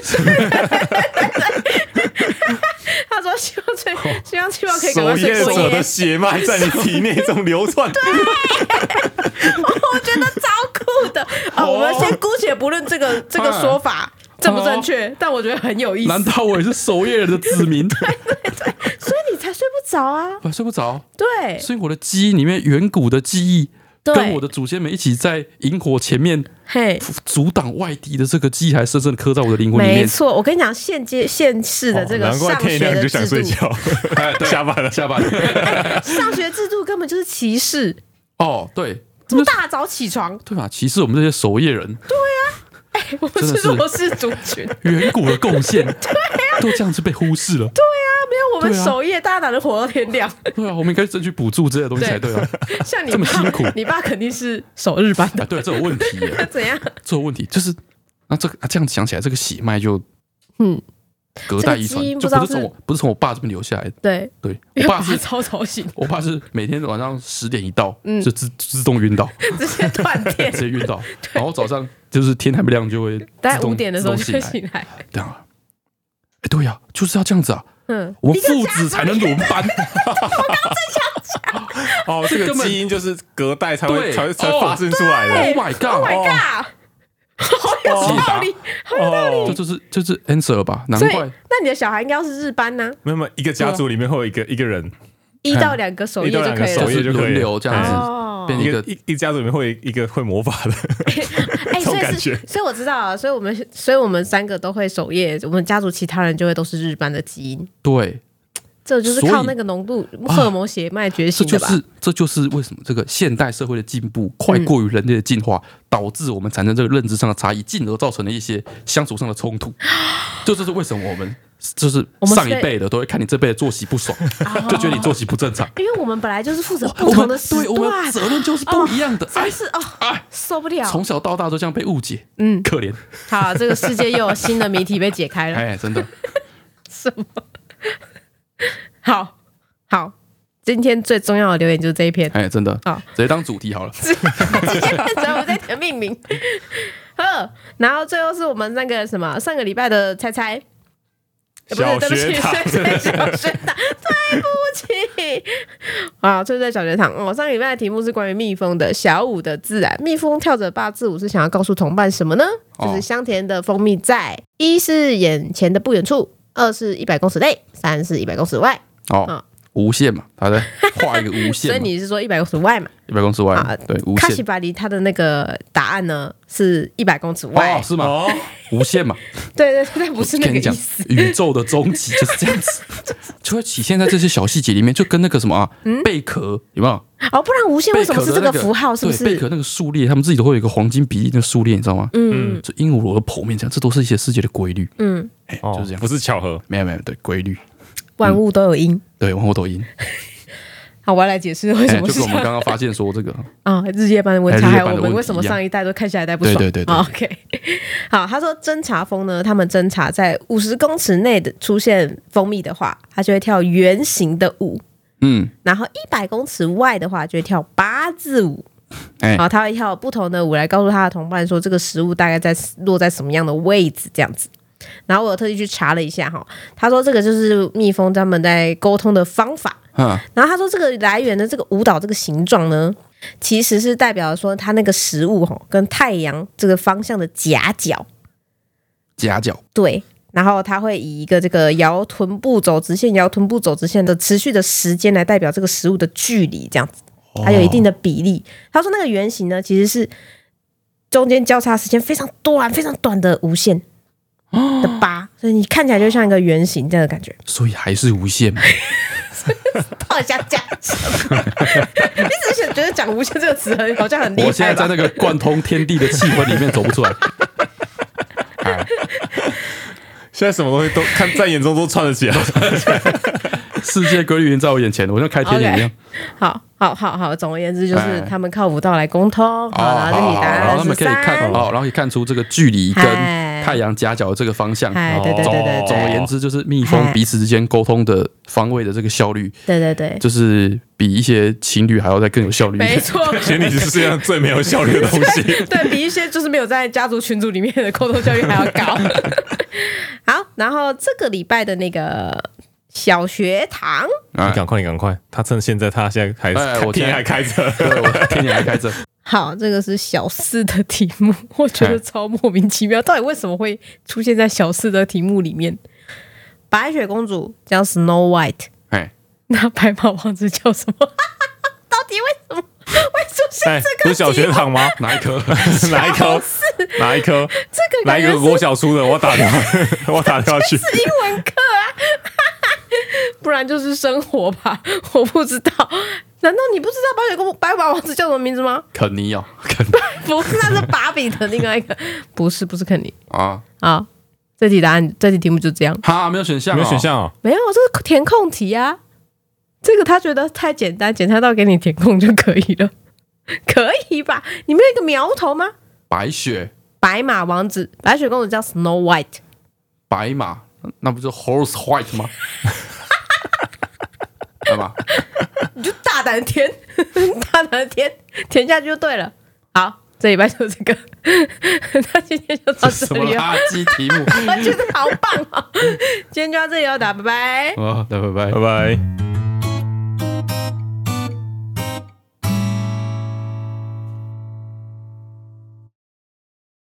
Speaker 4: 他说希望最希望希望可以赶快
Speaker 3: 守夜
Speaker 4: 睡过
Speaker 3: 者
Speaker 4: 夜
Speaker 3: 的，血脉在你体内中流窜。
Speaker 4: 我觉得超酷的。哦，我们先姑且不论这个这个说
Speaker 2: 啊
Speaker 4: 法。正不正确？但我觉得很有意思，
Speaker 2: 难道我也是守夜人的子 民？
Speaker 4: 所以你才睡不着啊？
Speaker 2: 我睡不着，
Speaker 4: 对，
Speaker 2: 所以我的记忆里面远古的记忆，
Speaker 4: 对
Speaker 2: 跟我的祖先们一起在萤火前面
Speaker 4: 嘿，
Speaker 2: 阻挡外敌的这个记忆，还深深地刻在我的灵魂里
Speaker 4: 没
Speaker 2: 面。
Speaker 4: 错，我跟你讲，现阶现世的这个
Speaker 3: 哦难怪
Speaker 4: 上
Speaker 3: 天一
Speaker 4: 学
Speaker 3: 亮你
Speaker 4: 的
Speaker 3: 就想
Speaker 4: 制
Speaker 3: 睡
Speaker 4: 度，
Speaker 2: 哎
Speaker 3: 觉，下班了。
Speaker 2: 下班，
Speaker 4: 上学制度根本就是歧视。
Speaker 2: 哦，对，
Speaker 4: 这么大早起床，
Speaker 2: 对吧？歧视我们这些守夜人，
Speaker 4: 我
Speaker 2: 真的是啊
Speaker 4: 是弱势族 群。
Speaker 2: 远古的贡 献，对啊，都这样子被忽视了。
Speaker 4: 没有我们
Speaker 2: 对啊
Speaker 4: 守夜，大家哪能活到天亮？
Speaker 2: 对啊，我们应该争取补助这些东西才对啊。
Speaker 4: 像你
Speaker 2: 这么
Speaker 4: 爸
Speaker 2: 辛苦
Speaker 4: 你爸肯定是守日班的。
Speaker 2: 啊，对，这有问题耶，
Speaker 4: 怎样？
Speaker 2: 这有问题就是，那这个啊，这样子想起来，这个血脉就
Speaker 4: 嗯，
Speaker 2: 隔代遗传
Speaker 4: 这个基因，不
Speaker 2: 就
Speaker 4: 知道
Speaker 2: 不是从我不是从我爸这边留下来的。
Speaker 4: 对，
Speaker 2: 对我
Speaker 4: 因为
Speaker 2: 爸
Speaker 4: 爸
Speaker 2: 是，
Speaker 4: 超吵醒，
Speaker 2: 我爸是每天晚上十点一到，
Speaker 4: 嗯
Speaker 2: 就自自动晕 倒，
Speaker 4: 直接断 电
Speaker 2: 直，接晕倒，然后早上就是天还没亮就会
Speaker 4: 大
Speaker 2: 自
Speaker 4: 概五
Speaker 2: 动
Speaker 4: 点的时候
Speaker 2: 自
Speaker 4: 就
Speaker 2: 动醒来，
Speaker 4: 醒来。
Speaker 2: 这样啊。哎，对呀、就是要这样子啊，
Speaker 4: 嗯，
Speaker 2: 我们父子才能轮班。
Speaker 3: 哦，这
Speaker 2: 根
Speaker 3: 个
Speaker 2: 本
Speaker 3: 基因就是隔代才会
Speaker 2: 对
Speaker 3: 才会才
Speaker 2: 哦
Speaker 3: 发生出来
Speaker 2: Oh
Speaker 3: 的。
Speaker 2: my god！啊
Speaker 4: Oh my god！好有道理。
Speaker 3: 哦
Speaker 2: 这，就是这就是 answer 吧？难
Speaker 4: 所以
Speaker 2: 怪，
Speaker 4: 那你的小孩应该要是日班呢，
Speaker 3: 没有没有，一个家族里面会有一个一个人，
Speaker 4: 一到两个守夜
Speaker 3: 一到
Speaker 4: 就
Speaker 3: 两
Speaker 4: 可
Speaker 3: 个
Speaker 4: 以
Speaker 2: 就
Speaker 3: 守
Speaker 4: 了。
Speaker 3: 夜
Speaker 2: 是
Speaker 3: 就可以
Speaker 2: 轮流这样
Speaker 4: 哦
Speaker 2: 子，变嗯
Speaker 3: 一
Speaker 2: 一
Speaker 3: 个
Speaker 2: 个
Speaker 3: 一一家族里面会有一个会魔法的。
Speaker 4: 哎，
Speaker 3: 这
Speaker 4: 所
Speaker 3: 种
Speaker 4: 以
Speaker 3: 感
Speaker 4: 是
Speaker 3: 觉，
Speaker 4: 所以我知道了，所以我们，所以我们三个都会守夜，我们家族其他人就会都是日班的基因。
Speaker 2: 对，
Speaker 4: 这就是
Speaker 2: 所以
Speaker 4: 靠那个浓度荷尔蒙血脉觉
Speaker 2: 这
Speaker 4: 醒
Speaker 2: 就
Speaker 4: 的吧？嗯
Speaker 2: 是这就是为什么这个现代社会的进步快过于人类的进化，导致我们产生这个认知上的差异，进而造成了一些相处上的冲突。这就是为什么我们就是
Speaker 4: 我们
Speaker 2: 上一
Speaker 4: 是
Speaker 2: 辈的都会看你这辈的作息不爽，就觉得你作息不正常。
Speaker 4: 因为我们本来就是负责 不
Speaker 2: 我
Speaker 4: 同
Speaker 2: 们
Speaker 4: 的时
Speaker 2: 对我们
Speaker 4: 段
Speaker 2: 的，责任就是不一样的，哎
Speaker 4: 真，是哦，
Speaker 2: 哎
Speaker 4: 受不了。
Speaker 2: 从小到大都这样被误解，
Speaker 4: 嗯，
Speaker 2: 可 怜，
Speaker 4: 好，这个世界又有新的谜题被 解开了。
Speaker 2: 哎，真的，
Speaker 4: 什么？好好，今天最重要的留言就是这一 篇，
Speaker 2: 哎，真的
Speaker 4: 好，
Speaker 2: 直接当主题好了。
Speaker 4: 直接变成我们这篇命名。呵，然后最后是我们那个什么上个礼拜的猜猜，呃不
Speaker 3: 小
Speaker 4: 是，对不
Speaker 3: 学
Speaker 4: 起，
Speaker 3: 堂
Speaker 4: 对对小学堂，对不起。 啊，就是在小学堂哦。上个礼拜的题目是关于蜜蜂的小五的自然，蜜蜂跳着八字舞是想要告诉同伴什么呢？
Speaker 2: 哦
Speaker 4: 就是香甜的蜂蜜在，一是眼前的不远处，二是一百公尺内，三是一百公尺外。
Speaker 2: 哦
Speaker 4: 嗯，
Speaker 2: 无限嘛，他在画一个无
Speaker 4: 所以
Speaker 2: 限嘛，
Speaker 4: 你是说一百公尺外嘛？
Speaker 2: 一百公尺外
Speaker 4: 啊，
Speaker 2: 对，无
Speaker 4: 卡西
Speaker 2: 限
Speaker 4: 巴黎他的那个答案呢是一百公尺外，
Speaker 2: 哦，是吗？
Speaker 3: 哦，
Speaker 2: 无限嘛，
Speaker 4: 对对，对但不是那
Speaker 2: 跟
Speaker 4: 个
Speaker 2: 你
Speaker 4: 意
Speaker 2: 讲
Speaker 4: 思。，
Speaker 2: 宇宙的终极就是这样子， 就会体现在这些小细节里面，就跟那个什么啊，贝壳有没有？
Speaker 4: 哦，不然无嗯限为
Speaker 2: 贝
Speaker 4: 什
Speaker 2: 壳
Speaker 4: 么是
Speaker 2: 的
Speaker 4: 这
Speaker 2: 那
Speaker 4: 个符号？是不
Speaker 2: 对贝
Speaker 4: 是？
Speaker 2: 壳那个嗯数列，他们自己都会有一个黄金比例的数列，你知道吗？
Speaker 4: 嗯
Speaker 2: 就鹦鹉螺的剖面这样，这都是一些世界的规律。
Speaker 4: 嗯，
Speaker 2: 哎，
Speaker 3: 哦
Speaker 2: 就是这样
Speaker 3: 不。是巧合。
Speaker 2: 没有没有，对规律，
Speaker 4: 万物都有因。
Speaker 2: 对往后抖音，
Speaker 4: 好，我要来解释 为
Speaker 2: 哎，
Speaker 4: 什么
Speaker 2: 就是跟
Speaker 4: 这
Speaker 2: 我们
Speaker 4: 样
Speaker 2: 刚刚发现说 这个，
Speaker 4: 啊、日夜班的温差，
Speaker 2: 哎日
Speaker 4: 还
Speaker 2: 夜
Speaker 4: 有
Speaker 2: 班的
Speaker 4: 我们
Speaker 2: 问题
Speaker 4: 为什么
Speaker 2: 一样
Speaker 4: 上一代都看下一代不爽？
Speaker 2: 对对对对
Speaker 4: 啊 OK，好， 他说侦查蜂呢，他们侦查在五十公尺内的出现蜂蜜的话，它就会跳圆形的舞；
Speaker 2: 嗯，
Speaker 4: 然后一百公尺外的话，就会跳八字舞。
Speaker 2: 哎
Speaker 4: 然，后他会跳不同的舞来告诉他的同伴说这个食物大概在落在什么样的位置这样子。然后我有特地去查了一下哈，他说这个就是蜜蜂他们在沟通的方法。
Speaker 2: 嗯，
Speaker 4: 然后他说这个来源的这个舞蹈这个形状呢，其实是代表说它那个食物哈跟太阳这个方向的夹角
Speaker 2: 夹角，
Speaker 4: 对。然后它会以一个这个摇臀部走直线、摇臀部走直线的持续的时间来代表这个食物的距离，这样子。它有一定的比例。他说那个圆形呢，其实是中间交叉时间非常短、非常短的无限的八，所以你看起来就像一个圆形这样的感觉。
Speaker 2: 所以还是无限 嘛。
Speaker 4: 到底想讲什么？你只是觉得讲无限这个词好像很厉害吧？
Speaker 2: 我现在在那个贯通天地的气氛里面走不 出来。
Speaker 3: 现在什么东西都看在眼中都串得起来。
Speaker 2: 世界规律已经在我眼前了，我像开天眼一样。
Speaker 4: 好好好好，总而言之就是
Speaker 2: 哎
Speaker 4: 他们靠舞蹈来沟通。好，
Speaker 2: 哦
Speaker 4: 然后这题答
Speaker 2: 然后他
Speaker 4: 案是
Speaker 2: 们可以看
Speaker 4: 三。
Speaker 2: 哦，然后可以看出这个距离跟
Speaker 4: 哎
Speaker 2: 太阳夹角的这个方向。
Speaker 4: 哎，对对对
Speaker 2: 总
Speaker 4: 对
Speaker 2: 总而
Speaker 4: 对
Speaker 2: 言之，就是蜜蜂
Speaker 4: 哎
Speaker 2: 彼此之间沟通的方位的这个效率，
Speaker 4: 对对对，
Speaker 2: 就是比一些情侣还要再更有效率一
Speaker 4: 没
Speaker 2: 点。
Speaker 4: 错。
Speaker 3: 其实你是世界上最没有效率的东 西。
Speaker 4: 对比一些就是没有在家族群组里面的沟通教育还要高。 好，然后这个礼拜的那个小学堂，
Speaker 2: 哎
Speaker 3: 啊你赶快，你赶快！他趁现在，他现在还
Speaker 2: 哎我现
Speaker 3: 天
Speaker 2: 在
Speaker 3: 还开着。
Speaker 2: 对，我天眼还开着，
Speaker 4: 好，这个是小四的题目，我觉得
Speaker 2: 哎
Speaker 4: 超莫名其妙，到底为什么会出现在小四的题目里面？白雪公主叫 Snow White，
Speaker 2: 哎，
Speaker 4: 那白马王子叫什么？ 到底为什么会出
Speaker 3: 哎
Speaker 4: 现，
Speaker 3: 不是
Speaker 4: 这个
Speaker 3: 小
Speaker 4: 题
Speaker 3: 学
Speaker 4: 目？
Speaker 3: 堂吗？
Speaker 2: 哪一颗？
Speaker 3: 哪一科？哪一科？
Speaker 4: 这个
Speaker 3: 哪
Speaker 4: 感
Speaker 3: 一
Speaker 4: 觉
Speaker 3: 个
Speaker 4: 是
Speaker 3: 国小出的？我打电话， 我打电话去。
Speaker 4: 是 英文课啊，不然就是生活吧，我不知道。难道你不知道白雪公主白马王子叫什么名字 吗？
Speaker 2: 肯尼啊，肯
Speaker 4: 不是，那是芭比的另外一个，不是，不是肯尼。
Speaker 2: 啊，
Speaker 4: 好，这题答案，这题题目就这样。
Speaker 2: 哈，没有选项、
Speaker 3: 没有选，项哦，
Speaker 4: 没有，这是填空题呀、这个他觉得太简单，简单到给你填空就可以了， 可以吧？你没有一个苗头吗？
Speaker 2: 白雪、
Speaker 4: 白马王子，白雪公主叫 Snow White，
Speaker 2: 白马，那不就 horse white 吗？对吧？
Speaker 4: 你就大胆填， 大胆填，填下去就对了。好，这礼拜就这个， 那今天就
Speaker 2: 这
Speaker 4: 到这
Speaker 2: 什么
Speaker 4: 里哦了。
Speaker 2: 垃圾题 目？
Speaker 4: 我觉得好棒哦！今天就到这里了，大家拜拜。
Speaker 2: 啊，那拜拜
Speaker 3: 拜。拜。